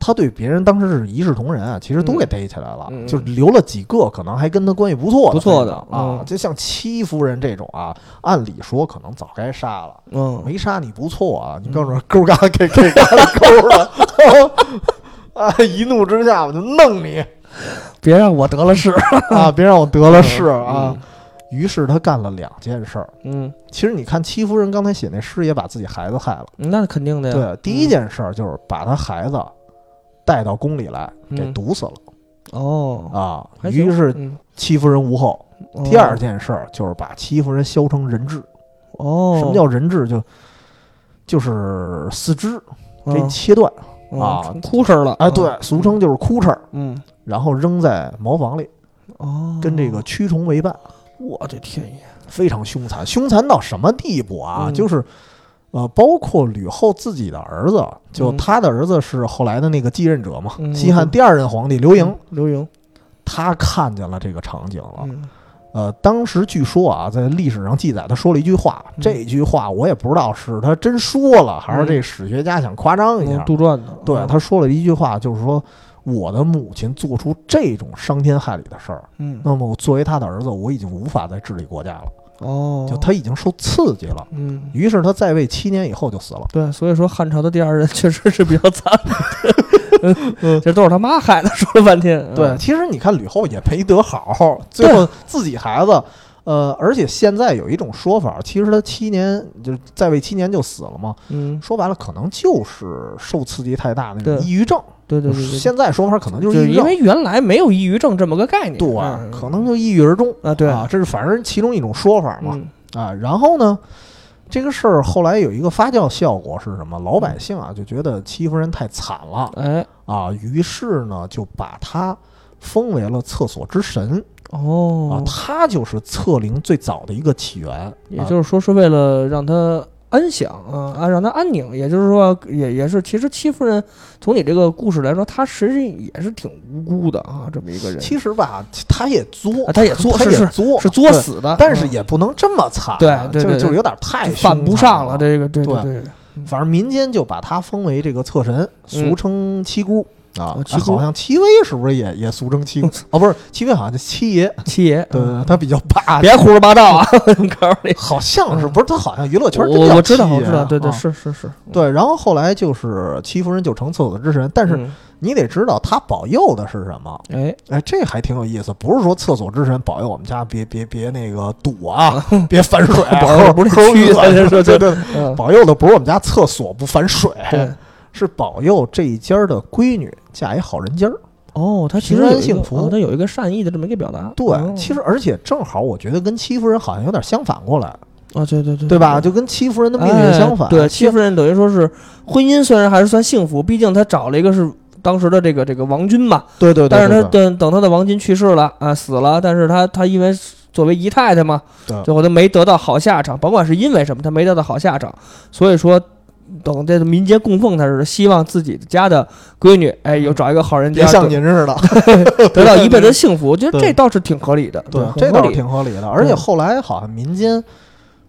Speaker 1: 他对别人当时是一视同仁啊，其实都给逮起来了，
Speaker 2: 嗯嗯嗯
Speaker 1: 就是留了几个可能还跟他关系不错的
Speaker 2: 不错的
Speaker 1: 反正啊，
Speaker 2: 嗯
Speaker 1: 就像戚夫人这种啊，按理说可能早该杀了，
Speaker 2: 嗯，
Speaker 1: 没杀你不错啊，你告诉我勾嘎给给嘎了勾了， 啊，一怒之下我就弄 你
Speaker 2: 别让我得了势。
Speaker 1: 啊，别让我得了势啊
Speaker 2: 嗯！
Speaker 1: 于是他干了两件事儿。
Speaker 2: 嗯，
Speaker 1: 其实你看，戚夫人刚才写那诗也把自己孩子害了。
Speaker 2: 嗯那肯定的呀。
Speaker 1: 对，第一件事儿就是把他孩子带到宫里来，给
Speaker 2: 嗯
Speaker 1: 毒死了、
Speaker 2: 哦，
Speaker 1: 啊。
Speaker 2: 还行
Speaker 1: 于是
Speaker 2: 嗯
Speaker 1: 戚夫人无后。
Speaker 2: 哦
Speaker 1: 第二件事儿就是把戚夫人削成人质。
Speaker 2: 哦，
Speaker 1: 什么叫人质？就就是四肢给
Speaker 2: 嗯
Speaker 1: 切断，
Speaker 2: 嗯
Speaker 1: 啊
Speaker 2: 成哭声了？
Speaker 1: 哎，
Speaker 2: 嗯
Speaker 1: 对，俗称就是哭茬儿，
Speaker 2: 嗯，
Speaker 1: 然后扔在茅房里，
Speaker 2: 哦，
Speaker 1: 跟这个，蛆虫为伴，
Speaker 2: 我的天爷，
Speaker 1: 非常凶残。凶残到什么地步啊？
Speaker 2: 嗯
Speaker 1: 就是。呃，包括吕后自己的儿子，就
Speaker 2: 嗯
Speaker 1: 他的儿子是后来的那个继任者嘛，
Speaker 2: 嗯
Speaker 1: 西汉第二任皇帝刘盈，
Speaker 2: 嗯，刘盈，
Speaker 1: 他看见了这个场景了。
Speaker 2: 嗯
Speaker 1: 呃，当时据说啊，在历史上记载，他说了一句话，
Speaker 2: 嗯
Speaker 1: 这句话我也不知道是他真说了，还是这史学家想夸张一下
Speaker 2: 嗯，。杜撰的，
Speaker 1: 对，
Speaker 2: 嗯
Speaker 1: 他说了一句话，就是说我的母亲做出这种伤天害理的事儿，
Speaker 2: 嗯，
Speaker 1: 那么我作为他的儿子，我已经无法再治理国家了，
Speaker 2: 哦，
Speaker 1: 就，他已经受刺激了。
Speaker 2: 嗯。
Speaker 1: 于是他在位七年以后就死了。
Speaker 2: 对，所以说汉朝的第二任确实是比较惨 的，嗯这都是他妈害的，说了半天。嗯
Speaker 1: 对，，其实你看吕后也没得好，最后自己孩子，呃，而且现在有一种说法，其实他七年就是在位七年就死了嘛，
Speaker 2: 嗯，
Speaker 1: 说白了可能就是受刺激太大那种
Speaker 2: 对
Speaker 1: 抑郁症。
Speaker 2: 对对对对，
Speaker 1: 现在说法可能就
Speaker 2: 就是
Speaker 1: 抑郁
Speaker 2: 是因
Speaker 1: 症，
Speaker 2: 为原来没有抑郁症这么个概念，
Speaker 1: 对，
Speaker 2: 嗯
Speaker 1: 可能就抑郁而终。
Speaker 2: 啊，对
Speaker 1: 啊，，这是反正其中一种说法嘛、
Speaker 2: 嗯
Speaker 1: 啊。然后呢，这个事儿后来有一个发酵效果是什么？老百姓啊就觉得戚夫人太惨了
Speaker 2: 哎，
Speaker 1: 啊，于是呢就把她封为了厕所之神。啊
Speaker 2: 哦，，
Speaker 1: 他就是测龄最早的一个起源，啊
Speaker 2: 也就是说是为了让他安详啊啊，让他安宁，也就是说也也是，其实戚夫人从你这个故事来说，她实际也是挺无辜的啊，这么一个
Speaker 1: 啊
Speaker 2: 人，
Speaker 1: 其实吧，他也作，
Speaker 2: 啊他也作
Speaker 1: 他
Speaker 2: 是
Speaker 1: 也作，
Speaker 2: 是作，死的，
Speaker 1: 但是
Speaker 2: 嗯
Speaker 1: 也不能这么惨啊，
Speaker 2: 对对
Speaker 1: 就
Speaker 2: 对
Speaker 1: 就是
Speaker 2: 对
Speaker 1: 有点太
Speaker 2: 就犯不
Speaker 1: 凶残
Speaker 2: 上了，这个对对，
Speaker 1: 反正民间就把他封为这个厕神，俗称七姑。啊
Speaker 2: 嗯哦，七
Speaker 1: 哎
Speaker 2: 姑
Speaker 1: 好像戚薇是不是也也俗称 七姑？哦，不是，戚薇好像叫七爷，
Speaker 2: 七爷，
Speaker 1: 对对
Speaker 2: 嗯
Speaker 1: 对，他比较霸气，
Speaker 2: 别胡说八 道啊，我告诉你。
Speaker 1: 好像是不是？他好像娱乐圈真
Speaker 2: 嗯我
Speaker 1: 叫
Speaker 2: 我知道，
Speaker 1: 七爷
Speaker 2: 我知道，对对
Speaker 1: 啊
Speaker 2: 是是是，
Speaker 1: 对。然后后来就是戚夫人就成厕所之神，但是
Speaker 2: 嗯
Speaker 1: 你得知道他保佑的是什么，
Speaker 2: 哎，
Speaker 1: 哎，这还挺有意思，不是说厕所之神保佑我们家别别别那个堵 啊，别反水啊，
Speaker 2: 保佑不是
Speaker 1: 抠
Speaker 2: 区
Speaker 1: 子
Speaker 2: 咱这说
Speaker 1: 对对，对
Speaker 2: 嗯
Speaker 1: 保佑的不是我们家厕所不反水，
Speaker 2: 对，
Speaker 1: 是保佑这一家的闺女嫁一好人家儿。
Speaker 2: 哦，他其
Speaker 1: 平
Speaker 2: 实有
Speaker 1: 安
Speaker 2: 一
Speaker 1: 幸
Speaker 2: 个
Speaker 1: 福
Speaker 2: 哦他有一个善意的这么一个表达，哦
Speaker 1: 对，其
Speaker 2: 实
Speaker 1: 实而且正好，我觉得跟戚夫人好像有点相反过来，
Speaker 2: 啊，对对对，
Speaker 1: 对吧？就跟戚夫人的命
Speaker 2: 哎
Speaker 1: 运相反。
Speaker 2: 对，
Speaker 1: 戚
Speaker 2: 戚夫人等于说是婚姻虽然还是算幸福，毕竟她找了一个是当时的这个这个王军嘛，
Speaker 1: 对对对，
Speaker 2: 但是
Speaker 1: 对
Speaker 2: 她等等她的王军去世了啊死了，但是她她因为作为姨太太嘛
Speaker 1: 对，
Speaker 2: 最后她没得到好下场，甭管是因为什么，她没得到好下场，所以说。等这个民间供奉她时，希望自己家的闺女，哎，有找一个好人家
Speaker 1: 嗯别，像
Speaker 2: 得
Speaker 1: 您似的，
Speaker 2: 得到一辈子的幸福，我觉得
Speaker 1: 对
Speaker 2: 这倒是挺合理的，
Speaker 1: 对，
Speaker 2: 很
Speaker 1: 这
Speaker 2: 合
Speaker 1: 倒是
Speaker 2: 理
Speaker 1: 挺合理的。而且
Speaker 2: 嗯
Speaker 1: 后来好像民间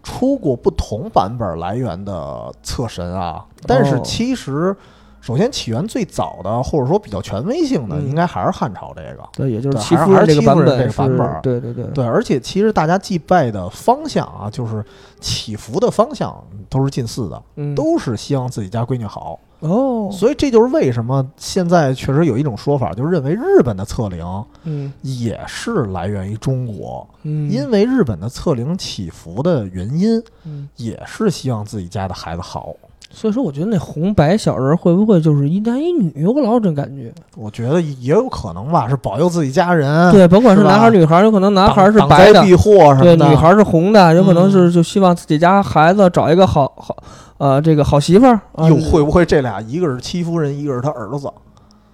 Speaker 1: 出过不同版本来源的测神啊，但是
Speaker 2: 哦
Speaker 1: 其实首先起源最早的或者说比较权威性的，
Speaker 2: 嗯
Speaker 1: 应该还是汉朝这个。
Speaker 2: 对，也就是
Speaker 1: 对
Speaker 2: 戚
Speaker 1: 还是
Speaker 2: 夫
Speaker 1: 还
Speaker 2: 人
Speaker 1: 是
Speaker 2: 这个
Speaker 1: 戚
Speaker 2: 版
Speaker 1: 夫人这
Speaker 2: 本
Speaker 1: 个
Speaker 2: 是
Speaker 1: 版本儿
Speaker 2: 对对对，
Speaker 1: 对，而且其实大家祭拜的方向啊，就是祈福的方向都是近似的，
Speaker 2: 嗯
Speaker 1: 都是希望自己家闺女好。
Speaker 2: 哦，
Speaker 1: 所以这就是为什么现在确实有一种说法，就认为日本的测龄
Speaker 2: 嗯
Speaker 1: 也是来源于中国，
Speaker 2: 嗯，
Speaker 1: 因为日本的测龄起伏的原因
Speaker 2: 嗯
Speaker 1: 也是希望自己家的孩子好。
Speaker 2: 所以说，我觉得那红白小人会不会就是一男一女？我老有这感觉。
Speaker 1: 我觉得也有可能吧，是保佑自己家人，
Speaker 2: 对，甭管
Speaker 1: 嗯
Speaker 2: 是
Speaker 1: 是吧
Speaker 2: 男孩儿女孩儿，有可能男
Speaker 1: 挡，
Speaker 2: 孩儿是
Speaker 1: 挡
Speaker 2: 白的
Speaker 1: 灾，避祸什
Speaker 2: 对，
Speaker 1: 么的。
Speaker 2: 女孩儿是红的，有可能
Speaker 1: 嗯
Speaker 2: 是就希望自己家孩子找一个好好呃这个好媳妇儿。啊
Speaker 1: 又会不会这俩，一个是戚夫人，一个是他儿子？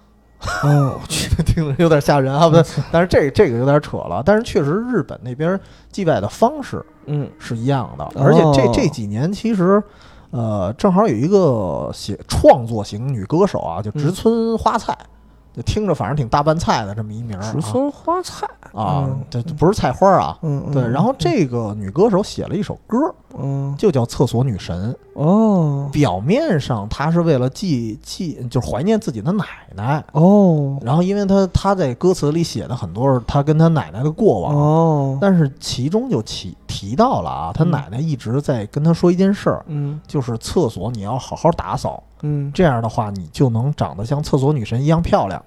Speaker 2: 哦，我去，
Speaker 1: 听着有点吓人啊，不 是？但是这个这个有点扯了。但是确实，日本那边祭拜的方式
Speaker 2: 嗯
Speaker 1: 是一样的，而且这
Speaker 2: 哦
Speaker 1: 这几年其实，呃，正好有一个写创作型女歌手啊，就
Speaker 2: 嗯
Speaker 1: 植村花菜，就听着反正挺大拌菜的这么一名儿
Speaker 2: 十村花菜，
Speaker 1: 啊啊
Speaker 2: 嗯，
Speaker 1: 这这不是菜花儿啊。
Speaker 2: 嗯，嗯
Speaker 1: 对，然后这个女歌手写了一首歌，
Speaker 2: 嗯
Speaker 1: 就叫《厕所女神》。
Speaker 2: 哦
Speaker 1: 表面上她是为了记记，就是怀念自己的奶奶。
Speaker 2: 哦
Speaker 1: 然后，因为她她在歌词里写的很多是她跟她奶奶的过往，
Speaker 2: 哦，
Speaker 1: 但是其中就提提到了啊，她
Speaker 2: 嗯
Speaker 1: 奶奶一直在跟她说一件事儿，
Speaker 2: 嗯
Speaker 1: 就是厕所你要好好打扫，
Speaker 2: 嗯，
Speaker 1: 这样的话你就能长得像厕所女神一样漂亮，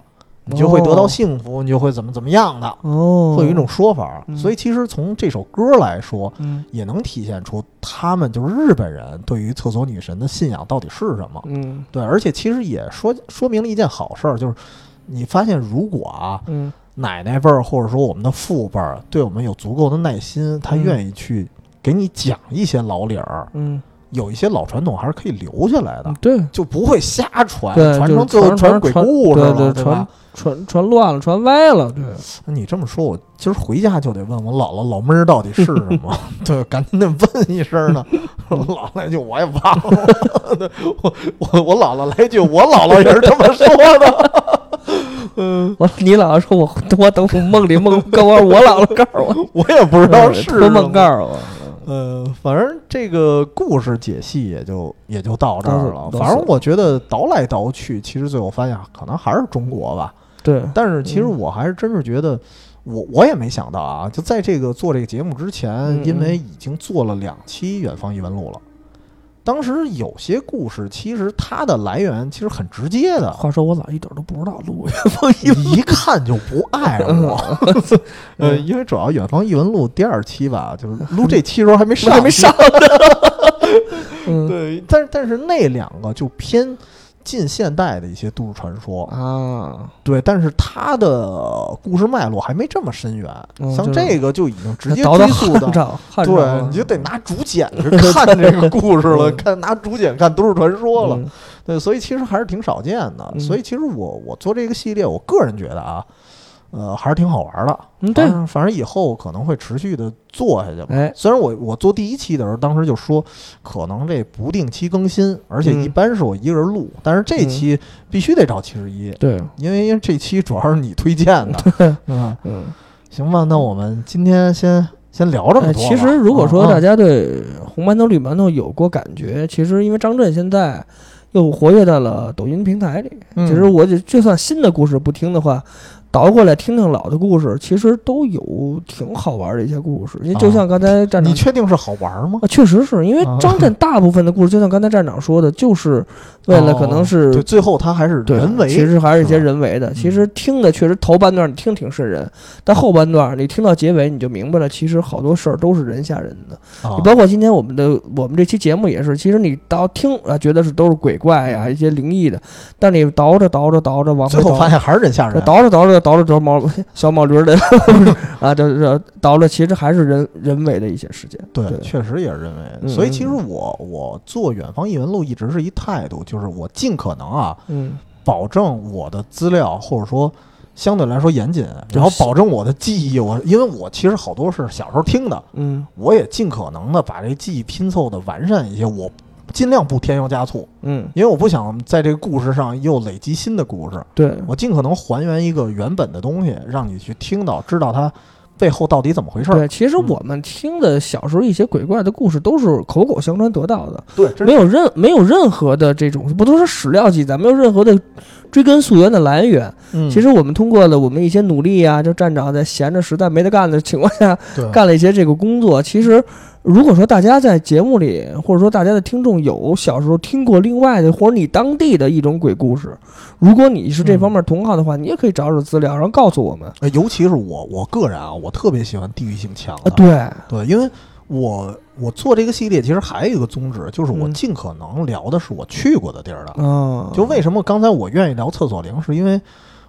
Speaker 1: 你就会得到幸福，你就会怎么怎么样的，
Speaker 2: 哦，
Speaker 1: 会有一种说法
Speaker 2: 嗯。
Speaker 1: 所以其实从这首歌来说，
Speaker 2: 嗯
Speaker 1: 也能体现出他们就是日本人对于厕所女神的信仰到底是什么。
Speaker 2: 嗯
Speaker 1: 对，而且其实也说说明了一件好事儿，就是你发现如果啊
Speaker 2: 嗯
Speaker 1: 奶奶辈儿或者说我们的父辈儿对我们有足够的耐心，他
Speaker 2: 嗯
Speaker 1: 愿意去给你讲一些老理儿，
Speaker 2: 嗯，
Speaker 1: 有一些老传统还是可以留下来的
Speaker 2: 嗯，对。
Speaker 1: 就不会瞎传，
Speaker 2: 对，
Speaker 1: 传
Speaker 2: 就
Speaker 1: 成
Speaker 2: 是
Speaker 1: 最后
Speaker 2: 传
Speaker 1: 鬼
Speaker 2: 传
Speaker 1: 故事
Speaker 2: 对
Speaker 1: 了，
Speaker 2: 对，
Speaker 1: 对
Speaker 2: 传
Speaker 1: 吧？
Speaker 2: 传传乱了，传歪了，对，
Speaker 1: 那你这么说，我今儿回家就得问我姥姥老妹儿到底是什么，对，赶紧得问一声呢。我姥姥一句我也忘了，对我我我姥姥来一句我姥姥也是这么说的，嗯，
Speaker 2: 我你姥姥说我我等我梦里梦告我我姥姥告诉
Speaker 1: 我也不知道
Speaker 2: 我，
Speaker 1: 是
Speaker 2: 托梦告
Speaker 1: 什么。
Speaker 2: 诉我，
Speaker 1: 呃，反正这个故事解析也就也就到这儿了
Speaker 2: 到。此
Speaker 1: 反正我觉得倒来倒去，其实最后发现啊可能还是中国吧。
Speaker 2: 对，
Speaker 1: 但是其实
Speaker 2: 嗯
Speaker 1: 我还是真是觉得，我我也没想到啊，就在这个做这个节目之前，
Speaker 2: 嗯
Speaker 1: 因为已经做了两期《远方异闻录》了。当时有些故事，其实它的来源其实很直接 的，
Speaker 2: 话说我姥一点都不知道录，
Speaker 1: 一看就不爱我。呃，
Speaker 2: 嗯
Speaker 1: 因为主要《远方异闻录》第二期吧，就是录这期的时候还没上，
Speaker 2: 还没上。嗯
Speaker 1: 对，但是但是那两个就偏近现代的一些都市传说，
Speaker 2: 啊，
Speaker 1: 对，但是它的故事脉络还没这么深远，
Speaker 2: 嗯
Speaker 1: 像
Speaker 2: 就是
Speaker 1: 这个就已经直接
Speaker 2: 倒到
Speaker 1: 追溯
Speaker 2: 汉
Speaker 1: 到，
Speaker 2: 朝，汉朝
Speaker 1: 对，你就得拿竹简去看这个故事了，看拿竹简看都市传说了，
Speaker 2: 嗯
Speaker 1: 对，所以其实还是挺少见的。
Speaker 2: 嗯
Speaker 1: 所以其实我我做这个系列，我个人觉得啊，呃，还是挺好玩的。
Speaker 2: 嗯，对
Speaker 1: 反，正反正以后可能会持续的做下去吧。
Speaker 2: 哎，
Speaker 1: 虽然我我做第一期的时候，当时就说可能这不定期更新，而且
Speaker 2: 嗯
Speaker 1: 一般是我一个人录，但是这
Speaker 2: 嗯
Speaker 1: 期必须得找七十一，
Speaker 2: 对，
Speaker 1: 因为这期主要是你推荐 的，嗯，
Speaker 2: 嗯。
Speaker 1: 行吧，那我们今天先先聊这么
Speaker 2: 哎，
Speaker 1: 多吧。
Speaker 2: 其实如果说
Speaker 1: 啊
Speaker 2: 大家对红馒头绿馒头有过感觉，其实因为张震现在又活跃在了抖音平台里，
Speaker 1: 嗯
Speaker 2: 其实我就就算新的故事不听的话，倒过来听听老的故事，其实都有挺好玩的一些故事。因为就
Speaker 1: 啊
Speaker 2: 像刚才站长
Speaker 1: 你确定是好玩吗？
Speaker 2: 啊，确实是因为
Speaker 1: 啊
Speaker 2: 张 震大部分的故事，就像刚才站长说的，就是为了可能是、
Speaker 1: 对，最后它还是
Speaker 2: 对
Speaker 1: 哦人为，
Speaker 2: 其实还是一些
Speaker 1: 是吧嗯
Speaker 2: 人为的。其实听的确实头半段你听挺瘆人，但后半段你听到结尾你就明白了，其实好多事儿都是人吓人的。
Speaker 1: 啊
Speaker 2: 你包括今天我们的我们这期节目也是，其实你到听啊觉得是都是鬼怪呀、一些灵异的，但你倒着倒着倒着往
Speaker 1: 最
Speaker 2: 回
Speaker 1: 后
Speaker 2: 倒
Speaker 1: 发。现还是人吓人。
Speaker 2: 倒着倒着倒着倒毛 小毛驴儿的啊，就是倒着，其实还是人人为的一些事件。
Speaker 1: 对，
Speaker 2: 对
Speaker 1: 确实也是人为。
Speaker 2: 嗯
Speaker 1: 所以其实
Speaker 2: 嗯
Speaker 1: 我我做《远方异闻录》一直是一态度，就是我尽可能啊，
Speaker 2: 嗯，
Speaker 1: 保证我的资料或者说相对来说严谨，
Speaker 2: 对
Speaker 1: 然后保证我的记忆。我因为我其实好多是小时候听的，
Speaker 2: 嗯
Speaker 1: 我也尽可能的把这记忆拼凑的完善一些，我尽量不添油加醋，
Speaker 2: 嗯，
Speaker 1: 因为我不想在这个故事上又累积新的故事，
Speaker 2: 对，
Speaker 1: 我尽可能还原一个原本的东西，让你去听到，知道它背后到底怎么回事儿。
Speaker 2: 对，其实我们听的小时候一些鬼怪的故事都是口口相传得到的，
Speaker 1: 对，这
Speaker 2: 没有任没有任何的这种不都是史料记载，没有任何的追根溯源的来源。
Speaker 1: 嗯
Speaker 2: 其实我们通过了我们一些努力啊，就站长在闲着实在没得干的情况下，
Speaker 1: 对
Speaker 2: 干了一些这个工作。其实，如果说大家在节目里，或者说大家的听众有小时候听过另外的，或者你当地的一种鬼故事，如果你是这方面同行的话，你也可以找找资料，然后告诉我们。
Speaker 1: 呃尤其是我我个人啊，我特别喜欢地域性强
Speaker 2: 啊
Speaker 1: 的，，
Speaker 2: 对，
Speaker 1: 对，因为我我做这个系列其实还有一个宗旨，就是我
Speaker 2: 嗯
Speaker 1: 尽可能聊的是我去过的地儿的。
Speaker 2: 嗯，
Speaker 1: 就为什么刚才我愿意聊厕所灵，是因为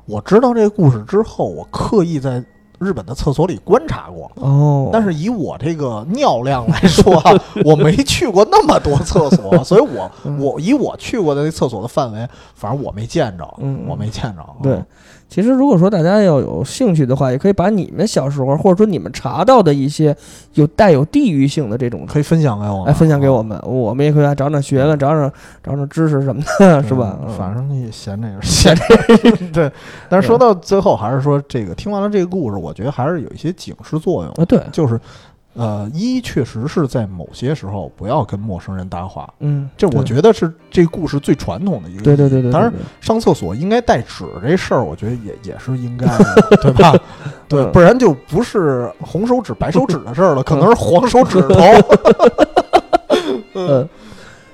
Speaker 1: 我知道这个故事之后，我刻意在日本的厕所里观察过，
Speaker 2: 哦，
Speaker 1: 但
Speaker 2: 是
Speaker 1: 是以我这个尿量来说啊， 我没去过那么多厕所，所以 我
Speaker 2: 嗯
Speaker 1: 我以我去过的那厕所的范围，反正我没见着，
Speaker 2: 嗯
Speaker 1: 我没见着。啊
Speaker 2: 对，其实如果说大家要有兴趣的话，也可以把你们小时候或者说你们查到的一些有带有地域性的这种。
Speaker 1: 可以分享给我们，
Speaker 2: 来哎分享给我们，我们也可以来长长学问，长长长长知识什么的，
Speaker 1: 嗯，
Speaker 2: 是吧？嗯
Speaker 1: 反正也闲着也是闲着，对。但是 说到最后，还是说这个听完了这个故事，我觉得还是有一些警示作用，
Speaker 2: 啊，对，
Speaker 1: 就是。呃，一确实是在某些时候不要跟陌生人搭话，
Speaker 2: 嗯，
Speaker 1: 这我
Speaker 2: 对
Speaker 1: 觉得是这故事最传统的一个。
Speaker 2: 对对对对，
Speaker 1: 当然
Speaker 2: 对，
Speaker 1: 上厕所应该带纸这事儿，我觉得也也是应该 的，对吧？对，
Speaker 2: 嗯
Speaker 1: 不然就不是红手指、白手指的事 儿了，可能是黄手指头。
Speaker 2: 对呃，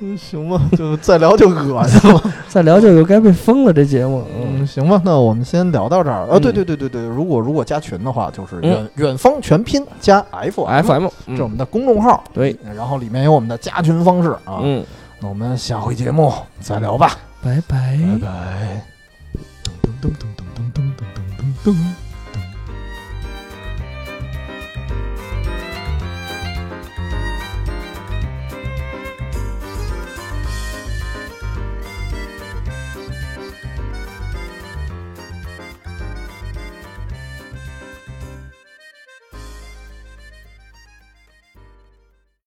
Speaker 1: 嗯， 行吧，就再聊就恶心了。
Speaker 2: 再聊就该被封了这节目，嗯
Speaker 1: 嗯，，行吧，那我们先聊到这儿。啊，
Speaker 2: 嗯
Speaker 1: 对对对对对，如果如果加群的话，就是
Speaker 2: 嗯
Speaker 1: 远、远方全拼加 F
Speaker 2: FM，
Speaker 1: 这
Speaker 2: 嗯
Speaker 1: 是我们的公众号。
Speaker 2: 对，
Speaker 1: 然后里面有我们的加群方式啊。
Speaker 2: 嗯，
Speaker 1: 那我们下回节目再聊吧，
Speaker 2: 嗯拜拜
Speaker 1: 拜拜。噔噔噔噔噔噔噔噔噔噔。